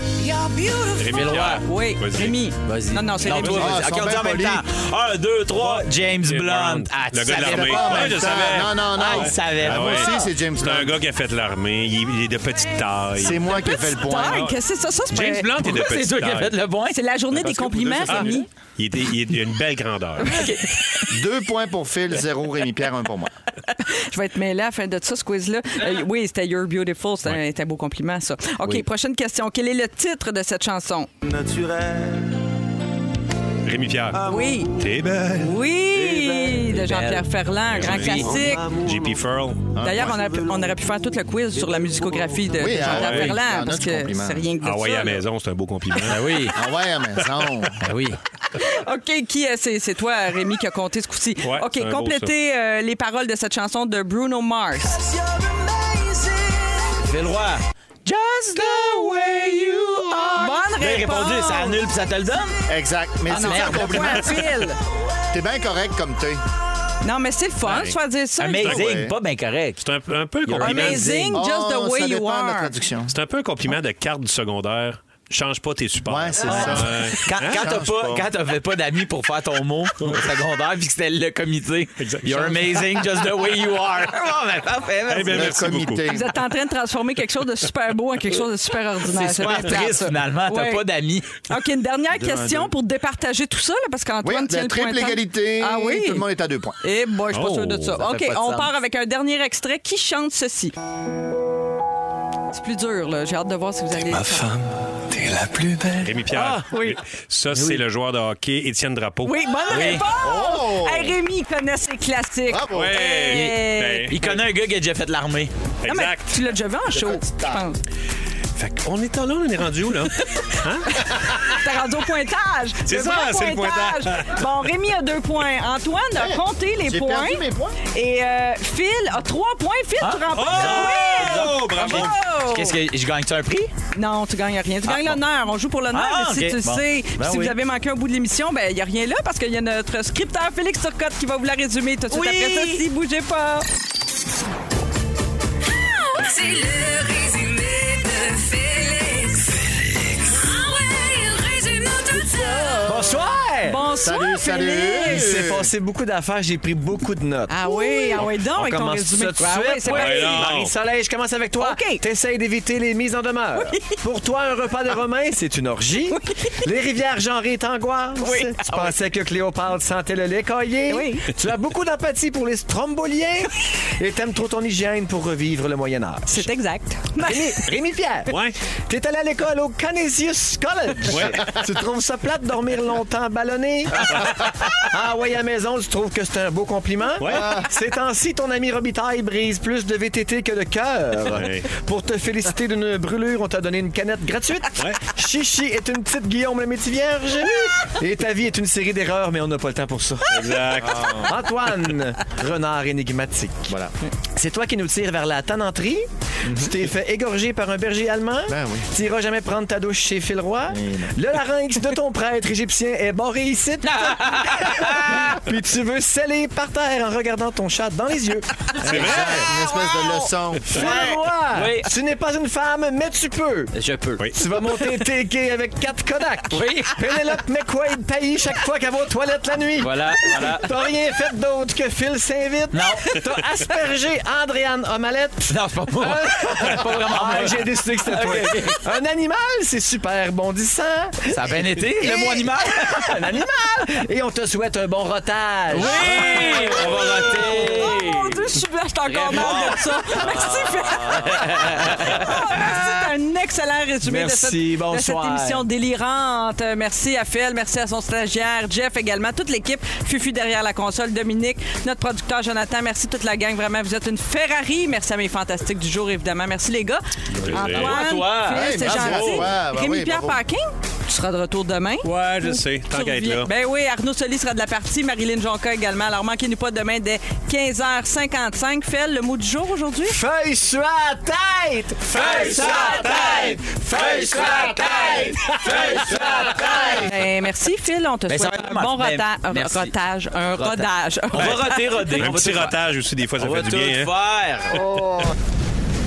B: Rémi Roy.
A: Oui,
B: Vas-y.
A: Rémi.
J: Vas-y.
A: Non, non, c'est
J: Non,
A: Rémi.
J: toi, vas-y.
D: Ah,
J: OK, on
D: ils
J: dit
D: sont
J: en même
D: bien
J: temps. Un, deux, trois. James
B: James
J: Blunt.
B: Blunt.
J: Ah, tu
B: Le gars de
J: savais
B: l'armée.
J: pas.
D: en
B: Ouais,
D: même
B: je
D: temps.
B: savais.
D: Non, non, non.
J: Ah, il savait.
B: Ah
J: pas.
D: Moi
B: ouais.
D: aussi, c'est James
B: C'est un
D: Blunt.
B: gars qui a fait l'armée. Il il est de petite taille.
D: C'est moi qui ai fait le point.
A: Taille, qu'est-ce que c'est ça? ça c'est pas-
B: James Blunt est de
J: Pourquoi c'est
B: petite
J: toi qui as
B: taille.
J: fait le point?
A: C'est la journée des compliments,
B: Ah,
A: Rémi.
B: il, était- il est- il a une belle grandeur.
D: Deux points pour
A: <laughs>
D: Phil, zéro Rémi-Pierre, un pour moi.
A: Je vais être mêlée à la fin de ça, ce quiz-là. Euh, oui, c'était You're Beautiful. C'était un- c'était un, beau compliment, ça. OK, prochaine question. Quel est le titre de cette chanson?
B: Rémi Pierre.
A: Ah, Oui.
B: T'es belle.
A: Oui, de Jean-Pierre Ferland, un grand
B: Oui. Ah,
A: classique.
B: JP Furl.
A: D'ailleurs, on, a pu- on aurait pu faire tout le quiz sur la musicographie de,
D: Oui,
A: de Jean-Pierre
D: ah oui. Il y en
A: Ferland,
D: a
A: parce
D: du
A: que
D: compliment.
A: c'est rien que de
B: Ah ouais,
A: ça.
B: à la
A: là.
B: maison, c'est un beau compliment.
J: Ben oui.
D: Ah ouais, à maison.
J: Ben oui.
A: OK, qui est- c'est? C'est toi, Rémi, qui a compté ce coup-ci.
B: Ouais, c'est
A: OK,
B: un beau,
A: complétez euh, les paroles de cette chanson de Bruno Mars.
J: Phil Roy. Just the way you are.
A: Bonne
J: Bien
A: réponse.
J: répondu, ça annule puis ça te le donne.
D: Exact. Mais
A: Ah
D: c'est
A: non,
D: un
A: le
D: compliment.
A: point à Phil.
D: T'es bien correct comme t'es.
A: Non, mais c'est le fun, se faire dire ça.
J: Amazing,
D: Ouais.
J: Ah, pas bien correct.
B: C'est un, un peu un compliment.
A: Amazing, just the
D: Oh,
A: way
D: ça
A: you
D: dépend de la
A: are.
D: traduction.
B: C'est un peu un compliment de carte du secondaire. Change pas tes supports.
D: Ouais, c'est ça.
B: Ouais.
J: Quand,
B: Hein?
J: quand t'as
D: Change
J: pas,
D: pas.
J: quand t'avais pas d'amis pour faire ton mot au secondaire, puis que c'était le comité.
B: Exact.
J: You're amazing just the way you <laughs> are. Bon, ben, parfait, merci.
B: Eh bien,
D: Le
B: merci beaucoup.
D: comité.
A: Ah, Vous êtes en train de transformer quelque chose de super beau en quelque chose de super ordinaire.
J: C'est super
A: bien plate,
J: triste,
A: ça.
J: finalement. T'as
A: Ouais.
J: pas d'amis.
A: OK, une dernière question pour départager tout ça, là, parce
D: Oui,
A: qu'Antoine tient
D: la
A: le point
D: triple
A: tant-
D: égalité.
A: Ah oui?
D: Tout le monde est à deux points.
A: Eh, moi, je suis pas
B: Oh,
A: sûre de ça.
J: ça
A: OK,
J: fait pas de
A: on
J: sens.
A: part avec un dernier extrait. Qui chante ceci? C'est plus dur, là. J'ai hâte de voir si vous allez.
K: T'es la plus belle.
B: Rémi Pierre.
A: Ah, oui.
B: Ça, c'est le joueur de hockey, Étienne Drapeau.
A: Oui, bonne réponse!
D: Oh!
A: Hey, Rémi, il connaît ses classiques.
D: Bravo.
B: Ouais.
A: Hey.
B: Ben,
J: Il connaît un gars qui a déjà fait l'armée.
A: Non, mais
B: exact.
A: tu l'as déjà vu en show, je pense.
B: Fait qu'on est en là, on est rendu <laughs> où, là? Hein?
A: T'es rendu au pointage.
B: C'est
A: Le
B: ça,
A: vrai
B: c'est le pointage.
A: Bon, Rémi a deux points. Antoine a compté les
D: J'ai
A: points.
D: perdu mes points.
A: Et euh, Phil a trois points. Phil, tu
J: Ah. Oh!
A: remportes le quiz.
B: Oh, bravo!
A: Oh!
J: Qu'est-ce que je gagne-tu un prix?
A: Non, tu gagnes rien. Tu gagnes l'honneur. On joue pour l'honneur.
J: Ah,
A: mais si
J: ok.
A: tu le
J: Bon.
A: sais,
J: Ben
A: Puis si
J: oui.
A: vous avez manqué un bout de l'émission, ben il n'y a rien là parce qu'il y a notre scripteur Félix Turcotte qui va vous la résumer tout de suite
J: Oui.
A: après ça. Si bougez pas.
H: C'est le résumé de Félix. Félix. Ah ouais, il résume tout ça.
J: Bonsoir!
A: Bonsoir,
D: Salut, salut.
A: Félix.
J: Il s'est passé beaucoup d'affaires, j'ai pris beaucoup de notes.
A: Ah oui, ah oui, donc,
J: On
A: avec ton
J: commence
A: résumé.
J: ça tout de
A: Ah
J: suite.
A: oui, c'est
J: Ouais,
A: parti.
B: non.
J: Marie-Soleil, je commence avec toi.
A: OK. Ah.
J: T'essayes d'éviter les mises en demeure. Pour toi, un repas de Romain, c'est une orgie. Les rivières genrées t'angoissent. Tu pensais que Cléopâtre sentait le lait caillé.
A: Ah Oui.
J: Tu as beaucoup d'empathie pour les stromboliens. Et t'aimes trop ton hygiène pour revivre le Moyen-Âge.
A: C'est exact.
J: Rémi, Rémi Pierre.
B: Ouais.
J: T'es allé à l'école au Canisius College.
B: Ouais.
J: Tu trouves ça plate dormir longtemps ballonné? ah ouais, à la maison, tu trouves que c'est un beau compliment?
B: Ouais.
J: Ces temps-ci, ton ami Robitaille brise plus de VTT que de cœur.
B: Ouais.
J: Pour te féliciter d'une brûlure, on t'a donné une canette gratuite.
B: Ouais.
J: Chichi est une petite Guillaume le métier vierge. Et ta vie est une série d'erreurs, mais on n'a pas le temps pour ça.
B: Exact.
J: Antoine, <laughs> renard énigmatique.
D: Voilà. Mhm.
J: C'est toi qui nous tire vers la tananterie. Tu t'es fait égorger par un berger allemand.
D: Ben oui. Eh
J: Tu n'iras jamais prendre ta douche chez Phil Roy. Le larynx de ton prêtre égyptien est
F: <laughs>
J: barré ici. <laughs> Puis tu veux sceller par terre en regardant ton chat dans les yeux.
D: C'est vrai. Une espèce de leçon.
J: Phil Roy,
F: Oui.
J: tu n'es pas une femme, mais tu peux.
F: Je peux.
B: Oui.
J: Tu
F: <laughs>
J: vas monter TK avec 4 Kodak. Oui. Penelope McQuaid paye chaque fois qu'elle va aux toilettes la nuit.
F: Voilà, voilà.
J: T'as rien fait d'autre que Phil s'invite.
F: Non.
J: T'as aspergé Andréane Omalette.
F: Non, c'est pas <laughs> moi.
J: pas vraiment.
D: Ah,
J: J'ai décidé que c'était toi. Un animal, c'est super bondissant.
F: Ça a bien été, le mot animal.
J: Un animal. Et on te souhaite un bon rotage.
F: Oui! On va rater.
A: mon Dieu, je suis blanche, je suis encore mal de ça. Merci,
F: <laughs>
A: Phil. Ah, Merci, c'est un excellent résumé de
F: Merci,
A: cette- de, cette,
F: bonsoir.
A: émission délirante. Euh, Merci à Phil, merci à son stagiaire, Jeff également, toute l'équipe, Fufu derrière la console, Dominique, notre producteur Jonathan, merci toute la gang. Vraiment, vous êtes une Ferrari. Merci à mes fantastiques du jour, évidemment. Merci les gars. Antoine,
F: Bravo à toi.
A: Phil,
D: Hey,
A: c'est
D: bravo.
A: gentil.
D: Ouais, bah oui,
A: Rémi-Pierre
D: bravo.
A: Paquin, tu seras de retour demain.
B: Ouais, je sais. Tant
A: Tu
B: qu'à être
A: reviens.
B: là.
A: Ben oui, Arnaud Solis sera de la partie, Marilyn Jonca également. Alors, manquez-nous pas demain dès 15h55. Phil, le mot du jour aujourd'hui?
D: Feuille sur la tête! Feuille sur la tête! Feuille sur la tête! Feuille sur la tête!
A: Ben, merci, Phil. On te
F: Ben, ça
A: souhaite
F: va
A: un
F: être
A: bon
F: ben,
A: rota- un
F: merci.
A: rotage. Un
F: Rota-
A: rodage.
F: On va roter, roter.
B: Un
F: On va
B: petit
F: tout faire.
B: rotage aussi, des fois, ça
F: On va
B: fait
F: tout
B: du bien. hein.
F: faire.